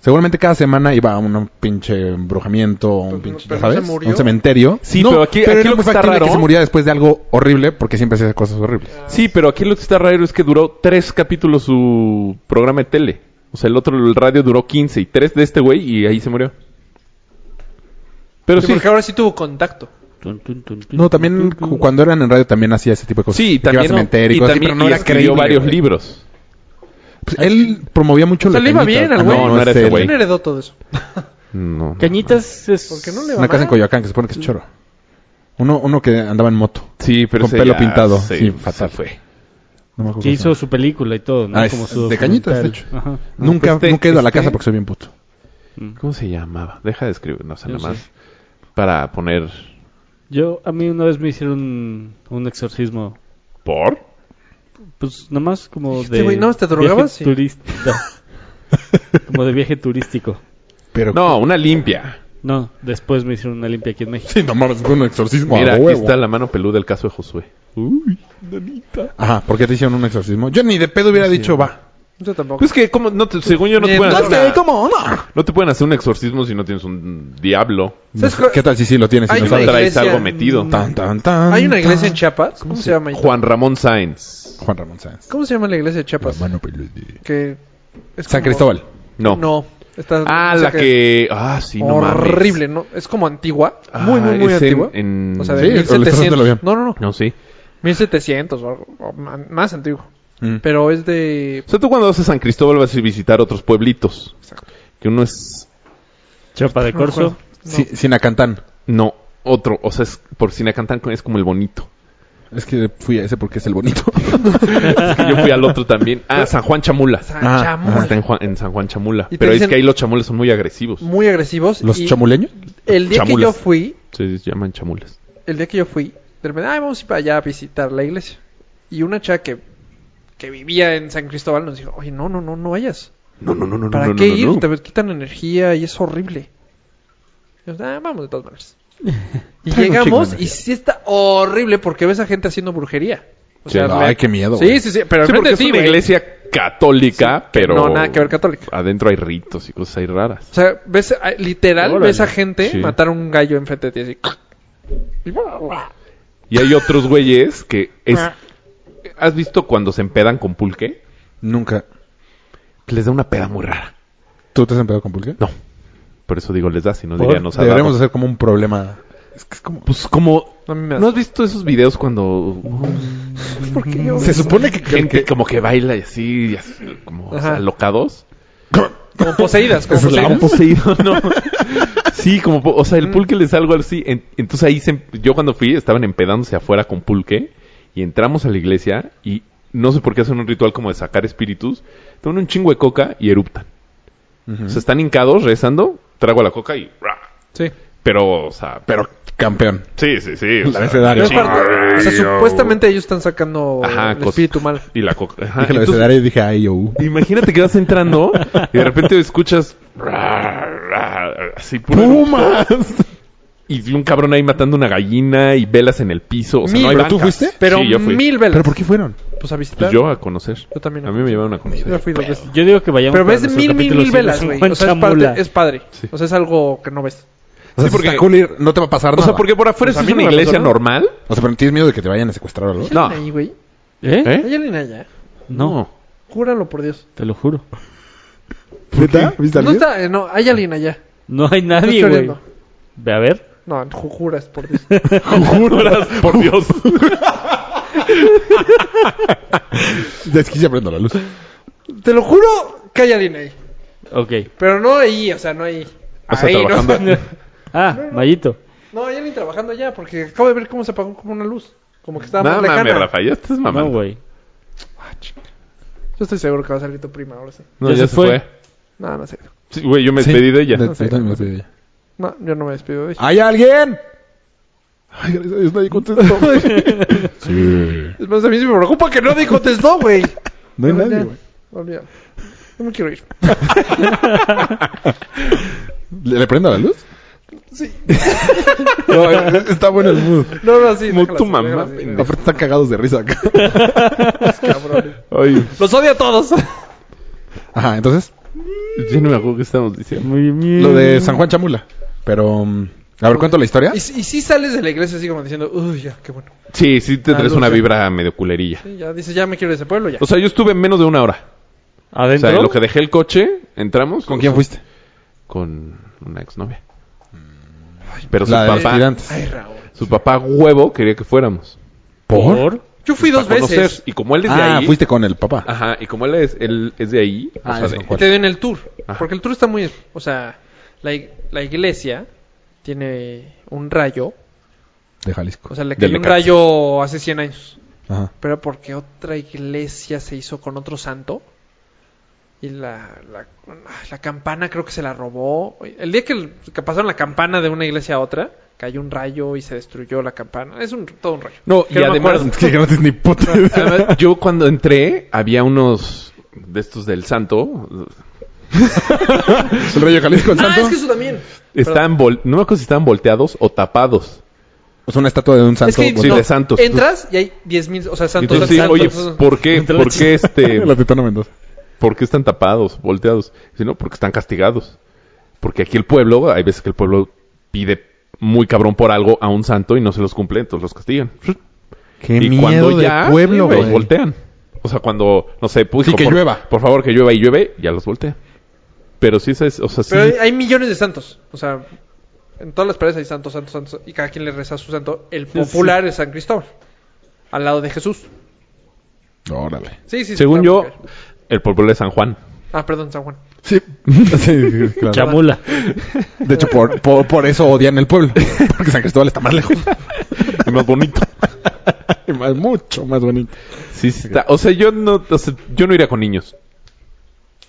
D: seguramente cada semana iba a un, un pinche embrujamiento, un
A: Pero-
B: Pues,
D: pinche,
A: pero
D: ya
A: no se
D: ¿sabes?
A: murió.
D: un cementerio.
B: Sí, pero aquí- aquí
D: era muy
B: lo que está
D: factible que
B: raro-
D: se muriera después de algo horrible, porque siempre hacía cosas horribles.
B: Sí, pero aquí lo que está raro es que duró tres capítulos su programa de tele. O sea, el otro, el radio duró 15 y tres de este güey y ahí se murió. Pero
A: Sí,
B: sí,
A: Porque ahora sí tuvo contacto.
C: Tun, tun, tun, tun,
D: No,
C: tun,
D: también
C: tun, tun.
D: cu- cuando eran en radio también hacía ese tipo de cosas.
B: sí, y
D: Que iba a
B: también,
D: cementerio y
B: y
D: cosas así,
B: también
D: pero no era
B: escribió
D: creíble,
B: varios
D: güey.
B: libros.
D: Pues él promovía mucho
A: O sea,
D: la
A: le iba
D: cañita.
A: bien al
D: Ah,
A: güey.
B: No, no era ese
D: él.
B: güey.
A: ¿Quién heredó todo eso?
B: No.
C: Cañitas es...
A: Porque no le va
D: Una casa
A: mal.
D: en Coyoacán que se supone que es choro. Uno, uno que andaba en moto.
B: Sí, pero
D: Con
B: ese
D: pelo
B: ya
D: pintado,
B: se-
D: sí,
B: se
D: fatal.
B: fue.
D: No me
C: Que
D: acuerdo cómo se
C: hizo
D: llama.
C: su película y todo, ¿no?
D: Ah, es-
C: su
D: de Cañitas, de
C: documental.
D: hecho.
C: Ajá.
D: Nunca,
B: Este-
D: nunca he ido a la
B: este-
D: casa porque soy bien puto.
B: ¿Cómo se llamaba? Deja de escribir, o sea,
C: Yo
B: nada más
C: sé.
B: para poner
C: Yo, a mí una vez me hicieron un exorcismo,
B: por.
C: pues nomás como
A: Dijiste,
C: de...
A: güey, no, ¿te drogabas? Sí.
C: Viaje turista. como de viaje turístico.
D: Pero
B: No, una limpia.
C: No, después me hicieron una limpia aquí en México.
D: Sí, no mames, fue un exorcismo.
B: Mira,
D: a
B: aquí
D: huevo.
B: está la mano peluda del caso de Josué.
D: Ajá, ¿por qué te hicieron un exorcismo? Yo ni de pedo hubiera dicho, va.
A: Yo tampoco.
B: Pues que, como, no te- según yo, no te,
A: Bien,
B: pueden hacer
A: Eh, no sé,
B: una-
D: ¿Cómo? No.
B: no te pueden hacer un exorcismo si no tienes un diablo.
A: ¿Sabes cuál-
D: ¿Qué tal si sí lo tienes? y
A: Hay
D: no
A: una
D: sabes?
B: traes
A: iglesia- Mm,
B: algo metido.
D: Tan, tan, tan,
A: Hay una iglesia
D: tan.
A: en Chiapas. ¿Cómo se llama?
B: Juan Ramón Sainz.
D: Juan Ramón Sáenz.
A: ¿Cómo se llama la iglesia de Chiapas? Que es
D: San
A: como-
D: Cristóbal.
B: No.
A: No. Está,
B: Ah,
A: o sea
B: la que... Ah, sí, no mames.
A: horrible, ¿no? Es como antigua. Muy,
B: Ah,
A: muy, muy
B: es en-
A: antigua.
B: en-
A: O sea,
D: Sí,
A: de
D: o le estás dando el
A: 1700.
D: avión.
A: No, no, no.
B: No, sí.
A: 1700 o, algo, o ma- más antiguo.
D: Mm.
A: Pero es de...
B: O sea, tú cuando vas a San Cristóbal vas a visitar otros pueblitos. Que uno es...
C: Chapa de
A: no me
C: corso.
A: acuerdo.
D: Sí, Sinacantán.
B: No, otro. O sea, es por Sinacantán es como el bonito.
D: Es que fui a ese porque es el bonito.
B: Es que yo fui al otro también. Ah, San Juan Chamula.
A: San
D: Ah,
A: Chamula.
B: Está en, Juan- en San Juan Chamula.
A: Y te
B: Pero es
A: dicen-
B: que ahí los chamules son muy agresivos.
A: Muy agresivos.
D: ¿Los
A: y
D: chamuleños?
A: El día que
B: chamulas.
A: yo fui,
B: Se llaman chamules.
A: el día que yo fui, de repente, ay, vamos a ir para allá a visitar la iglesia. Y una chica que, que vivía en San Cristóbal nos dijo, oye, no, no, no, no vayas.
B: No, no, no, no.
A: ¿Para
B: no, no,
A: qué
B: no,
A: ir?
B: no.
A: Te quitan energía y es horrible. Y nos, "Ah, vamos de todas maneras. Y
D: Traigo un chingo
A: llegamos
D: de
A: y
D: energía.
A: sí está horrible porque ves a gente haciendo brujería. O
B: Sí, no,
A: le-
D: ay, qué miedo,
A: Sí,
D: güey.
A: sí, sí, pero
B: Sí, porque
A: enfrente
B: es
A: sí,
B: una
A: güey.
B: iglesia católica, pero...
A: no, nada que ver católica.
B: Adentro hay ritos y cosas ahí raras.
A: O sea, ves, a- literal,
C: Órale.
A: ves a gente
B: Sí.
A: matar a un gallo enfrente de ti así.
B: Y hay otros güeyes que es...
A: Ah.
B: ¿Has visto cuando se empedan con pulque?
D: Nunca.
B: Que les da una peda muy rara.
D: ¿Tú te has empezado con pulque?
B: No. Por eso digo les da, si no
C: Por-
B: diría nos ha
D: Deberíamos
B: dado.
D: hacer como un problema. Es que es como...
B: Pues como...
A: No, a mí me
B: ¿No has visto esos videos cuando
A: ¿Por qué yo?
D: Se supone que...
B: gente
D: que-
B: como que baila y así, y así, como o sea,
A: Ajá.
B: alocados?
A: Como poseídas, como
D: Eso es la
A: poseídas.
D: ambos.
B: Pues poseído, ¿no? sí, como, po- o sea, el pulque les da algo así. En- entonces ahí, se, yo cuando fui, estaban empedándose afuera con pulque y entramos a la iglesia y no sé por qué hacen un ritual como de sacar espíritus. Toman un chingo de coca y eruptan.
D: Ujú.
B: O sea, están hincados rezando, trago la coca y... ¡ra!
A: Sí.
B: Pero, o sea, pero...
D: Pero campeón.
B: Sí, sí, sí. o
D: El
B: sea,
D: abecedario.
A: Pero es parte- o sea, supuestamente ellos están sacando
B: Ajá,
A: el
B: cos-
A: espíritu mal.
B: Y la coca. Ajá,
D: Dije el
B: Ah, entonces-
D: abecedario y dije, ay, yo... uh.
B: Imagínate que vas entrando y de repente escuchas "Ra, ra", así puro
D: ¡Pumas!
B: y un cabrón ahí matando una gallina y velas en el piso. O sea,
A: Mil.
B: no hay
A: ¿Pero
D: tú
B: bancas.
D: fuiste?
A: Pero
B: sí, yo fui.
A: mil velas.
D: ¿Pero por qué fueron?
A: Pues a visitar.
B: Pues yo a conocer.
A: Yo también.
B: A mí me llevaron a conocer.
A: Yo fui dos veces.
C: Yo digo que vayamos
A: Pero
C: para
A: ves
C: nuestro
A: mil, mil,
C: capítulo
A: mil
C: cien de
A: velas,
C: San
A: güey.
C: Juan
A: O sea, es,
C: Chamula.
A: parte- es padre.
B: Sí.
A: O sea, es algo que no ves.
D: O sea,
B: Sí, porque-
D: está cool ir, no te va a pasar
B: O
D: nada.
B: sea, porque por afuera
A: Pues a
B: es
A: mí
B: una
A: no me pasó
B: iglesia
A: nada.
B: normal.
D: O sea, pero tienes miedo de que te vayan a secuestrar o algo.
B: No.
A: ¿Hay alguien ahí, güey?
C: ¿Eh?
B: ¿Eh?
A: ¿Hay alguien allá?
C: No,
A: Júralo por Dios.
C: te lo juro.
D: ¿Neta? ¿Viste al
A: No
D: mío?
A: está, eh, no, hay alguien allá.
C: No hay
A: No
C: nadie,
A: estoy
C: güey.
A: viendo.
C: Ve a ver.
A: No, ju- juras por Dios.
B: Juras, por Dios.
D: De aquí se prendo la luz.
A: Te lo juro que hay alguien ahí.
C: Ok.
A: Pero no ahí, o sea, no ahí.
B: O sea,
A: Ahí, ¿no?
B: trabajando.
C: Ah, Mayito.
A: No, ya ni trabajando ya, porque acabo de ver cómo se apagó como una luz. Como que estaba
B: No
A: más lejana.
B: mames, Rafa, ya estás mamando.
C: No, güey.
A: Yo estoy seguro que va a salir tu prima ahora sí.
B: No, ya, se fue.
A: No, no sé.
B: Sí, güey, yo me
D: Sí.
B: despedí de ella.
D: De-
A: No sé.
D: yo también me despedí de ella.
A: No, yo no me despido de ella.
D: ¿Hay alguien?
B: Ay, gracias a Dios, nadie contestó, güey.
D: Sí.
A: Es más, a mí sí me preocupa que no me contestó, güey.
D: No hay
A: Ya,
D: nadie, güey.
A: olvídalo. No me quiero ir.
D: ¿Le, le prendo la luz?
A: Sí.
D: No, está bueno el mood.
A: No, no, sí.
B: Como
A: déjala
B: tu
A: así,
B: mamá,
A: déjala así,
B: pendejo.
D: Aparte están cagados de risa acá.
A: cabrones.
B: Ay,
A: Los odio a todos.
D: Ajá, entonces,
B: ya no me acuerdo qué estábamos diciendo.
C: Muy bien.
D: lo de San Juan Chamula. Pero, mm, a ver, cuento la historia.
A: Mm. Y, si- y sí sales de la iglesia así como diciendo, uy, ya, qué bueno.
B: Sí, sí te
A: Ah,
B: traes
A: no,
B: una
A: ya.
B: vibra medio culerilla.
A: Sí, ya dices, ya me quiero ir de ese pueblo, ya.
B: O sea, yo estuve en menos de una hora. O
C: ¿Adentro?
B: sea, en lo que dejé el coche, entramos.
D: ¿Con quién fuiste?
B: Con una exnovia.
A: Mm.
B: Pero su
D: La de
B: papá,
D: estudiantes.
A: Ay, Raúl.
B: su papá huevo quería que fuéramos.
D: ¿Por?
C: ¿Por?
A: Yo fui dos
B: Para conocer.
A: veces.
B: Y como él es de
D: Ah,
B: ahí.
D: fuiste con el papá.
A: Ah.
B: Ajá, y como él es, él es de ahí.
D: Ah,
B: o sea,
D: eso
B: de-
A: Y
D: fue.
A: te den el tour.
B: Ajá.
A: Porque el tour está muy. O sea, la, ig- la iglesia tiene un rayo.
D: De Jalisco.
A: O sea, le
B: Del
A: cayó un
B: Necaxa.
A: rayo hace 100 años.
D: Ajá.
A: Pero porque otra iglesia se hizo con otro santo. Y la, la, la campana creo que se la robó. El día que, el- que pasaron la campana de una iglesia a otra, cayó un rayo y se destruyó la campana. Es un, todo un rayo.
B: No,
A: Que
B: y
A: me
B: además,
A: acuerdo.
D: que no tienes ni puta
B: además, yo cuando entré, había unos de estos del santo.
D: El rayo Jalisco, el
A: Ah,
D: santo.
A: es que eso también.
B: Estaban vol- no me acuerdo si estaban volteados o tapados.
D: Es Pues una estatua de un santo.
A: Es que
B: Sí,
A: no,
B: de santos. pues.
A: entras y hay 10.000, o sea,
B: Y
A: santos.
B: tú sí,
A: santos,
B: oye,
A: santos.
B: ¿por qué,
C: Entre
B: por
C: la
B: qué este,
D: La Titana Mendoza.
B: por qué están tapados, volteados? Si no, porque están castigados. Porque aquí el pueblo, hay veces que el pueblo pide muy cabrón por algo a un santo y no se los cumple, entonces los castigan.
D: Qué
B: y
D: miedo de pueblo,
B: los
D: güey.
B: voltean. O sea, cuando, no sé, pues,
D: Sí,
B: hijo,
D: que
B: por,
D: llueva.
B: Por favor, que llueva y llueve, ya los voltea. Pero sí, esa es, o sea, sí.
A: Pero hay- hay millones de santos. O sea, en todas las paredes hay santos, santos, santos. Y cada quien le reza a su santo. El popular es San Cristóbal. Al lado de Jesús.
D: Órale.
A: Sí, sí. sí,
B: Según
A: claro,
B: yo, el pueblo de San Juan.
A: porque- Ah, perdón, San Juan.
D: Sí. sí, sí, claro.
C: Chamula.
D: De hecho, por, por, por eso odian el pueblo. Porque San Cristóbal está más lejos.
B: Y más bonito.
D: Y más- mucho más bonito.
B: Sí, sí está. O sea, yo no, o sea, yo no iría con niños.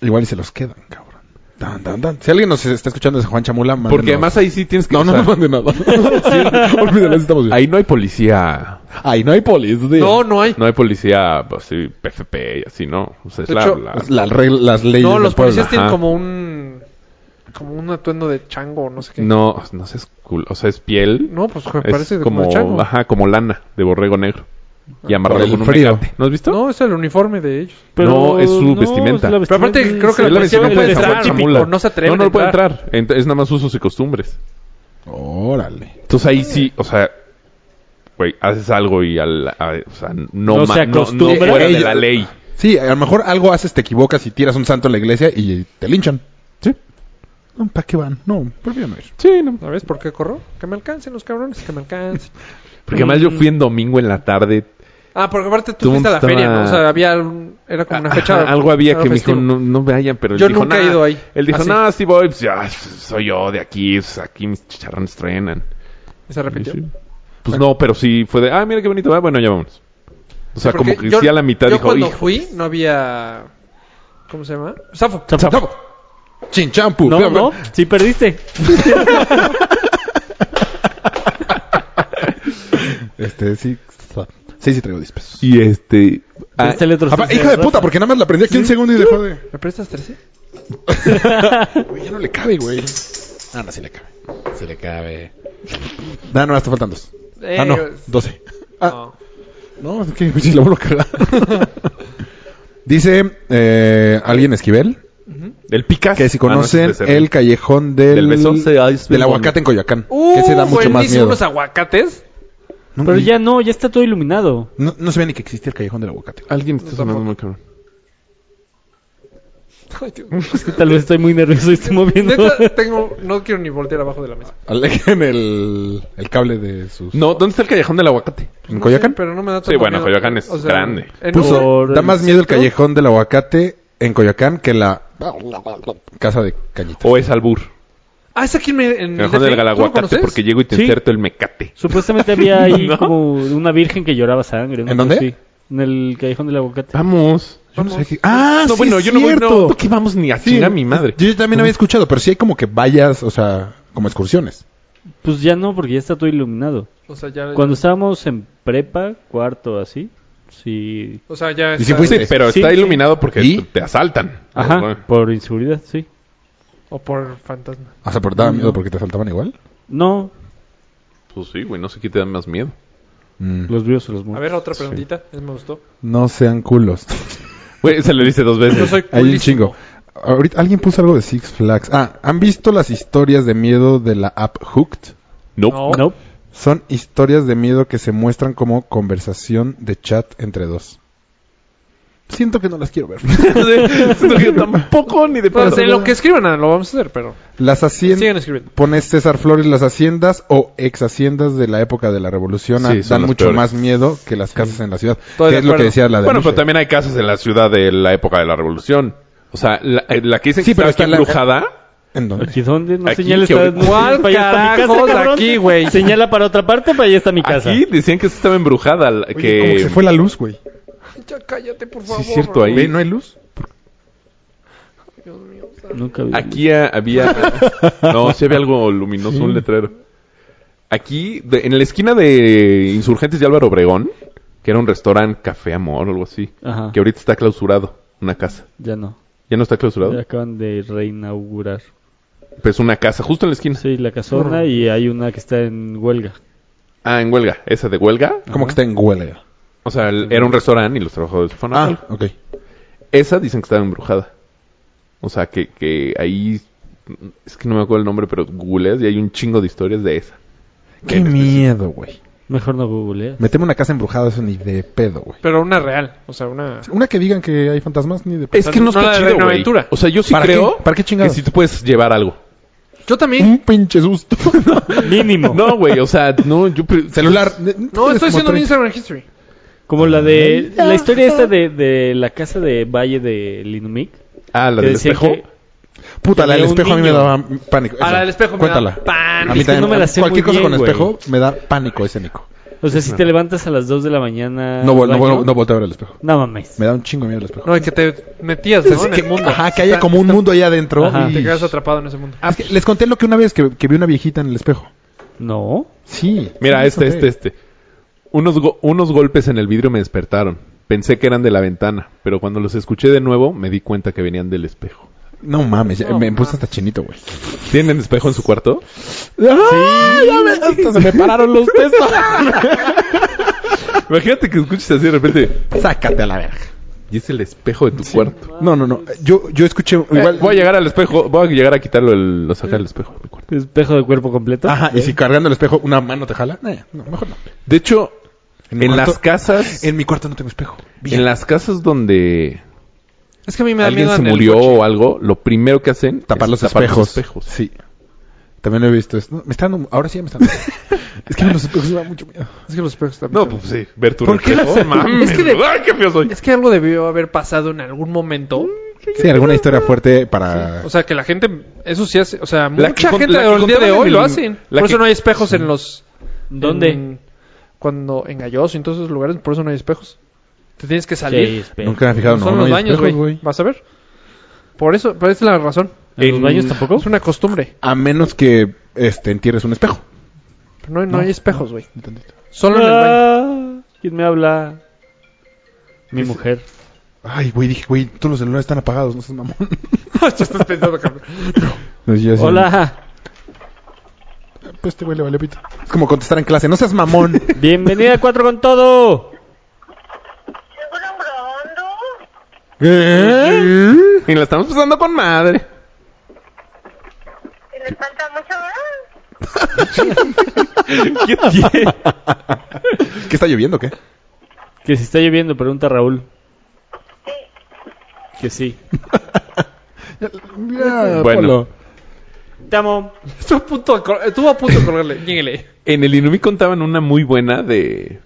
D: Igual y se los quedan, cabrón. Dan, dan, dan. Si alguien nos está escuchando de San Juan Chamula, mándenos.
B: Porque además ahí sí tienes que...
D: No,
B: o
D: no,
B: sea,
D: no manden nada. Sí, olvídalo, estamos bien. Ahí,
B: Ahí no hay policía.
D: no hay polis. sí.
A: No, no hay.
B: No hay policía pues, sí, PFP y así, ¿no? O sea, es
A: De
B: la-
A: hecho,
B: la-
D: Es la regla- las leyes
A: No,
D: del
A: los
D: pueblo.
A: policías tienen
B: ajá.
A: como un. Como un atuendo de chango, no sé qué.
B: No, no sé, es cool. O sea, es piel.
A: No, pues me
B: es
A: parece de como,
B: como,
A: de chango.
B: ajá, como lana de borrego negro. Y amarrado
D: Por el
B: con un
D: frío.
B: mecate. ¿No has visto?
A: No, es el uniforme de ellos.
B: No, es su vestimenta.
C: la
A: Pero aparte,
C: vestimenta
A: creo que
C: es-
A: la
C: es
A: policía no
C: vestimenta
A: puede
C: de San Juan
A: entrar,
C: Chamula.
A: Chamula. no se atreven
B: No, no
A: a
B: lo puede
A: entrar.
B: entrar. Ent- Es nada más usos y costumbres.
D: Órale.
B: Entonces ahí sí, o sea, güey, haces algo y al, a- o sea, no,
C: No
B: ma-
C: se
B: no, no
C: acostumbra.
B: fuera de
D: Ellos-
B: la ley.
D: Sí, a lo mejor algo haces, te equivocas y tiras un santo en la iglesia y te linchan.
B: Sí,
D: No, ¿Para qué van? No, prefiero no ir.
B: sí, no.
A: ¿Sabes por qué corro? Que me alcancen los cabrones, que me alcancen.
B: Porque además yo fui en domingo en la tarde.
A: Ah, porque aparte tú
B: Todo
A: fuiste a la
B: estaba-
A: feria, ¿no? O sea, había un- era como una fecha.
B: Ajá, algo había que me dijo,
A: festivo.
B: no, no me vayan, pero él
A: Yo
B: dijo,
A: nunca he
B: "Nah".
A: ido ahí. Ah,
B: Él dijo,
A: Así.
B: no, sí voy, pues ya, soy yo de aquí, pues, aquí mis chicharrones truenan.
A: Y se repitió.
B: Sí. Pues no, pero sí fue de, ah, mira qué bonito, ah, bueno, ya vámonos. O sea,
A: Porque
B: como que
A: yo-
B: sí a la mitad
A: yo
B: dijo,
A: cuando
B: "Hijo,
A: fui no había ¿cómo se llama? Safo.
D: ¡Chapo! ¡Chinchampu!
C: No,
D: Ve, ve.
C: no, sí perdiste.
D: Este, sí. Sí, sí traigo 10 pesos.
B: Y este, ah,
C: Este el otro
D: Apa,
C: sí,
D: hija de
C: ¿verdad?
D: puta, porque nada más la prendí aquí un segundo y dejó de.
A: ¿Me prestas tres?
D: Güey, ya no le cabe, güey. Ah, no, sí le cabe. Sí le cabe. Ah, No, no, hasta faltan dos.
A: Eh,
D: ah, no,
A: es-
D: doce. Ah,
A: No.
D: no, es que güey, si la vuelvo a cagar. Dice eh, alguien Esquivel
B: el Picas.
D: que si
B: Ah, no,
D: conocen
B: ese es de
D: el
B: cerveza.
D: callejón del,
B: Del beso, sí, ah, es
D: del
B: bien
D: aguacate en Coyoacán.
A: Uh,
D: que se da mucho más
A: buenísimo,
D: miedo.
A: unos aguacates.
D: No,
C: Pero
D: ni-
C: ya no, ya está todo iluminado.
D: no, no sabía ni que existía el callejón del aguacate.
B: Alguien está sonando muy cabrón.
A: Ay, Dios mío.
C: Es que tal vez estoy muy nervioso y estoy moviendo.
A: Neta, tengo no quiero ni voltear abajo de la mesa.
D: Alejen el, el cable de sus.
B: No, ¿dónde está el callejón del aguacate?
D: ¿En Coyoacán?
A: Sí, Pues pero no me da
B: Sí,
A: tanto
B: bueno,
A: miedo.
B: Coyoacán es grande.
A: en
D: Puso,
C: Por
D: da
C: el
D: más miedo el
A: centro.
D: callejón del aguacate en Coyoacán que la Casa de cañita.
B: O es albur.
A: Ah, es aquí en... en
B: Cajón
A: DF.
B: del
A: ¿Tú lo
B: Galaguacate
A: conoces?
B: porque llego y te
C: Sí.
B: inserto el mecate.
C: Supuestamente había ahí
B: ¿No?
C: como una virgen que lloraba sangre. ¿no?
D: ¿En dónde?
C: Sí, en el callejón del aguacate.
B: Ah. Vamos.
D: Yo no sé qué- Ah, sí, es cierto.
B: no, no, que vamos ni a
D: Sí,
B: chingar a mi madre.
D: Yo también había escuchado, pero sí hay como que vayas, o sea, como excursiones.
C: Pues ya no, porque ya está todo iluminado.
A: O sea, ya...
C: Cuando estábamos en prepa, cuarto, así, sí.
A: O sea, ya...
D: si
A: está-
D: fuiste-
B: Pues Sí, pero
C: Sí,
B: está
C: sí.
B: iluminado porque
D: ¿Y?
B: te asaltan. Pues,
C: Ajá, por inseguridad, sí.
A: O por fantasma.
D: O sea, pero daba miedo porque te saltaban igual.
C: No,
B: Pues sí, güey, no sé qué te da más miedo.
D: Mm.
C: los vivos o los
A: A
C: muertos.
A: ver, otra preguntita. Eso me gustó.
D: No sean culos.
B: Güey, se lo dice dos veces.
A: Yo soy
D: Hay un
A: culísimo.
D: chingo. Ahorita alguien puso algo de Six Flags. Ah, ¿han visto las historias de miedo de la app Hooked?
B: Nope.
A: No.
C: No,
D: Son historias de miedo que se muestran como conversación de chat entre dos. Siento que no las quiero ver.
B: Siento que tampoco ni de
A: No,
B: pedo.
A: sé, lo que escriban ah, lo vamos a hacer, pero...
D: Las
A: Sigan
D: haciendas.
A: escribiendo.
D: Pones César Flores las haciendas o ex haciendas de la época de la revolución.
B: Sí, son
D: dan
B: las
D: mucho
B: peores.
D: más miedo que las casas en la ciudad.
A: Estoy
D: que
A: de
D: es lo que
A: acuerdo.
D: decía la de
B: Bueno, pero
D: Michelle.
B: también hay casas en la ciudad de la época de la revolución. O sea, la, eh, la que dicen
D: Sí,
B: que
D: pero
B: está
D: está la-
B: embrujada.
D: ¿En dónde?
C: aquí dónde no
B: Aquí,
C: señales
B: que
C: para-
B: ahorita-
A: ¿Cuál
C: para allá está mi casa,
A: carajos?
C: cabrón?
A: Aquí, güey.
C: Señala para otra parte, para allá está mi casa.
B: Aquí decían que estaba embrujada. la-
D: Oye,
B: que...
D: como que se fue la luz, güey.
A: Ya cállate, por
B: Sí,
A: favor.
B: es cierto, ahí.
D: Ve, ¿No hay luz?
A: Dios mío.
C: Nunca vi.
B: Aquí ah, había... no, sí había algo luminoso, un letrero. Aquí, de- en la esquina de Insurgentes de Álvaro Obregón, que era un restaurante Café Amor o algo así,
C: Ajá.
B: que ahorita está clausurado, una casa.
C: Ya no.
B: ¿Ya no está clausurado?
C: Ya acaban de reinaugurar.
B: Pues una casa, justo en la esquina.
C: Sí, la casona y hay una que está en huelga.
B: Ah, en huelga. Esa de huelga.
D: Como que está en huelga.
B: O sea, el- era un restaurante y los trabajadores fueron a
D: Ah,
B: huelga.
D: ok.
B: Esa dicen que estaba embrujada. O sea, que, que ahí... Es que no me acuerdo el nombre, pero googleas y hay un chingo de historias de esa.
D: Qué miedo, güey.
C: Mejor no googleas.
D: Meterme en una casa embrujada, eso ni de pedo, güey.
A: Pero una real. O sea, una...
D: Una que digan que hay fantasmas, ni de pedo.
B: Es que no,
A: No la
B: está
A: de
B: chido, güey.
A: Reinaventura.
B: O sea, yo sí
D: ¿Para
B: creo
D: qué? ¿Para qué
B: que
D: chingados?
B: sí te puedes llevar algo.
A: Yo también.
D: Un pinche susto.
C: Mínimo.
B: No, güey, o sea, no, yo... pre-
D: Celular.
A: No, estoy haciendo un
D: un
A: Instagram history.
C: Como la de. La historia esta de, de la casa de Valle de Linumic.
B: Ah, la
C: que
B: del
C: decía
B: espejo.
C: que-
D: Puta, la del
C: Tenía un
D: espejo a mí me
C: niño.
D: daba pánico.
A: A
D: Eso,
A: la del espejo me
D: Cuéntala.
A: daba pánico.
D: A mí
C: Es que
D: también.
C: no me la sé
D: cualquier
C: muy
D: cosa con
C: bien,
D: espejo me da pánico ese Nico.
C: O sea, si te levantas a las 2 de la mañana.
D: No, vol-
C: al
D: no,
C: baño,
D: vol- no volteo a ver el espejo.
C: no mames.
D: Me da un chingo miedo el espejo.
A: No, es que te metías,
D: Es
A: ¿no? En
D: que-
A: el mundo.
D: Ajá, que haya
A: Está-
D: como un mundo ahí adentro.
C: Ajá.
D: y-
A: Te quedas atrapado en ese mundo.
D: Es que les conté lo que una vez que, que vi una viejita en el espejo.
C: No.
D: Sí.
B: Mira,
D: Sí,
B: este,
D: les
B: este,
D: conté.
B: este. Unos, go- unos golpes en el vidrio me despertaron. Pensé que eran de la ventana, pero cuando los escuché de nuevo me di cuenta que venían del espejo.
D: No mames, ya-
A: No
D: me puse hasta chinito, güey.
B: ¿Tienen espejo en su cuarto?
D: ¡Ah, ya me- hasta se me pararon los pesos.
B: Imagínate que escuches así de repente
D: Sácate a la verga.
B: y es el espejo de tu cuarto.
D: No, no, no. Yo, yo escuché
B: Igual
D: igual.
B: Eh, voy a llegar al espejo, voy a llegar a quitarlo, el, a sacar el espejo de mi cuarto.
C: Espejo de cuerpo completo.
B: Ah,
D: Ajá, y si cargando el espejo una mano te jala. Eh, no, mejor no.
B: De hecho,
D: mi
B: en las
D: cuarto-
B: casas,
D: En mi cuarto no tengo espejo.
B: en las casas donde
A: Es que a mí me da
B: alguien
A: miedo
B: se
A: en el
B: murió
A: coche.
B: o algo, lo primero que hacen
D: Tapar los
B: es
D: espejos. Sí. También lo he visto. esto. me están, ahora sí ya me están. es que los espejos me da mucho miedo.
A: Es que los espejos también.
B: No,
A: son-
B: pues sí, ver tu
A: ¿Por qué
B: reflejo,
A: las-
B: mames.
A: Es que de-
B: ¡Ay, qué feo soy!
A: Es que algo debió haber pasado en algún momento.
D: Sí, alguna historia fuerte para.
A: O sea, que la gente. Eso sí hace. O sea,
B: La que
A: mucha
B: con-
A: gente
B: la que
A: al día de
B: contaban
A: hoy lo
B: en-
A: hacen.
B: la
A: Por
B: que-
A: eso no hay espejos en los.
C: ¿Dónde?
A: en- cuando. En Galloso y en todos esos lugares. Por eso no hay espejos. Te tienes que
C: Sí,
A: salir.
C: espejo.
D: Nunca me he fijado.
A: No
D: No,
A: son
D: no
A: los
D: hay
A: baños,
D: espejos,
A: güey. Vas a ver. Por eso, pero esa es la razón.
C: ¿En los baños tampoco?
A: Es una costumbre.
D: A menos que este, entierres un espejo.
A: Pero no, no hay espejos, güey.
D: Tantito.
A: Solo en el baño.
C: Ah, ¿Quién me habla? Mi mujer.
D: Ay, güey, dije, güey, todos los celulares están apagados, no seas mamón.
A: Ya estás pensando, cabrón.
D: No, yo así,
C: Hola,
D: Pues este güey le vale pito. Es como contestar en clase, no seas mamón.
C: bienvenida a Cuatro con Todo.
D: ¿Eh?
B: Y la estamos pasando con madre.
G: ¿Les falta mucho más?
D: ¿Qué está lloviendo o qué?
C: Que si está lloviendo, pregunta Raúl. Que sí.
B: Bueno.
C: Te amo.
A: Estuvo a punto de, col- estuvo a punto de colgarle. Lléguele.
B: En el Inumi contaban una muy buena de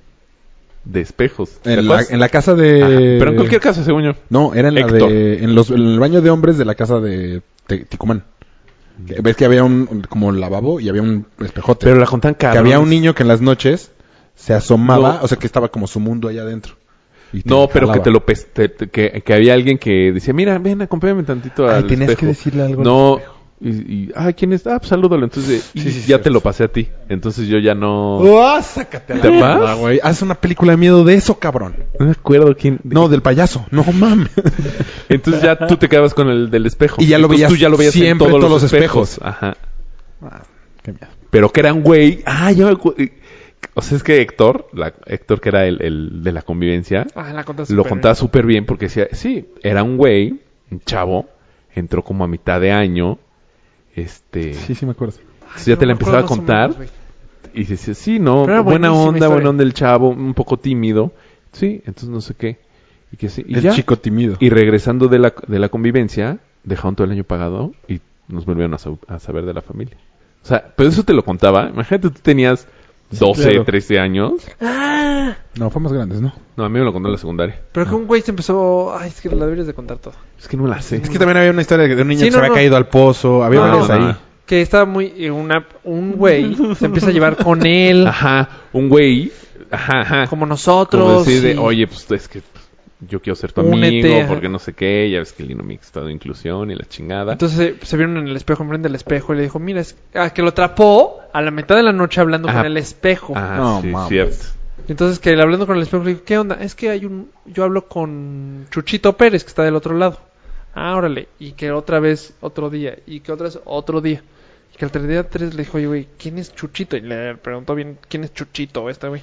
B: de espejos. ¿Te
D: En la,
B: acuerdas?
D: en la casa de...
B: Ajá, Pero en cualquier caso, según yo.
D: No, era en, la
B: Héctor.
D: de, en, los, en el baño de hombres de la casa de Te- Ticumán. Que- Ves que había un, un- como lavabo y había un espejote.
B: Pero la contan
D: que
B: cabrón.
D: había un niño que en las noches se asomaba,
B: No.
D: o sea que estaba como su mundo allá adentro. Y te
B: No, pero que
D: jalaba.
B: te lo pes- te- te- que, que había alguien que decía, mira, ven, acompáñame tantito
D: Ay,
B: al
D: tenías
B: espejo".
D: que decirle algo al
B: No, y, y, ah, ¿quién es? Ah, pues salúdalo. Entonces, y ya te lo pasé a ti. Entonces yo ya no...
D: ¡Ah, sácate a la
B: ¿Te vas?
D: mierda, güey! Haz una película de miedo de eso, cabrón.
B: No me acuerdo quién...
D: No, del payaso. No mames.
B: Entonces ya tú te quedabas con el del espejo.
D: Y ya lo
B: Entonces
D: veías
B: tú ya lo veías
D: siempre
B: en todos,
D: en todos
B: los
D: los
B: espejos.
D: espejos.
B: Ajá.
A: Ah,
B: Pero que era un güey... Ah, yo... O sea, es que Héctor, la, Héctor que era el, el de la convivencia,
A: Ah, la contaste
B: lo
A: súper
B: contaba súper bien porque decía, sí, era un güey, un chavo, entró como a mitad de año, este,
D: sí, me acuerdo.
A: bien.
B: entonces ya
A: Ay,
B: te
A: no
B: la
A: me acuerdo
B: empezaba a
A: más o
B: contar
A: menos, güey.
B: y decía, sí, no,
A: Pero era
B: buena
A: buenísima
B: onda,
A: historia.
B: buena onda el chavo, un poco tímido, sí, entonces no sé qué, y que sí, y
D: el
B: ya,
D: chico tímido.
B: y regresando de la, de la convivencia, dejaron todo el año pagado y nos volvieron a, sab- a saber de la familia. O sea, pero eso te lo contaba, imagínate tú tenías 12,
C: claro.
B: 13 años,
A: Ah,
D: No, fue más grandes, ¿no?
B: no, a mí me lo contó en la secundaria,
A: pero que un güey se empezó. Ay, es que la deberías de contar todo.
B: es que no me la sé.
D: Es que también había una historia de un niño
A: Sí,
D: que
A: no,
D: se había
A: no.
D: caído al pozo. Había
A: No,
D: varias
A: no.
D: ahí.
A: Que estaba muy. eh, Una, un güey se empieza a llevar con él,
B: Ajá, un güey. Ajá, ajá.
A: como
B: Ah. Como
A: nosotros.
B: decir de,
A: y-
B: oye, pues es que pues, yo quiero ser tu
A: Únete,
B: amigo,
A: ajá.
B: porque no sé qué. Ya ves que el Linomix está de inclusión y la chingada.
A: Entonces se, se vieron en el espejo, enfrente del espejo, y le dijo: Mira, es ah, que lo atrapó a la mitad de la noche hablando
B: Ajá.
A: con el espejo.
B: ah,
D: No,
B: sí,
D: mames.
B: cierto.
A: Entonces que él hablando con el espejo le dijo, ¿qué onda? Es que hay un... Yo hablo con Chuchito Pérez, que está del otro lado. Ah, órale. Y que otra vez otro día. Y que otra vez otro día. Y que al tercer día tres le dijo, oye, güey, ¿quién es Chuchito? Y le preguntó bien, ¿quién es Chuchito este güey?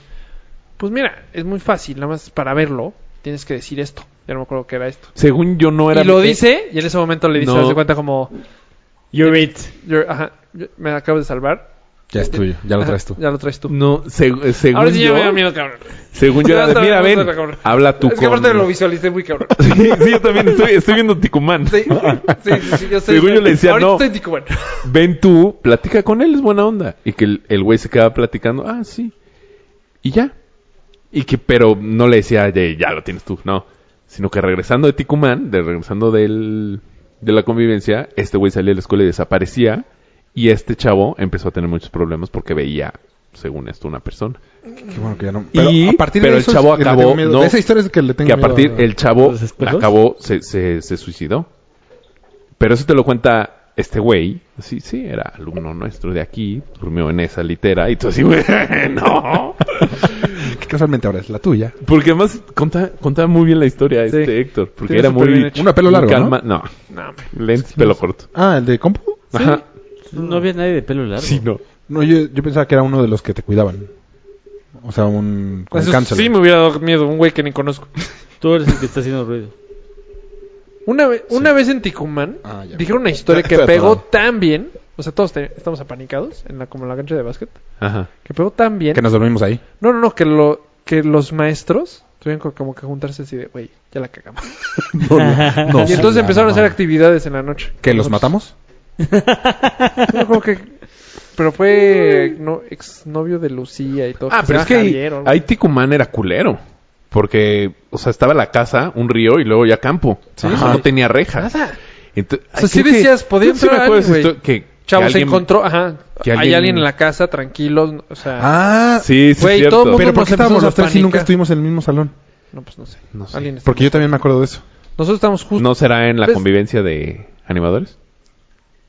A: Pues mira, es muy fácil. Nada más para verlo tienes que decir esto. Ya no me acuerdo qué era esto.
B: Según yo no era.
A: y lo
B: eh,
A: dice, y en ese momento le dice,
B: No.
A: haz de cuenta como...
C: You're it.
A: "You're- ajá, yo- me acabo de salvar.
D: Ya es tuyo. Ya lo
A: Ajá,
D: traes tú.
A: Ya lo traes tú.
B: No, seg- eh, según
A: Ahora sí ya
B: yo.
A: me da miedo, cabrón.
B: Según yo era de,
A: Hasta-
B: mira,
A: hasta-
B: ven,
A: hasta- cabrón.
B: habla tú
A: Es que
B: con-
A: aparte lo visualicé muy cabrón.
B: sí, sí, yo también estoy, estoy viendo Ticumán.
A: Sí, sí, sí, sí, yo sé.
B: Según yo le decía,
A: Ahorita
B: no.
A: estoy Ticumán.
B: Ven tú, platica con él, es buena onda. Y que el el güey se quedaba platicando, ah, sí. Y ya. Y que, pero no le decía, "Oye, ya lo tienes tú, no. Sino que regresando de Ticumán, de regresando del, de la convivencia, este güey salía de la escuela y desaparecía. Y este chavo empezó a tener muchos problemas porque veía, según esto, una persona.
D: Qué bueno que ya no.
B: Y- pero el
D: eso
B: chavo
D: es que le
B: acabó,
D: tengo miedo.
B: no.
D: Esa historia es que le tengo
B: que a
D: miedo
B: partir, el chavo
C: ¿Los espejos?
B: acabó, se, se, se suicidó. Pero eso te lo cuenta este güey. Sí, sí, era alumno nuestro de aquí. Durmió en esa litera. Y tú así, güey, no.
D: Que casualmente ahora es la tuya.
B: Porque además conta, contaba muy bien la historia este Héctor. Porque
A: Sí,
B: era
A: súper bien
B: muy...
A: hecho.
D: Una pelo
B: muy
D: largo,
B: calma- ¿no?
A: No, hombre.
B: lentes, pelo corto.
D: Ah, el de compu.
B: Ajá.
C: No había nadie de pelo largo.
B: Sí, no.
D: No, yo, yo pensaba que era uno de los que te cuidaban. O sea, un con
A: Eso
D: cáncer.
A: sí me hubiera dado miedo, un güey que ni conozco.
C: Tú eres el que está haciendo ruido.
A: Una, ve- una vez en Ticumán,
D: Ah, ya.
A: dijeron una historia
D: Ya
A: que
D: estoy
A: pegó
D: atorado.
A: tan bien. O sea, todos te- estamos apanicados, en la, como en la cancha de básquet.
B: Ajá.
A: Que pegó tan bien.
D: Que nos dormimos ahí.
A: No, no, no, que, lo, que los maestros tuvieron co- como que juntarse así de, güey, ya la cagamos.
D: No, no, no,
A: y entonces
D: sí,
A: empezaron a
D: no,
A: hacer
D: no.
A: actividades en la noche.
D: ¿Que los matamos?
A: No, como que- Pero fue no, exnovio de Lucía y todo.
B: Ah,
A: se
B: pero
A: llama
B: es que ahí,
A: Javier o algo
B: ahí Ticumán era culero. Porque, o sea, estaba la casa, un río y luego ya campo. O sea, no tenía rejas.
A: Nada. O
B: Ento-
A: sea,
B: Ay,
A: sí
B: creo que-
A: decías, podía
B: creo que sí me
A: entrar
B: acuerdo de
A: alguien,
B: esa
A: güey.
B: histo- que- que
A: Chavo, se
B: alguien-
A: encontró, ajá,
B: que
A: hay
B: alguien-
A: alguien en la casa, tranquilos, o sea,
D: Ah,
B: Sí, sí,
A: Güey,
B: cierto.
A: todo el mundo-
D: Pero ¿por
A: nos
D: qué
A: empezamos
D: estábamos
A: a
D: los tres y nunca
A: panicar.
D: estuvimos en el mismo salón?
A: no, pues no sé,
B: No sé.
A: alguien está-
D: Porque yo también me acuerdo de eso.
A: Nosotros estamos justo,
B: ¿No será en la
A: ¿Ves?
B: convivencia de animadores?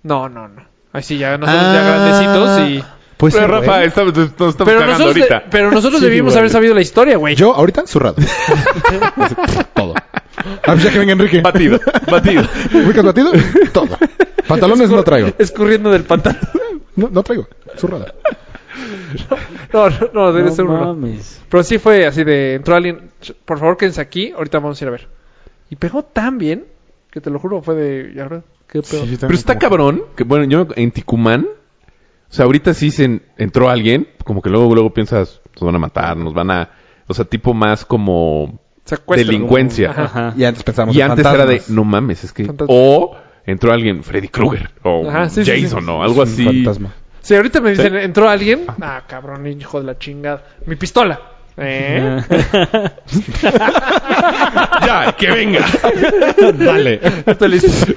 A: no, no, no, ay sí, ya nosotros
D: Ah.
A: ya grandecitos y...
D: Pues
B: Pero Rafa, estamos, nos estamos
A: Pero
B: cagando
A: nosotros, de-
B: ahorita.
A: pero nosotros
D: Sí,
A: debimos
D: güey.
A: haber sabido la historia, güey.
D: Yo ahorita zurrado. Así, Todo. Ah, pues ya que venga Enrique.
B: Batido, batido.
D: ¿Ubicas batido? Todo. Pantalones no traigo.
A: Escurriendo del pantalón.
D: No, no traigo. Zurrada.
A: No, no, no, debe ser
C: no
A: uno.
C: mames.
A: Pero sí fue así de, entró alguien, "Ch- por favor quédense aquí, ahorita vamos a ir a ver. Y pegó tan bien, que te lo juro, fue de, ya, verdad, qué pedo.
B: Pero está cabrón, que bueno, yo en Ticumán, o sea, ahorita sí se en- entró alguien, como que luego luego piensas, nos van a matar, nos van a, o sea, tipo más como
A: Secuestro.
B: delincuencia.
A: Ajá.
C: Ajá.
D: Y antes pensábamos
B: Y
D: en
B: antes era de,
D: fantasmas.
B: no mames, es que
A: Fantasmas.
B: o entró alguien Freddy Krueger o
A: Ajá, sí, sí, sí.
B: Jason o algo
D: Un
B: así.
D: Fantasma.
A: Si ahorita me dicen, entró alguien, ah, cabrón, hijo de la chingada, mi pistola. ¿Eh?
B: ¡Ya! ¡Que venga!
D: Dale.
B: Está listo.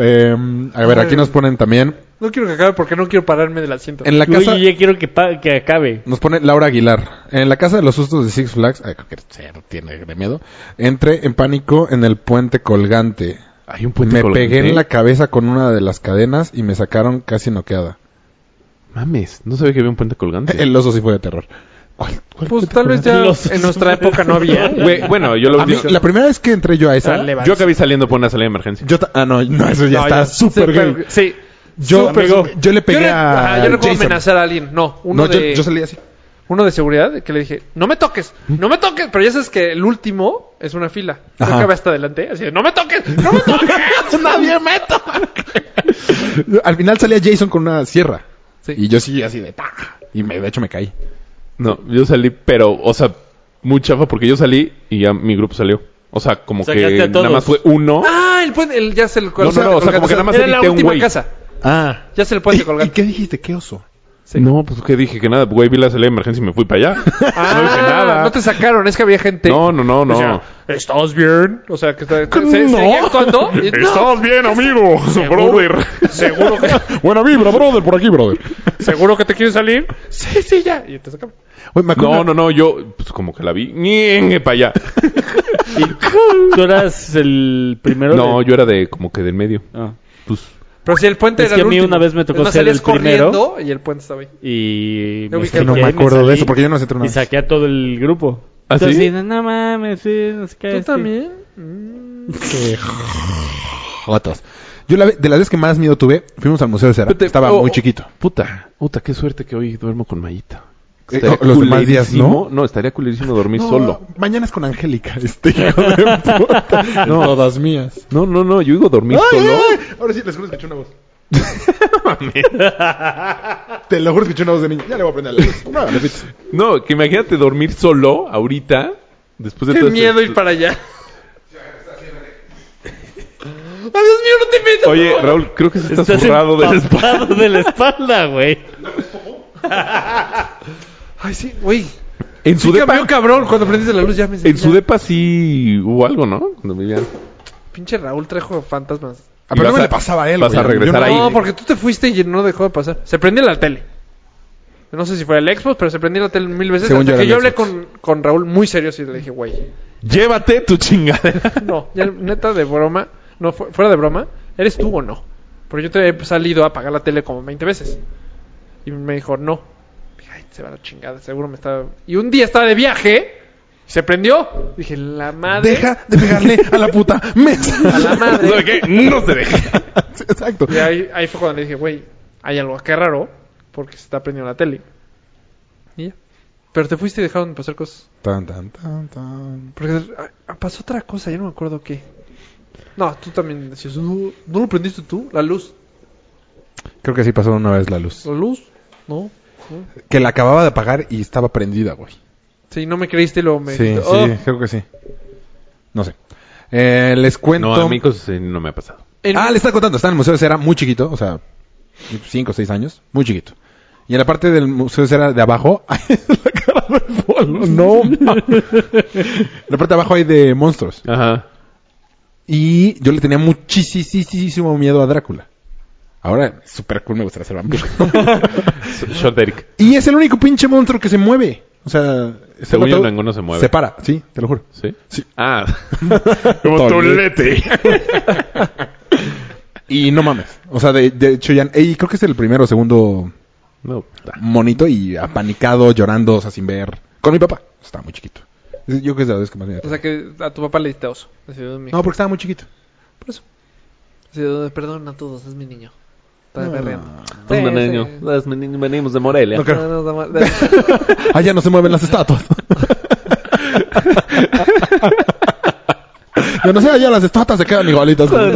D: Em, a ver, aquí nos ponen también.
A: No quiero que acabe porque no quiero pararme del asiento.
D: En la
C: Güey,
D: casa.
C: yo ya quiero que, pa- que acabe.
D: Nos pone Laura Aguilar. En la casa de los sustos de Six Flags. Ay, creo que se no tiene de miedo. Entré en pánico en el puente colgante.
B: Hay un puente
D: me
B: colgante.
D: pegué en la cabeza con una de las cadenas y me sacaron casi noqueada.
B: Mames, no sabía que había un puente colgante.
D: El oso sí fue de terror. ¿Cuál?
A: Pues tal vez ya
C: Los-
A: en nuestra época no había.
B: Güey, bueno, yo lo
D: A mí,
B: único-
D: la primera vez que entré yo a esa.
A: Dale, va.
B: Yo acabé saliendo por una salida de emergencia.
D: Yo ta- ah, no, no, eso ya
A: No,
D: está
A: ya-
D: súper
A: súper-
D: gay.
A: Sí.
D: Yo,
A: Súper
D: yo,
A: gay.
D: yo le pegué
A: yo, no-
D: a.
A: ajá, yo no puedo
D: Jason.
A: amenazar a alguien. No, uno,
D: No, yo,
A: de,
D: yo salí así.
A: uno de seguridad que le dije, no me toques, no me toques. Pero ya sabes que el último es una fila. Yo
D: Ajá.
A: acabé hasta adelante. Así de, no me toques, no me toques. Nadie me
D: Al final salía Jason con una sierra.
A: Sí.
D: Y yo sí, así de. ta. Y me, de hecho me caí.
B: No, yo salí, pero, o sea, muy chafa porque yo salí y ya mi grupo salió. O sea, como
C: Sacaste
B: que
C: a
B: nada
C: todos.
B: más fue uno.
A: Ah, el puente, el, ya se el
B: no, no, o sea, como que nada más
A: Era la
B: grité un
A: última
B: güey.
A: casa.
D: Ah.
A: Ya se el puente colgante.
D: qué dijiste? ¿Qué oso?
B: No, pues que dije que nada, güey, vi la salida de emergencia y me fui para allá.
A: Ah,
B: no dije nada.
A: no te sacaron, es que había gente.
B: No, no, no, no.
A: O sea, ¿Estás bien? O sea, que está, se,
D: No.
A: seguía actuando. y- no,
B: bien, amigo, brother.
A: seguro que
D: Buena vibra, brother, por aquí, brother.
A: seguro que te quieres salir. Sí, sí, ya. Y te sacaron.
D: Güey, me acuerdo-
B: No, no, no, yo, pues como que la vi, para allá.
C: Tú eras el primero.
B: No,
C: de-
B: yo era de, como que del medio.
C: Ah.
B: Pues,
A: Pero si el puente
C: Es
A: era
C: que
A: el
C: a mí
A: último.
C: una vez me tocó
A: Entonces
C: ser
A: salías
C: el primero.
A: corriendo y el puente estaba ahí.
C: Y
A: Yo vi que
D: no me
C: saqué,
D: acuerdo de
C: salí
D: eso, porque yo no sé entrar una
C: Y
D: vez.
C: saqué a todo el grupo.
B: ¿Ah,
C: Entonces,
B: sí?
C: sí, no, no mames, sí, no sé qué.
A: ¿Tú
C: Eh, sí.
A: también?
D: Jotas. Yo la, ve- de las veces que más miedo tuve, fuimos al Museo de Cera.
B: Pero te-
D: Estaba
B: oh,
D: muy chiquito.
B: puta, puta, qué suerte que hoy duermo con Mayita.
D: Eh,
B: Estaría
D: oh, los demás días, ¿no?
B: culerísimo- No, estaría culerísimo dormir
D: No,
B: solo.
D: Mañana es con Angélica, este hijo de puta.
B: No.
D: Todas mías.
B: No, no, no, yo digo dormir
D: Ay,
B: solo.
D: ay, ay. Ahora sí, les juro escuché una voz. Te lo juro escuché una voz de niño. Ya le voy a prender la luz. No, le pites.
B: No, que imagínate dormir solo ahorita. Después de
A: Qué
B: todo este-
A: miedo ir para allá. ¡Ay, Dios mío, no te metas!
B: Oye, Raúl, creo que se está
C: Estás
B: zurrado de la espalda.
C: empapado de la espalda, güey.
A: Ay, sí, güey.
B: En
A: Sí
B: su depa,
A: cambió cabrón cuando prendiste la luz. Ya me
B: en su
A: ya.
B: depa sí hubo algo, ¿no? Cuando vivían.
A: Pinche Raúl trajo fantasmas.
D: Ah, pero no
B: Y vas
D: me
B: a-
D: le pasaba a él.
B: vas
D: güey.
B: a regresar
D: Yo
B: ahí.
A: No, porque tú te fuiste y no dejó de pasar. Se prendió la tele. No sé si fue el Xbox, pero se prendió la tele mil veces.
D: Según
A: hasta que
D: yo era el
A: yo hablé
D: Xbox.
A: con, con Raúl muy serio y le dije, güey,
B: Llévate tu chingadera.
A: no, ya neta de broma, no, fu- fuera de broma, ¿eres tú o no? Porque yo te he salido a apagar la tele como 20 veces. Y me dijo, no. Dije, Ay, se va la chingada, seguro me está... Y un día estaba de viaje, se prendió. Dije, la madre...
D: Deja de pegarle a la puta
A: A
D: mesa.
A: la madre.
B: ¿Sabe qué? No te dejes.
D: Sí, Exacto.
A: Y ahí, ahí fue cuando le dije, güey, hay algo acá raro, porque se está prendiendo la tele. Y ya. Pero te fuiste y dejaron pasar cosas.
D: Tan, tan, tan, tan.
A: Porque ah, ah, pasó otra cosa, yo no me acuerdo qué. No, tú también decías, no, ¿no lo prendiste tú? La luz.
D: Creo que sí pasó una vez la luz.
A: La luz. No.
D: Que la acababa de apagar y estaba prendida, güey.
A: Sí, no me creíste y luego me
D: Sí,
A: dijiste,
D: sí,
A: "Oh".
D: creo que sí. No sé. Eh, les cuento.
B: No, a mí cosas así no me ha pasado.
A: En-
D: Ah, le estaba contando. Está en el Museo de Cera, muy chiquito, o sea, cinco o seis años, muy chiquito. Y en la parte del Museo de Cera de abajo, hay la cara del bolo. No, mames. En la parte de abajo hay de monstruos.
B: Ajá.
D: Y yo le tenía muchísimo miedo a Drácula. Ahora, super cool, me gustaría ser vampiro.
B: Short Eric.
D: y es el único pinche monstruo que se mueve. O sea,
B: Según yo,
D: todo-
B: ninguno se mueve.
D: Se para, sí, te lo juro.
B: ¿Sí?
D: Sí.
B: Ah.
D: Como tolete. Y no mames. O sea, de, de hecho, ya. Y creo que es el primero o segundo
B: No, puta.
D: monito y apanicado, llorando, o sea, sin ver. Con mi papá. Estaba muy chiquito. Es- Yo creo que es de las veces que más me
A: O sea que a tu papá le diste oso. Así de, "Mi hijo".
D: No, porque estaba muy chiquito.
A: Así de, perdón a todos, es mi niño. Está berreando. Sí, sí.
B: Venimos de Morelia.
D: No creo.
A: No, no, no, no.
D: Allá no se mueven las estatuas. Yo no sé, allá las estatuas se quedan igualitas. Eh,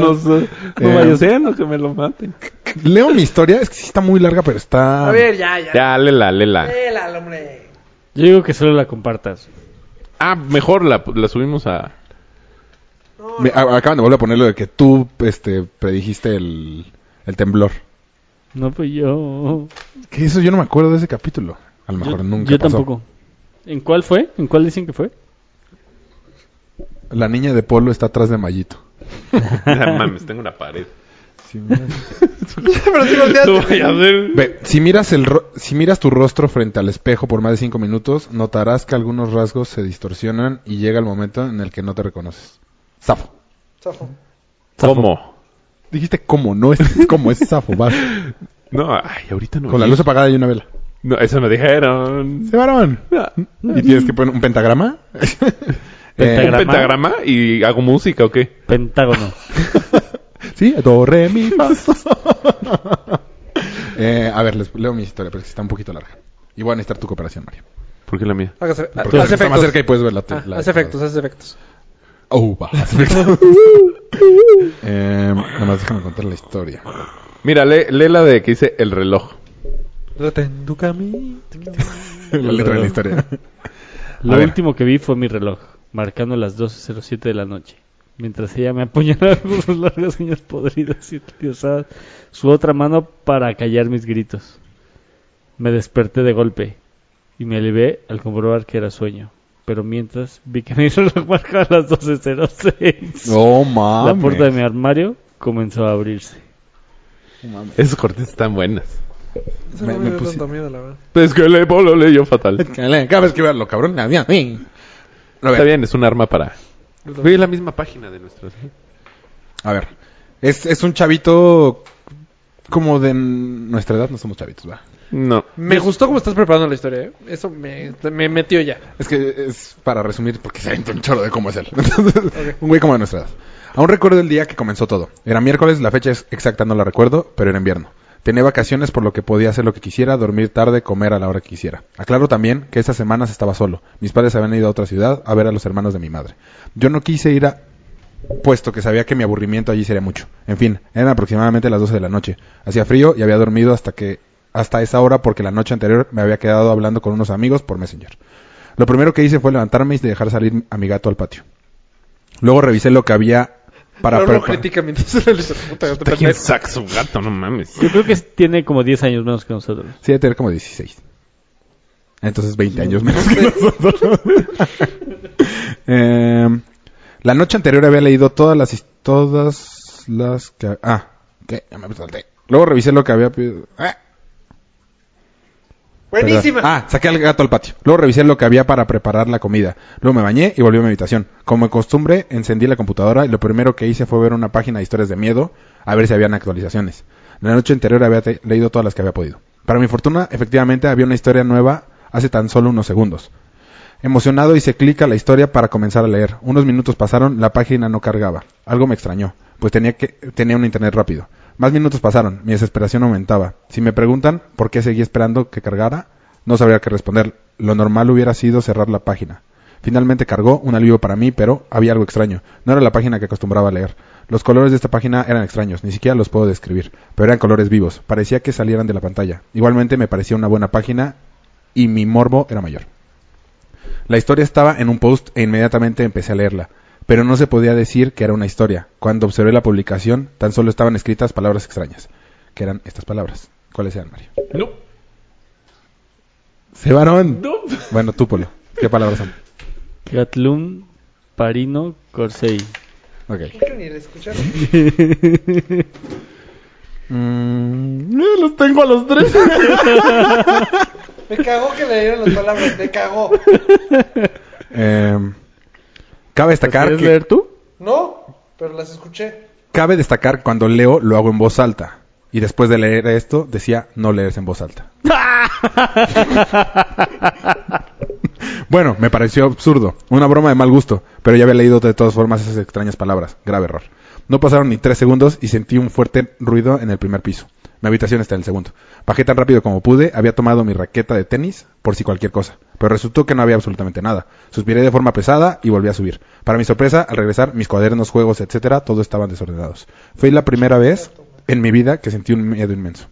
B: no que me lo maten.
D: Leo mi historia, es que sí está muy larga, pero está.
A: A ver, ya, Ah, ya.
B: Ya, lela, lela.
A: Vela, hombre.
C: Yo digo que solo la compartas.
B: Ah, mejor la, la subimos a.
D: Me- a- acaban de volver a poner lo de que tú este, predijiste el, el temblor.
C: No, pues yo.
D: Que eso yo no me acuerdo de ese capítulo. A lo mejor
C: yo,
D: nunca
C: yo
D: pasó.
C: tampoco. ¿En cuál fue? ¿En cuál dicen que fue?
D: La niña de Polo está atrás de Mayito.
B: No mames, tengo una pared.
D: Si miras,
A: Pero sí volteaste.
B: No voy a ver.
D: Ve, si miras el ro- si miras tu rostro frente al espejo por más de cinco minutos, notarás que algunos rasgos se distorsionan y llega el momento en el que no te reconoces. Zafo.
A: Zafo.
B: ¿Cómo?
D: Dijiste cómo, no es cómo, es zafo. vas.
B: No, ay, ahorita no.
D: Con la
B: vi.
D: luz apagada y una vela.
B: No, eso me dijeron.
D: ¡Se varón!
B: Ah.
C: No.
D: Y tienes que poner un pentagrama. Eh,
B: ¿Un
C: Pentagrama.
B: pentagrama y hago música o qué?
C: Pentágono.
D: Sí, do, re, mi, fa, sol. Eh, a ver, les leo mi historia, pero es que está un poquito larga. Y voy a necesitar tu cooperación, Mario.
B: ¿Por qué la mía?
A: Hágase-
D: Porque
A: haz
D: está más
A: Ah, efectos.
D: cerca y puedes ver la,
A: Ah,
D: la-
A: haz efectos, haz efectos.
D: Oh, va, haz efectos. eh, nada más déjame contar la historia.
B: Mira, lee, lee la de que dice el reloj.
A: Retén tu camino.
D: la letra de la historia.
C: Lo
D: A ver.
C: último que vi fue mi reloj, marcando las 12.07 de la noche. Mientras ella me apuñalaba con sus largas uñas podridas y tiosadas, su otra mano para callar mis gritos. Me desperté de golpe y me alivé al comprobar que era sueño. Pero mientras vi que mi reloj marcaba las 12.06,
D: Oh,
C: la puerta de
D: mames.
C: mi armario comenzó a abrirse.
B: Esas cortes están buenas.
A: Eso
D: Me-
A: no me,
D: me
A: dio
D: puse-
A: tanto miedo, la verdad.
B: Es que le polo leyó fatal.
D: Cada vez que veo a lo cabrón, la mía. A
B: Está
D: ver,
B: bien, es un arma para. Fui la misma página de ¿eh? nuestras.
D: A ver, es, es un chavito como de nuestra edad, no somos chavitos, va.
B: No.
A: Me gustó cómo estás preparando la historia, ¿eh? Eso me, me metió ya.
D: Es que es para resumir porque se aventó un choro de cómo es él. Entonces, un güey como de nuestra edad. Aún recuerdo el día que comenzó todo. Era miércoles, la fecha es- exacta no la recuerdo, pero era invierno. Tenía vacaciones por lo que podía hacer lo que quisiera, dormir tarde, comer a la hora que quisiera. Aclaro también que esas semanas estaba solo. Mis padres habían ido a otra ciudad a ver a los hermanos de mi madre. Yo no quise ir a puesto que sabía que mi aburrimiento allí sería mucho. En fin, eran aproximadamente las 12 de la noche. Hacía frío y había dormido hasta que hasta esa hora porque la noche anterior me había quedado hablando con unos amigos por Messenger. Lo primero que hice fue levantarme y dejar salir a mi gato al patio. Luego revisé lo que había para
A: Pero no
D: preparar.
A: critica mientras se realiza. Puta, yo te
B: ¿Quién
A: pendejo.
B: saca su gato? No mames.
C: Yo creo que tiene como 10 años menos que nosotros.
D: Sí, debe tener como 16. Entonces 20 años menos que nosotros. Em, la noche anterior había leído todas las his- todas las que ah, que ya me salté. Luego revisé lo que había pedido. Ah,
A: Buenísima.
D: Perdón. Ah, saqué al gato al patio. Luego revisé lo que había para preparar la comida. Luego me bañé y volví a mi habitación. Como de costumbre, encendí la computadora y lo primero que hice fue ver una página de historias de miedo a ver si habían actualizaciones. La noche anterior había te- leído todas las que había podido. Para mi fortuna, efectivamente, había una historia nueva hace tan solo unos segundos. Emocionado hice clic a la historia para comenzar a leer. Unos minutos pasaron, la página no cargaba. Algo me extrañó, pues tenía que tenía un internet rápido. Más minutos pasaron, mi desesperación aumentaba. Si me preguntan por qué seguí esperando que cargara, no sabría qué responder. Lo normal hubiera sido cerrar la página. Finalmente cargó, un alivio para mí, pero había algo extraño. No era la página que acostumbraba a leer. Los colores de esta página eran extraños, ni siquiera los puedo describir, pero eran colores vivos, parecía que salieran de la pantalla. Igualmente me parecía una buena página y mi morbo era mayor. La historia estaba en un post e inmediatamente empecé a leerla, pero no se podía decir que era una historia. Cuando observé la publicación, tan solo estaban escritas palabras extrañas, que eran estas palabras. ¿Cuáles eran, Mario?
B: No.
D: ¡Se varón! Bueno, tú, Polo. ¿Qué palabras son?
C: Catlum, Parino, Corsey.
D: Ok.
A: Creo que ni la escucharon.
D: Mm, eh, los tengo a los tres.
A: Me cagó que le dieron las palabras. Me cagó.
D: Em, cabe destacar que...
C: tú?
A: No, pero las escuché.
D: Cabe destacar que cuando leo lo hago en voz alta. Y después de leer esto, decía no leerse en voz alta. bueno, me pareció absurdo. Una broma de mal gusto. Pero ya había leído de todas formas esas extrañas palabras. Grave error. No pasaron ni tres segundos y sentí un fuerte ruido en el primer piso. Mi habitación está en el segundo. Bajé tan rápido como pude, había tomado mi raqueta de tenis por si cualquier cosa, pero resultó que no había absolutamente nada. Suspiré de forma pesada y volví a subir. Para mi sorpresa, al regresar, mis cuadernos, juegos, etcétera, todo estaban desordenados. Fue la primera vez en mi vida que sentí un miedo inmenso.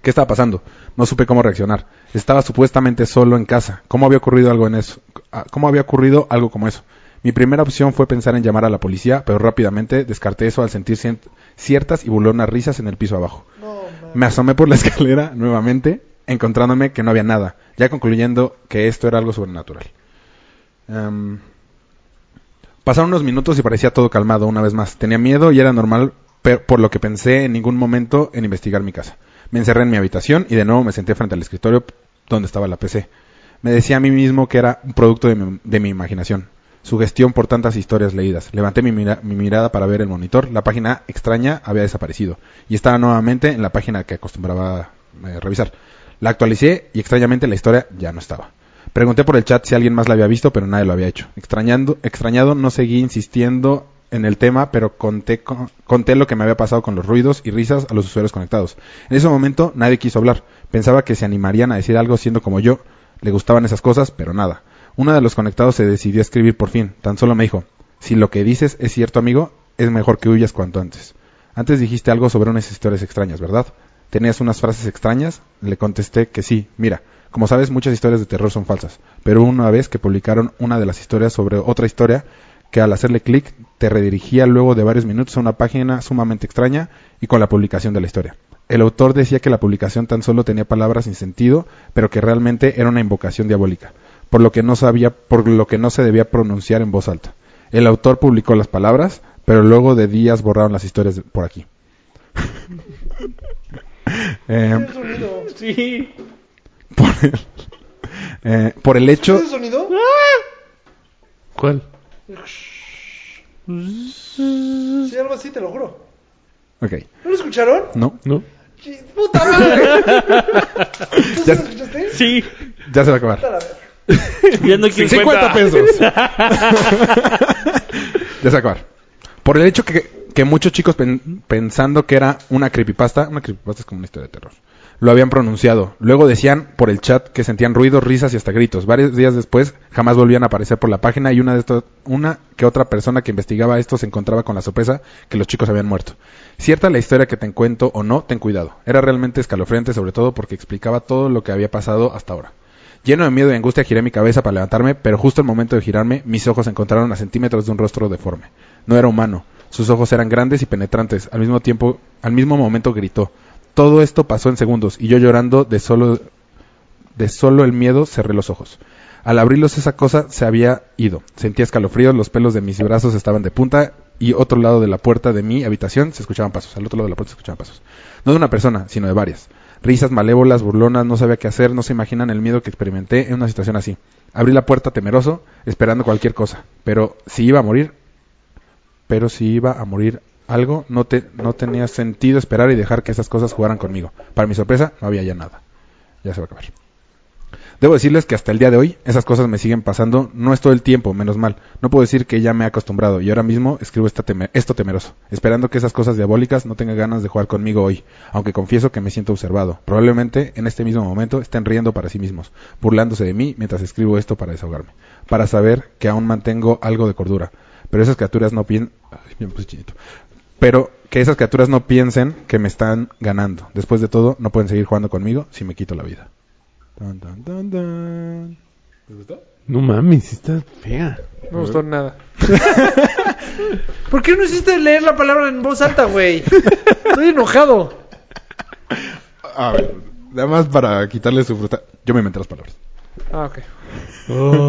D: ¿Qué estaba pasando? No supe cómo reaccionar. Estaba supuestamente solo en casa. ¿Cómo había ocurrido algo en eso? Ah, ¿Cómo había ocurrido algo como eso? Mi primera opción fue pensar en llamar a la policía, pero rápidamente descarté eso al sentir cien- ciertas y burlonas risas en el piso abajo. Me asomé por la escalera nuevamente e encontrándome que no había nada, ya concluyendo que esto era algo sobrenatural. Em, pasaron unos minutos y parecía todo calmado una vez más. Tenía miedo y era normal, pero por lo que pensé en ningún momento en investigar mi casa. Me encerré en mi habitación y de nuevo me senté frente al escritorio donde estaba la PC. Me decía a mí mismo que era un producto de mi, de mi imaginación. Sugestión por tantas historias leídas. Levanté mi, mira- mi mirada para ver el monitor. La página extraña había desaparecido y estaba nuevamente en la página que acostumbraba eh, revisar. La actualicé y extrañamente la historia ya no estaba. Pregunté por el chat si alguien más la había visto, pero nadie lo había hecho. Extrañando, extrañado, no seguí insistiendo en el tema, pero conté, co- conté lo que me había pasado con los ruidos y risas a los usuarios conectados. En ese momento nadie quiso hablar. Pensaba que se animarían a decir algo siendo como yo. Le gustaban esas cosas, pero nada. Uno de los conectados se decidió a escribir por fin. Tan solo me dijo, si lo que dices es cierto, amigo, es mejor que huyas cuanto antes. Antes dijiste algo sobre unas historias extrañas, ¿verdad? ¿Tenías unas frases extrañas? Le contesté que sí. Mira, como sabes, muchas historias de terror son falsas, pero hubo una vez que publicaron una de las historias sobre otra historia que al hacerle clic te redirigía luego de varios minutos a una página sumamente extraña y con la publicación de la historia. El autor decía que la publicación tan solo tenía palabras sin sentido, pero que realmente era una invocación diabólica, por lo que no sabía, por lo que no se debía pronunciar en voz alta. El autor publicó las palabras, pero luego de días borraron las historias de- por aquí.
C: Eh,
D: Em,
C: Sí.
D: por el, eh, por el hecho
A: sonido?
C: ¿Cuál?
A: Sí, algo así, te lo juro.
D: Ok,
A: ¿No lo escucharon?
D: no,
C: ¿No?
A: ¡Puta madre! ¿Tú
D: Ya-
A: lo escuchaste?
C: Sí.
D: ya se va a acabar.
C: Ya no quiero
D: 50 pesos. ya se va a acabar. Por el hecho que, que muchos chicos pen- pensando que era una creepypasta, una creepypasta es como una historia de terror, lo habían pronunciado. Luego decían por el chat que sentían ruidos, risas y hasta gritos. Varios días después jamás volvían a aparecer por la página y una, de estos, una que otra persona que investigaba esto se encontraba con la sorpresa que los chicos habían muerto. Cierta la historia que te cuento o no, ten cuidado. Era realmente escalofriante sobre todo porque explicaba todo lo que había pasado hasta ahora. Lleno de miedo y angustia giré mi cabeza para levantarme, pero justo al momento de girarme, mis ojos se encontraron a centímetros de un rostro deforme. No era humano. Sus ojos eran grandes y penetrantes. Al mismo tiempo, al mismo momento gritó. Todo esto pasó en segundos y yo llorando de solo de solo el miedo cerré los ojos. Al abrirlos esa cosa se había ido. Sentía escalofríos, los pelos de mis brazos estaban de punta y otro lado de la puerta de mi habitación se escuchaban pasos. Al otro lado de la puerta se escuchaban pasos. No de una persona, sino de varias. Risas malévolas, burlonas, no sabía qué hacer, no se imaginan el miedo que experimenté en una situación así. Abrí la puerta temeroso, esperando cualquier cosa. Pero si iba a morir, pero si iba a morir algo, no, te, no tenía sentido esperar y dejar que esas cosas jugaran conmigo. Para mi sorpresa, no había ya nada. Ya se va a acabar. Debo decirles que hasta el día de hoy esas cosas me siguen pasando, no es todo el tiempo, menos mal. No puedo decir que ya me he acostumbrado y ahora mismo escribo esta teme- esto temeroso, esperando que esas cosas diabólicas no tengan ganas de jugar conmigo hoy, aunque confieso que me siento observado. Probablemente en este mismo momento estén riendo para sí mismos, burlándose de mí mientras escribo esto para desahogarme, para saber que aún mantengo algo de cordura. Pero esas criaturas no piensan... pues, Pero que esas criaturas no piensen que me están ganando. Después de todo, no pueden seguir jugando conmigo si me quito la vida. Tan, tan, tan, tan.
B: No mames, está fea.
A: No me gustó nada. ¿Por qué no hiciste leer la palabra en voz alta, güey? Estoy enojado.
D: A ver, nada más para quitarle su fruta. Yo me inventé las palabras.
A: Ah, ok.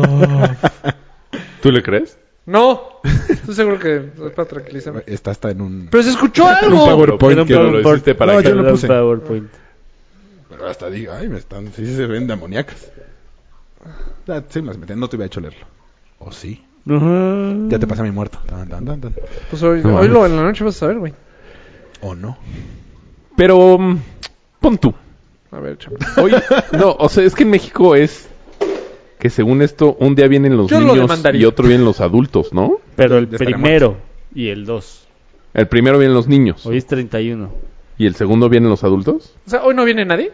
B: ¿Tú le crees?
A: No, estoy seguro que es para tranquilizarme.
D: Está hasta en un.
A: Pero se escuchó algo.
B: PowerPoint que lo hiciste para
D: No,
B: que-
D: yo lo puse.
C: PowerPoint.
D: Pero hasta diga, ay, me están. Sí se ven demoníacas. Ah, Sí, me las metí. No te hubiera hecho leerlo. ¿O sí?
C: Ajá.
D: Ya te pasé mi muerto. Tan, tan, tan, tan.
A: Pues hoy,
B: No,
A: hoy
B: mames.
A: lo, en la noche vas a saber, güey.
D: ¿O no?
B: Pero mm, pon tú.
A: A ver, chaval.
B: Hoy, no, o sea, es que en México es que según esto un día vienen los
A: Yo lo
B: niños
A: demandaría.
B: y otro vienen los adultos, ¿no?
C: Pero el
D: Ya estaría
C: primero y el dos.
B: El primero vienen los niños
C: Hoy es 31.
B: y el segundo vienen los adultos,
A: O sea, hoy no viene nadie.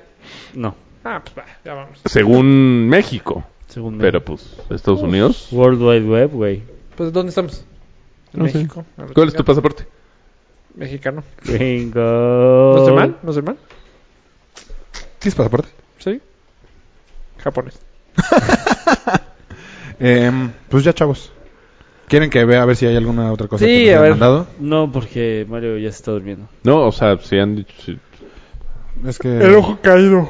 C: No,
A: Ah, pues va, ya vamos.
B: según México.
C: según
B: Pero pues Estados Unidos.
C: World Wide Web, güey.
A: Pues ¿dónde estamos? En
B: No sé.
A: México. A la
B: ¿Cuál es tu
A: chingada.
B: pasaporte?
A: Mexicano.
C: Bingo.
B: Oh.
A: ¿No estoy mal? ¿No estoy mal?
D: ¿Sí es pasaporte?
A: Sí. Japonés.
D: Em, pues ya, chavos. ¿Quieren que vea a ver si hay alguna otra
A: Sí,
D: cosa que nos
A: a
D: hayan
A: ver.
D: mandado?
C: No, porque Mario ya se está durmiendo.
B: Eh. No, o sea, si han dicho... si-
D: Es que.
A: caído.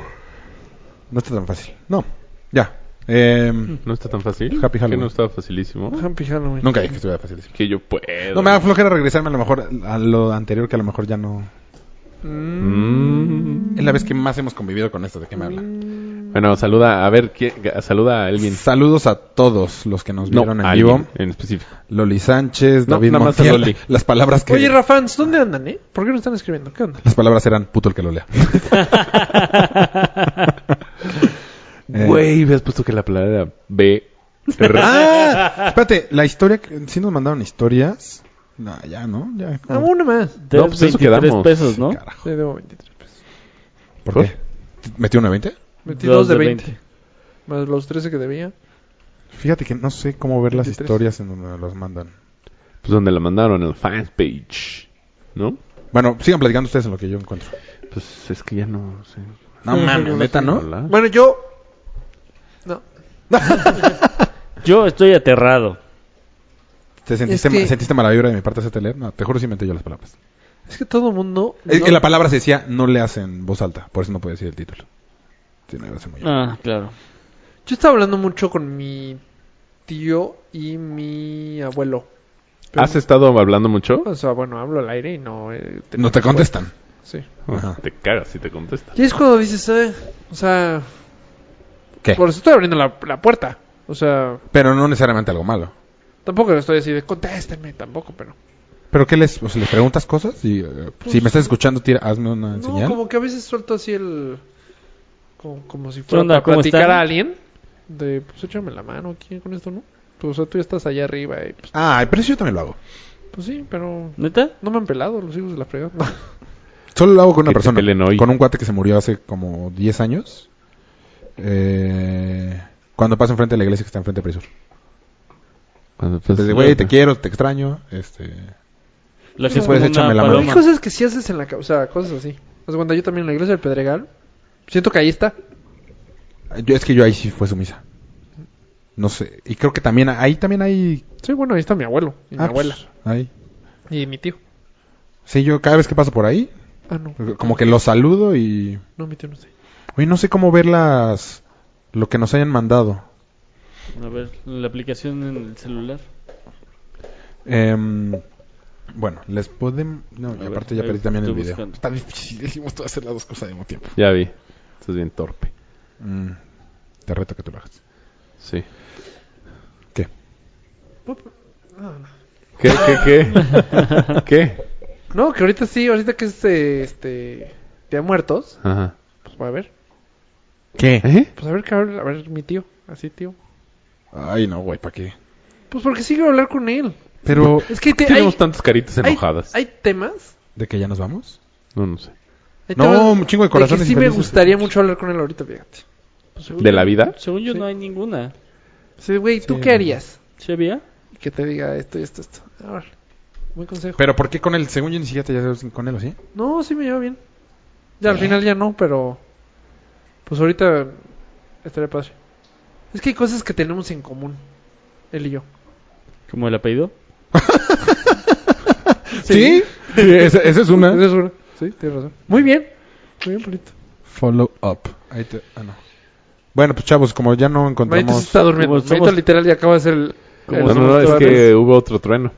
D: No está tan fácil. No, ya.
A: Mm.
D: Eh,
B: No está tan fácil.
D: Happy
B: ¿Qué
D: Halloween.
B: no está facilísimo?
A: Happy Halloween.
D: nunca dije que estuviera facilísimo.
B: Que yo puedo.
D: No me da flojera regresarme a lo mejor a lo anterior que a lo mejor ya no.
B: Mm.
D: Es la vez que más hemos convivido con esto. ¿De qué me habla?
B: Bueno, saluda, a ver, ¿quién- saluda a alguien.
D: Saludos a todos los que nos vieron en
B: alguien
D: vivo.
B: en específico.
D: Loli Sánchez,
B: No,
D: David
B: nada más a
D: Montiel,
B: Loli.
D: Las palabras que.
A: Oye, Rafans, ¿dónde andan, eh? ¿Por qué no están escribiendo? ¿Qué onda?
D: las palabras eran puto el que lo lea. Eh,
B: Güey, habías puesto que la palabra era B. R.
D: Ah, espérate, la historia. que- Sí nos mandaron historias. No, ya, ¿no? Ya.
A: Ah, una más.
B: No,
C: No,
B: pues eso quedamos.
C: pesos, ¿no?
D: Carajo.
A: Le debo 23 pesos.
D: ¿Por,
B: ¿Por?
D: qué? ¿Metió una 20?
A: 22
C: Dos
A: de
C: de
A: 20.
C: 20.
A: Más los 13 que debía.
D: Fíjate que no sé cómo ver las
A: 23.
D: historias en donde nos las mandan.
B: Pues donde la mandaron, en el fanpage. ¿no?
D: Bueno, sigan platicando ustedes en lo que yo encuentro.
B: Pues es que ya no sé.
D: No mames, neta, ¿no?
B: Hola.
A: Bueno, yo. No.
C: Yo estoy aterrado.
D: ¿Te sentiste,
A: Es que-
D: ma- sentiste mala vibra de mi parte hacerte leer? No, te juro si inventé yo las palabras.
A: Es que todo mundo.
D: Es
A: no-
D: que la palabra se decía no le hacen voz alta, por eso no puede decir el título. Sí, no iba a ser muy
C: Ah, claro.
A: Yo estaba hablando mucho con mi tío y mi abuelo. Pero-
B: ¿Has estado hablando mucho?
A: O sea, bueno, hablo al aire y no. eh,
D: No te contestan.
A: Sí.
D: Ajá.
B: Te cagas si te contesta.
A: Y es cuando dices, eh, o sea,
D: ¿Qué?
A: por eso estoy abriendo la, la puerta. O sea,
D: Pero no necesariamente algo malo.
A: tampoco estoy así de contéstenme, tampoco, pero.
D: ¿Pero qué les, o sea, les preguntas cosas? Y, eh, si me estás escuchando, tira, hazme una
A: Pues No,
D: señal.
A: como que a veces suelto así el. Como, como si fuera
C: onda?
A: para
C: ¿Cómo
A: platicar
C: están?
A: a alguien. De, pues échame la mano aquí con esto, ¿no? Pues, o sea, tú ya estás allá arriba. Y, pues,
D: Ah, pero eso yo también lo hago.
A: pues sí, pero.
C: ¿Neta?
A: No me han pelado los hijos de la fregada.
D: Solo lo hago con una
B: Que te
D: persona.
B: pelen hoy.
D: Con un cuate que se murió hace como 10 años. Eh, cuando pasa enfrente de la iglesia que está enfrente de Perisur.
B: Pues, Cuando
D: Entonces,
B: pues,
D: güey, te quiero, te extraño. Este...
C: Lo haces
D: Pues
C: como
D: échame
C: una
D: la
A: Pero
D: mano.
C: paloma.
A: hay cosas que sí haces en la. ca- O sea, cosas así. O sea, cuando yo también en la iglesia del Pedregal. Siento que ahí está.
D: Yo, es que yo ahí sí fue sumisa. No sé. Y creo que también ahí también hay...
A: Sí, bueno, ahí está mi abuelo y mi
D: Ah,
A: abuela
D: pues, ahí.
A: y mi tío.
D: Sí, yo cada vez que paso por ahí,
A: Ah, no.
D: como que los saludo y...
A: No, mi tío no sé.
D: Oye, no sé cómo ver las... Lo que nos hayan mandado.
C: A ver, la aplicación en el celular.
D: Em, bueno, les podemos... No, y
C: ver,
D: aparte ya
C: ahí
D: perdí también el
C: estoy
D: video.
C: buscando.
D: Está dificilísimo esto de hacer las dos cosas al mismo tiempo.
B: Ya vi. Estás bien torpe.
D: Mm, te reto que tú lo hagas.
B: Sí.
D: ¿Qué?
B: ¿Qué, qué, qué? ¿Qué?
A: No, que ahorita sí, ahorita que es eh, este. Día de muertos.
B: Ajá.
A: Pues voy a ver.
D: ¿Qué?
B: ¿Eh?
A: Pues a ver, cabrón, a ver, mi tío. Así, tío.
D: Ay, no, güey, ¿para qué?
A: Pues porque sigue hablar con él.
D: Pero...
A: Es que te-
B: Tenemos
A: hay,
B: tantas caritas
A: hay-
B: enojadas.
A: Hay, temas.
D: ¿De que ya nos vamos?
B: No, no sé.
A: hay
D: No,
A: temas
D: un chingo de corazones
A: que sí me
D: infelices.
A: gustaría mucho hablar con él ahorita, fíjate.
C: Pues, según
B: ¿De
C: yo-
B: la vida?
C: Según yo
A: Sí.
C: no hay ninguna.
A: Sí, güey, ¿tú
D: Sí,
A: qué
D: no.
A: harías?
C: ¿Se había?
A: Y que te diga esto y esto, esto. Ahora, buen consejo.
D: Pero ¿por qué con él? Según yo ni siquiera te llevas con él, ¿o sí?
A: No, sí me llevo bien. Ya, al final ya no, pero. Pues ahorita estaría padre. Es que hay cosas que tenemos en común. Él y yo.
C: ¿Como el apellido?
D: Sí, Sí, esa, esa es una.
A: Esa es una. Sí, tienes razón. Muy bien. Muy bien, Polito.
D: Follow up. Ahí te- ah, no. Bueno, pues chavos, como ya no
A: Maito se
D: encontramos.
A: está durmiendo.
C: Como somos-
A: Maito literal ya acaba de hacer el.
C: Como
A: el-
B: No, no, no, es que hubo otro trueno.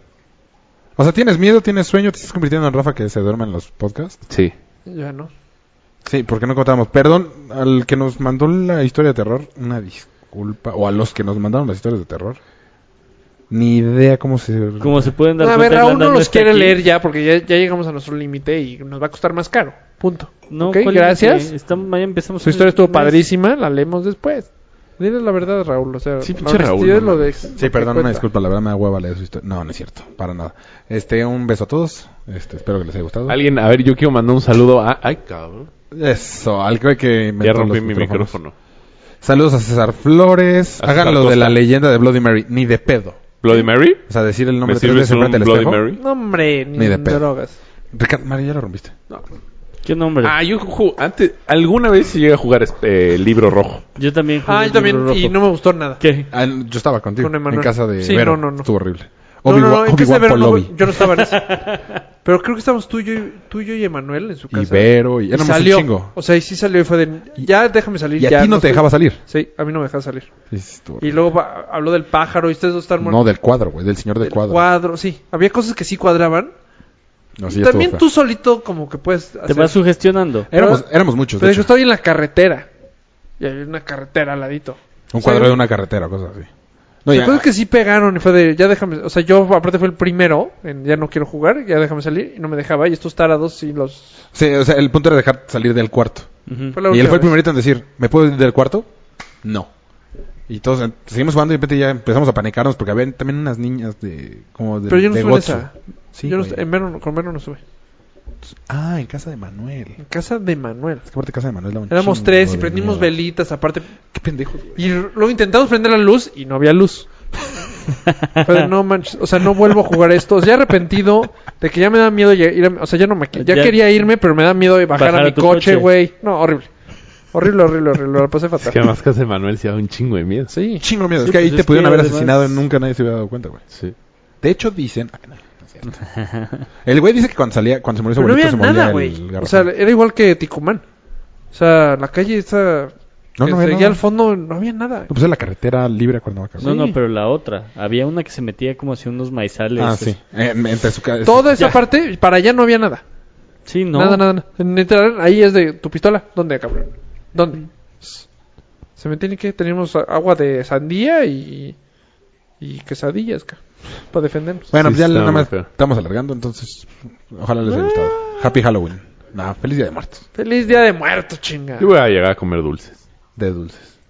D: O sea, tienes miedo, tienes sueño, te estás convirtiendo en Rafa que se duerme en los podcasts.
B: Sí.
A: Ya no.
D: Sí, porque no encontramos. Perdón, al que nos mandó la historia de terror, una disculpa. O a los que nos mandaron las historias de terror. Ni idea cómo se.
C: Como se pueden dar
A: a ver,
C: cuenta,
A: Raúl
C: Irlanda
A: no los
C: está
A: quiere
C: aquí.
A: leer ya porque ya, ya llegamos a nuestro límite y nos va a costar más caro. Punto.
C: No,
A: Ok,
C: ¿cuál es?
A: gracias.
C: Sí, estamos, ya empezamos.
A: Su historia estuvo
C: Mes.
A: padrísima, la leemos después. Dile la verdad, Raúl. O sea,
B: Sí,
A: la
B: pinche Raúl,
A: honestidad es
B: no
A: lo de-
D: Sí,
A: lo que
D: perdón, una
A: cuenta.
D: disculpa, la verdad me da hueva leer su historia. No, no es cierto, para nada. Este, un beso a todos. Este, espero que les haya gustado.
B: Alguien, a ver, yo quiero mandar un saludo a... Ay, cabrón.
D: Eso, al que- que
B: Ya
D: inventó
B: rompí
D: los
B: mi
D: micrófonos.
B: micrófono.
D: Saludos a César Flores.
B: A César
D: Háganlo de
B: Costa.
D: la leyenda de Bloody Mary. Ni de pedo.
B: ¿Bloody Mary?
D: O sea, decir el nombre
B: ¿Me
D: tres
B: sirves
D: veces
B: un
D: enfrente del
B: Bloody
D: espejo.
B: Mary?
A: No, hombre, ni,
D: Ni de
A: de
D: pedo.
A: drogas.
D: Ricardo, Mari, ya lo rompiste.
C: ¿Qué nombre?
B: Ah, yo ju- antes, alguna vez se llega a jugar este, eh, libro rojo.
C: Yo también. jugué
A: Ah, yo
C: el libro
A: también. Y
C: rojo.
A: no me gustó nada.
C: ¿Qué?
D: Ah, yo estaba contigo.
A: Con Emanuel.
D: en casa de
A: Sí,
D: Vero.
A: no, no, no.
D: Estuvo horrible.
A: No,
D: Obi-
A: no, no, ¿en qué
D: Obi-Wan
A: severo? No,
D: Polovi.
A: yo no estaba en eso. Pero creo que estábamos tú y yo, tú y, yo y Emanuel en su casa.
D: Y Vero, y éramos un
A: salió.
D: chingo.
A: O sea, y sí salió y fue de, ya déjame salir.
D: Y
A: ya
D: a ti no te
A: estoy-
D: dejaba salir.
A: Sí, a mí no me dejaba salir.
D: Dices tú,
A: Y luego va- habló del pájaro y ustedes dos están
D: No, del cuadro, güey, del señor del, cuadro.
A: cuadro. Sí, había cosas que sí cuadraban.
D: No, sí,
A: Y
D: ya estuvo
A: también
D: feo.
A: tú solito como que puedes hacer...
C: Te vas sugestionando.
D: Éramos, éramos muchos. pues, de
A: Pero yo
D: hecho.
A: estoy en la carretera. Y hay una carretera al ladito.
D: Un
A: o sea,
D: cuadro
A: yo-
D: de una carretera, cosas así. No,
A: No,
D: ya.
A: que sí pegaron y fue de, ya déjame, o sea, yo aparte fue el primero, en ya no quiero jugar, ya déjame salir, y no me dejaba, y estos tarados sí los...
D: Sí, o sea, el punto era dejar salir del cuarto.
C: Ujú.
A: Fue la
D: Mm. y
A: última
D: él fue el
A: vez.
D: primerito en decir, ¿me puedo ir del cuarto? No. Y todos eh, seguimos jugando y de repente ya empezamos a panicarnos porque había también unas niñas de como de,
A: Pero yo no
D: de
A: estuve en
D: Gotsu.
A: esa.
D: Sí,
A: Yo no
D: güey.
A: est- en Vero- con Vero no sube.
D: Ah, en casa de Manuel.
A: En casa de Manuel.
D: Es que aparte casa de Manuel era un
A: Éramos
D: chingo
A: tres y
D: de
A: prendimos
D: miedo.
A: velitas, aparte...
D: Qué pendejo, güey.
A: Y r- luego intentamos prender la luz y no había luz. Pero no manches, o sea, no vuelvo a jugar esto. O sea, ya arrepentido de que ya me da miedo ya ir a- o sea, ya no me qui- ya,
C: Ya-
A: quería irme, pero me da miedo de bajar,
C: Bajar
A: a
C: a
A: mi
C: tu
A: coche,
C: coche.
A: güey. No, horrible. Horrible, horrible, horrible, lo pasé fatal.
B: Es que además Casa de Manuel se da un chingo de miedo.
A: Sí.
D: Chingo de miedo.
C: Sí,
D: es que ahí
C: pues
D: te
C: es
D: pudieron
C: que
D: haber
C: además-
D: asesinado y nunca nadie se hubiera dado cuenta, güey.
B: Sí.
D: De hecho dicen, ah, no, no es cierto. El güey dice que cuando salía, cuando se murió su
A: Pero no
D: abuelito,
A: había
D: se moría
A: nada,
D: el
A: güey. O sea,
D: garrafón.
A: era igual que Ticumán. O sea, la calle esa
D: No,
A: que
D: no había
A: seguía
D: nada.
A: al fondo no había nada.
D: No, pues es la carretera libre a Cuernavaca.
C: No,
D: güey.
C: no, pero la otra. Había una que se metía como hacia unos maizales.
D: Ah, sí. En- entre su casa.
A: Toda esa
C: Ya.
A: parte, para allá no había nada.
C: Sí, no.
A: Nada, nada, nada. Literal, ahí es de tu pistola. ¿Dónde, cabrón? ¿Dónde? Se me tiene que tenemos agua de sandía y y quesadillas, ca, para defendernos.
D: Bueno,
B: Sí,
D: pues ya
B: está
D: nada
B: muy
D: más
B: feo.
D: estamos alargando, entonces ojalá les haya gustado. Happy Halloween. Nah, feliz Día de Muertos.
A: Feliz Día de Muertos, chinga.
B: Yo voy a llegar a comer dulces.
D: De dulces.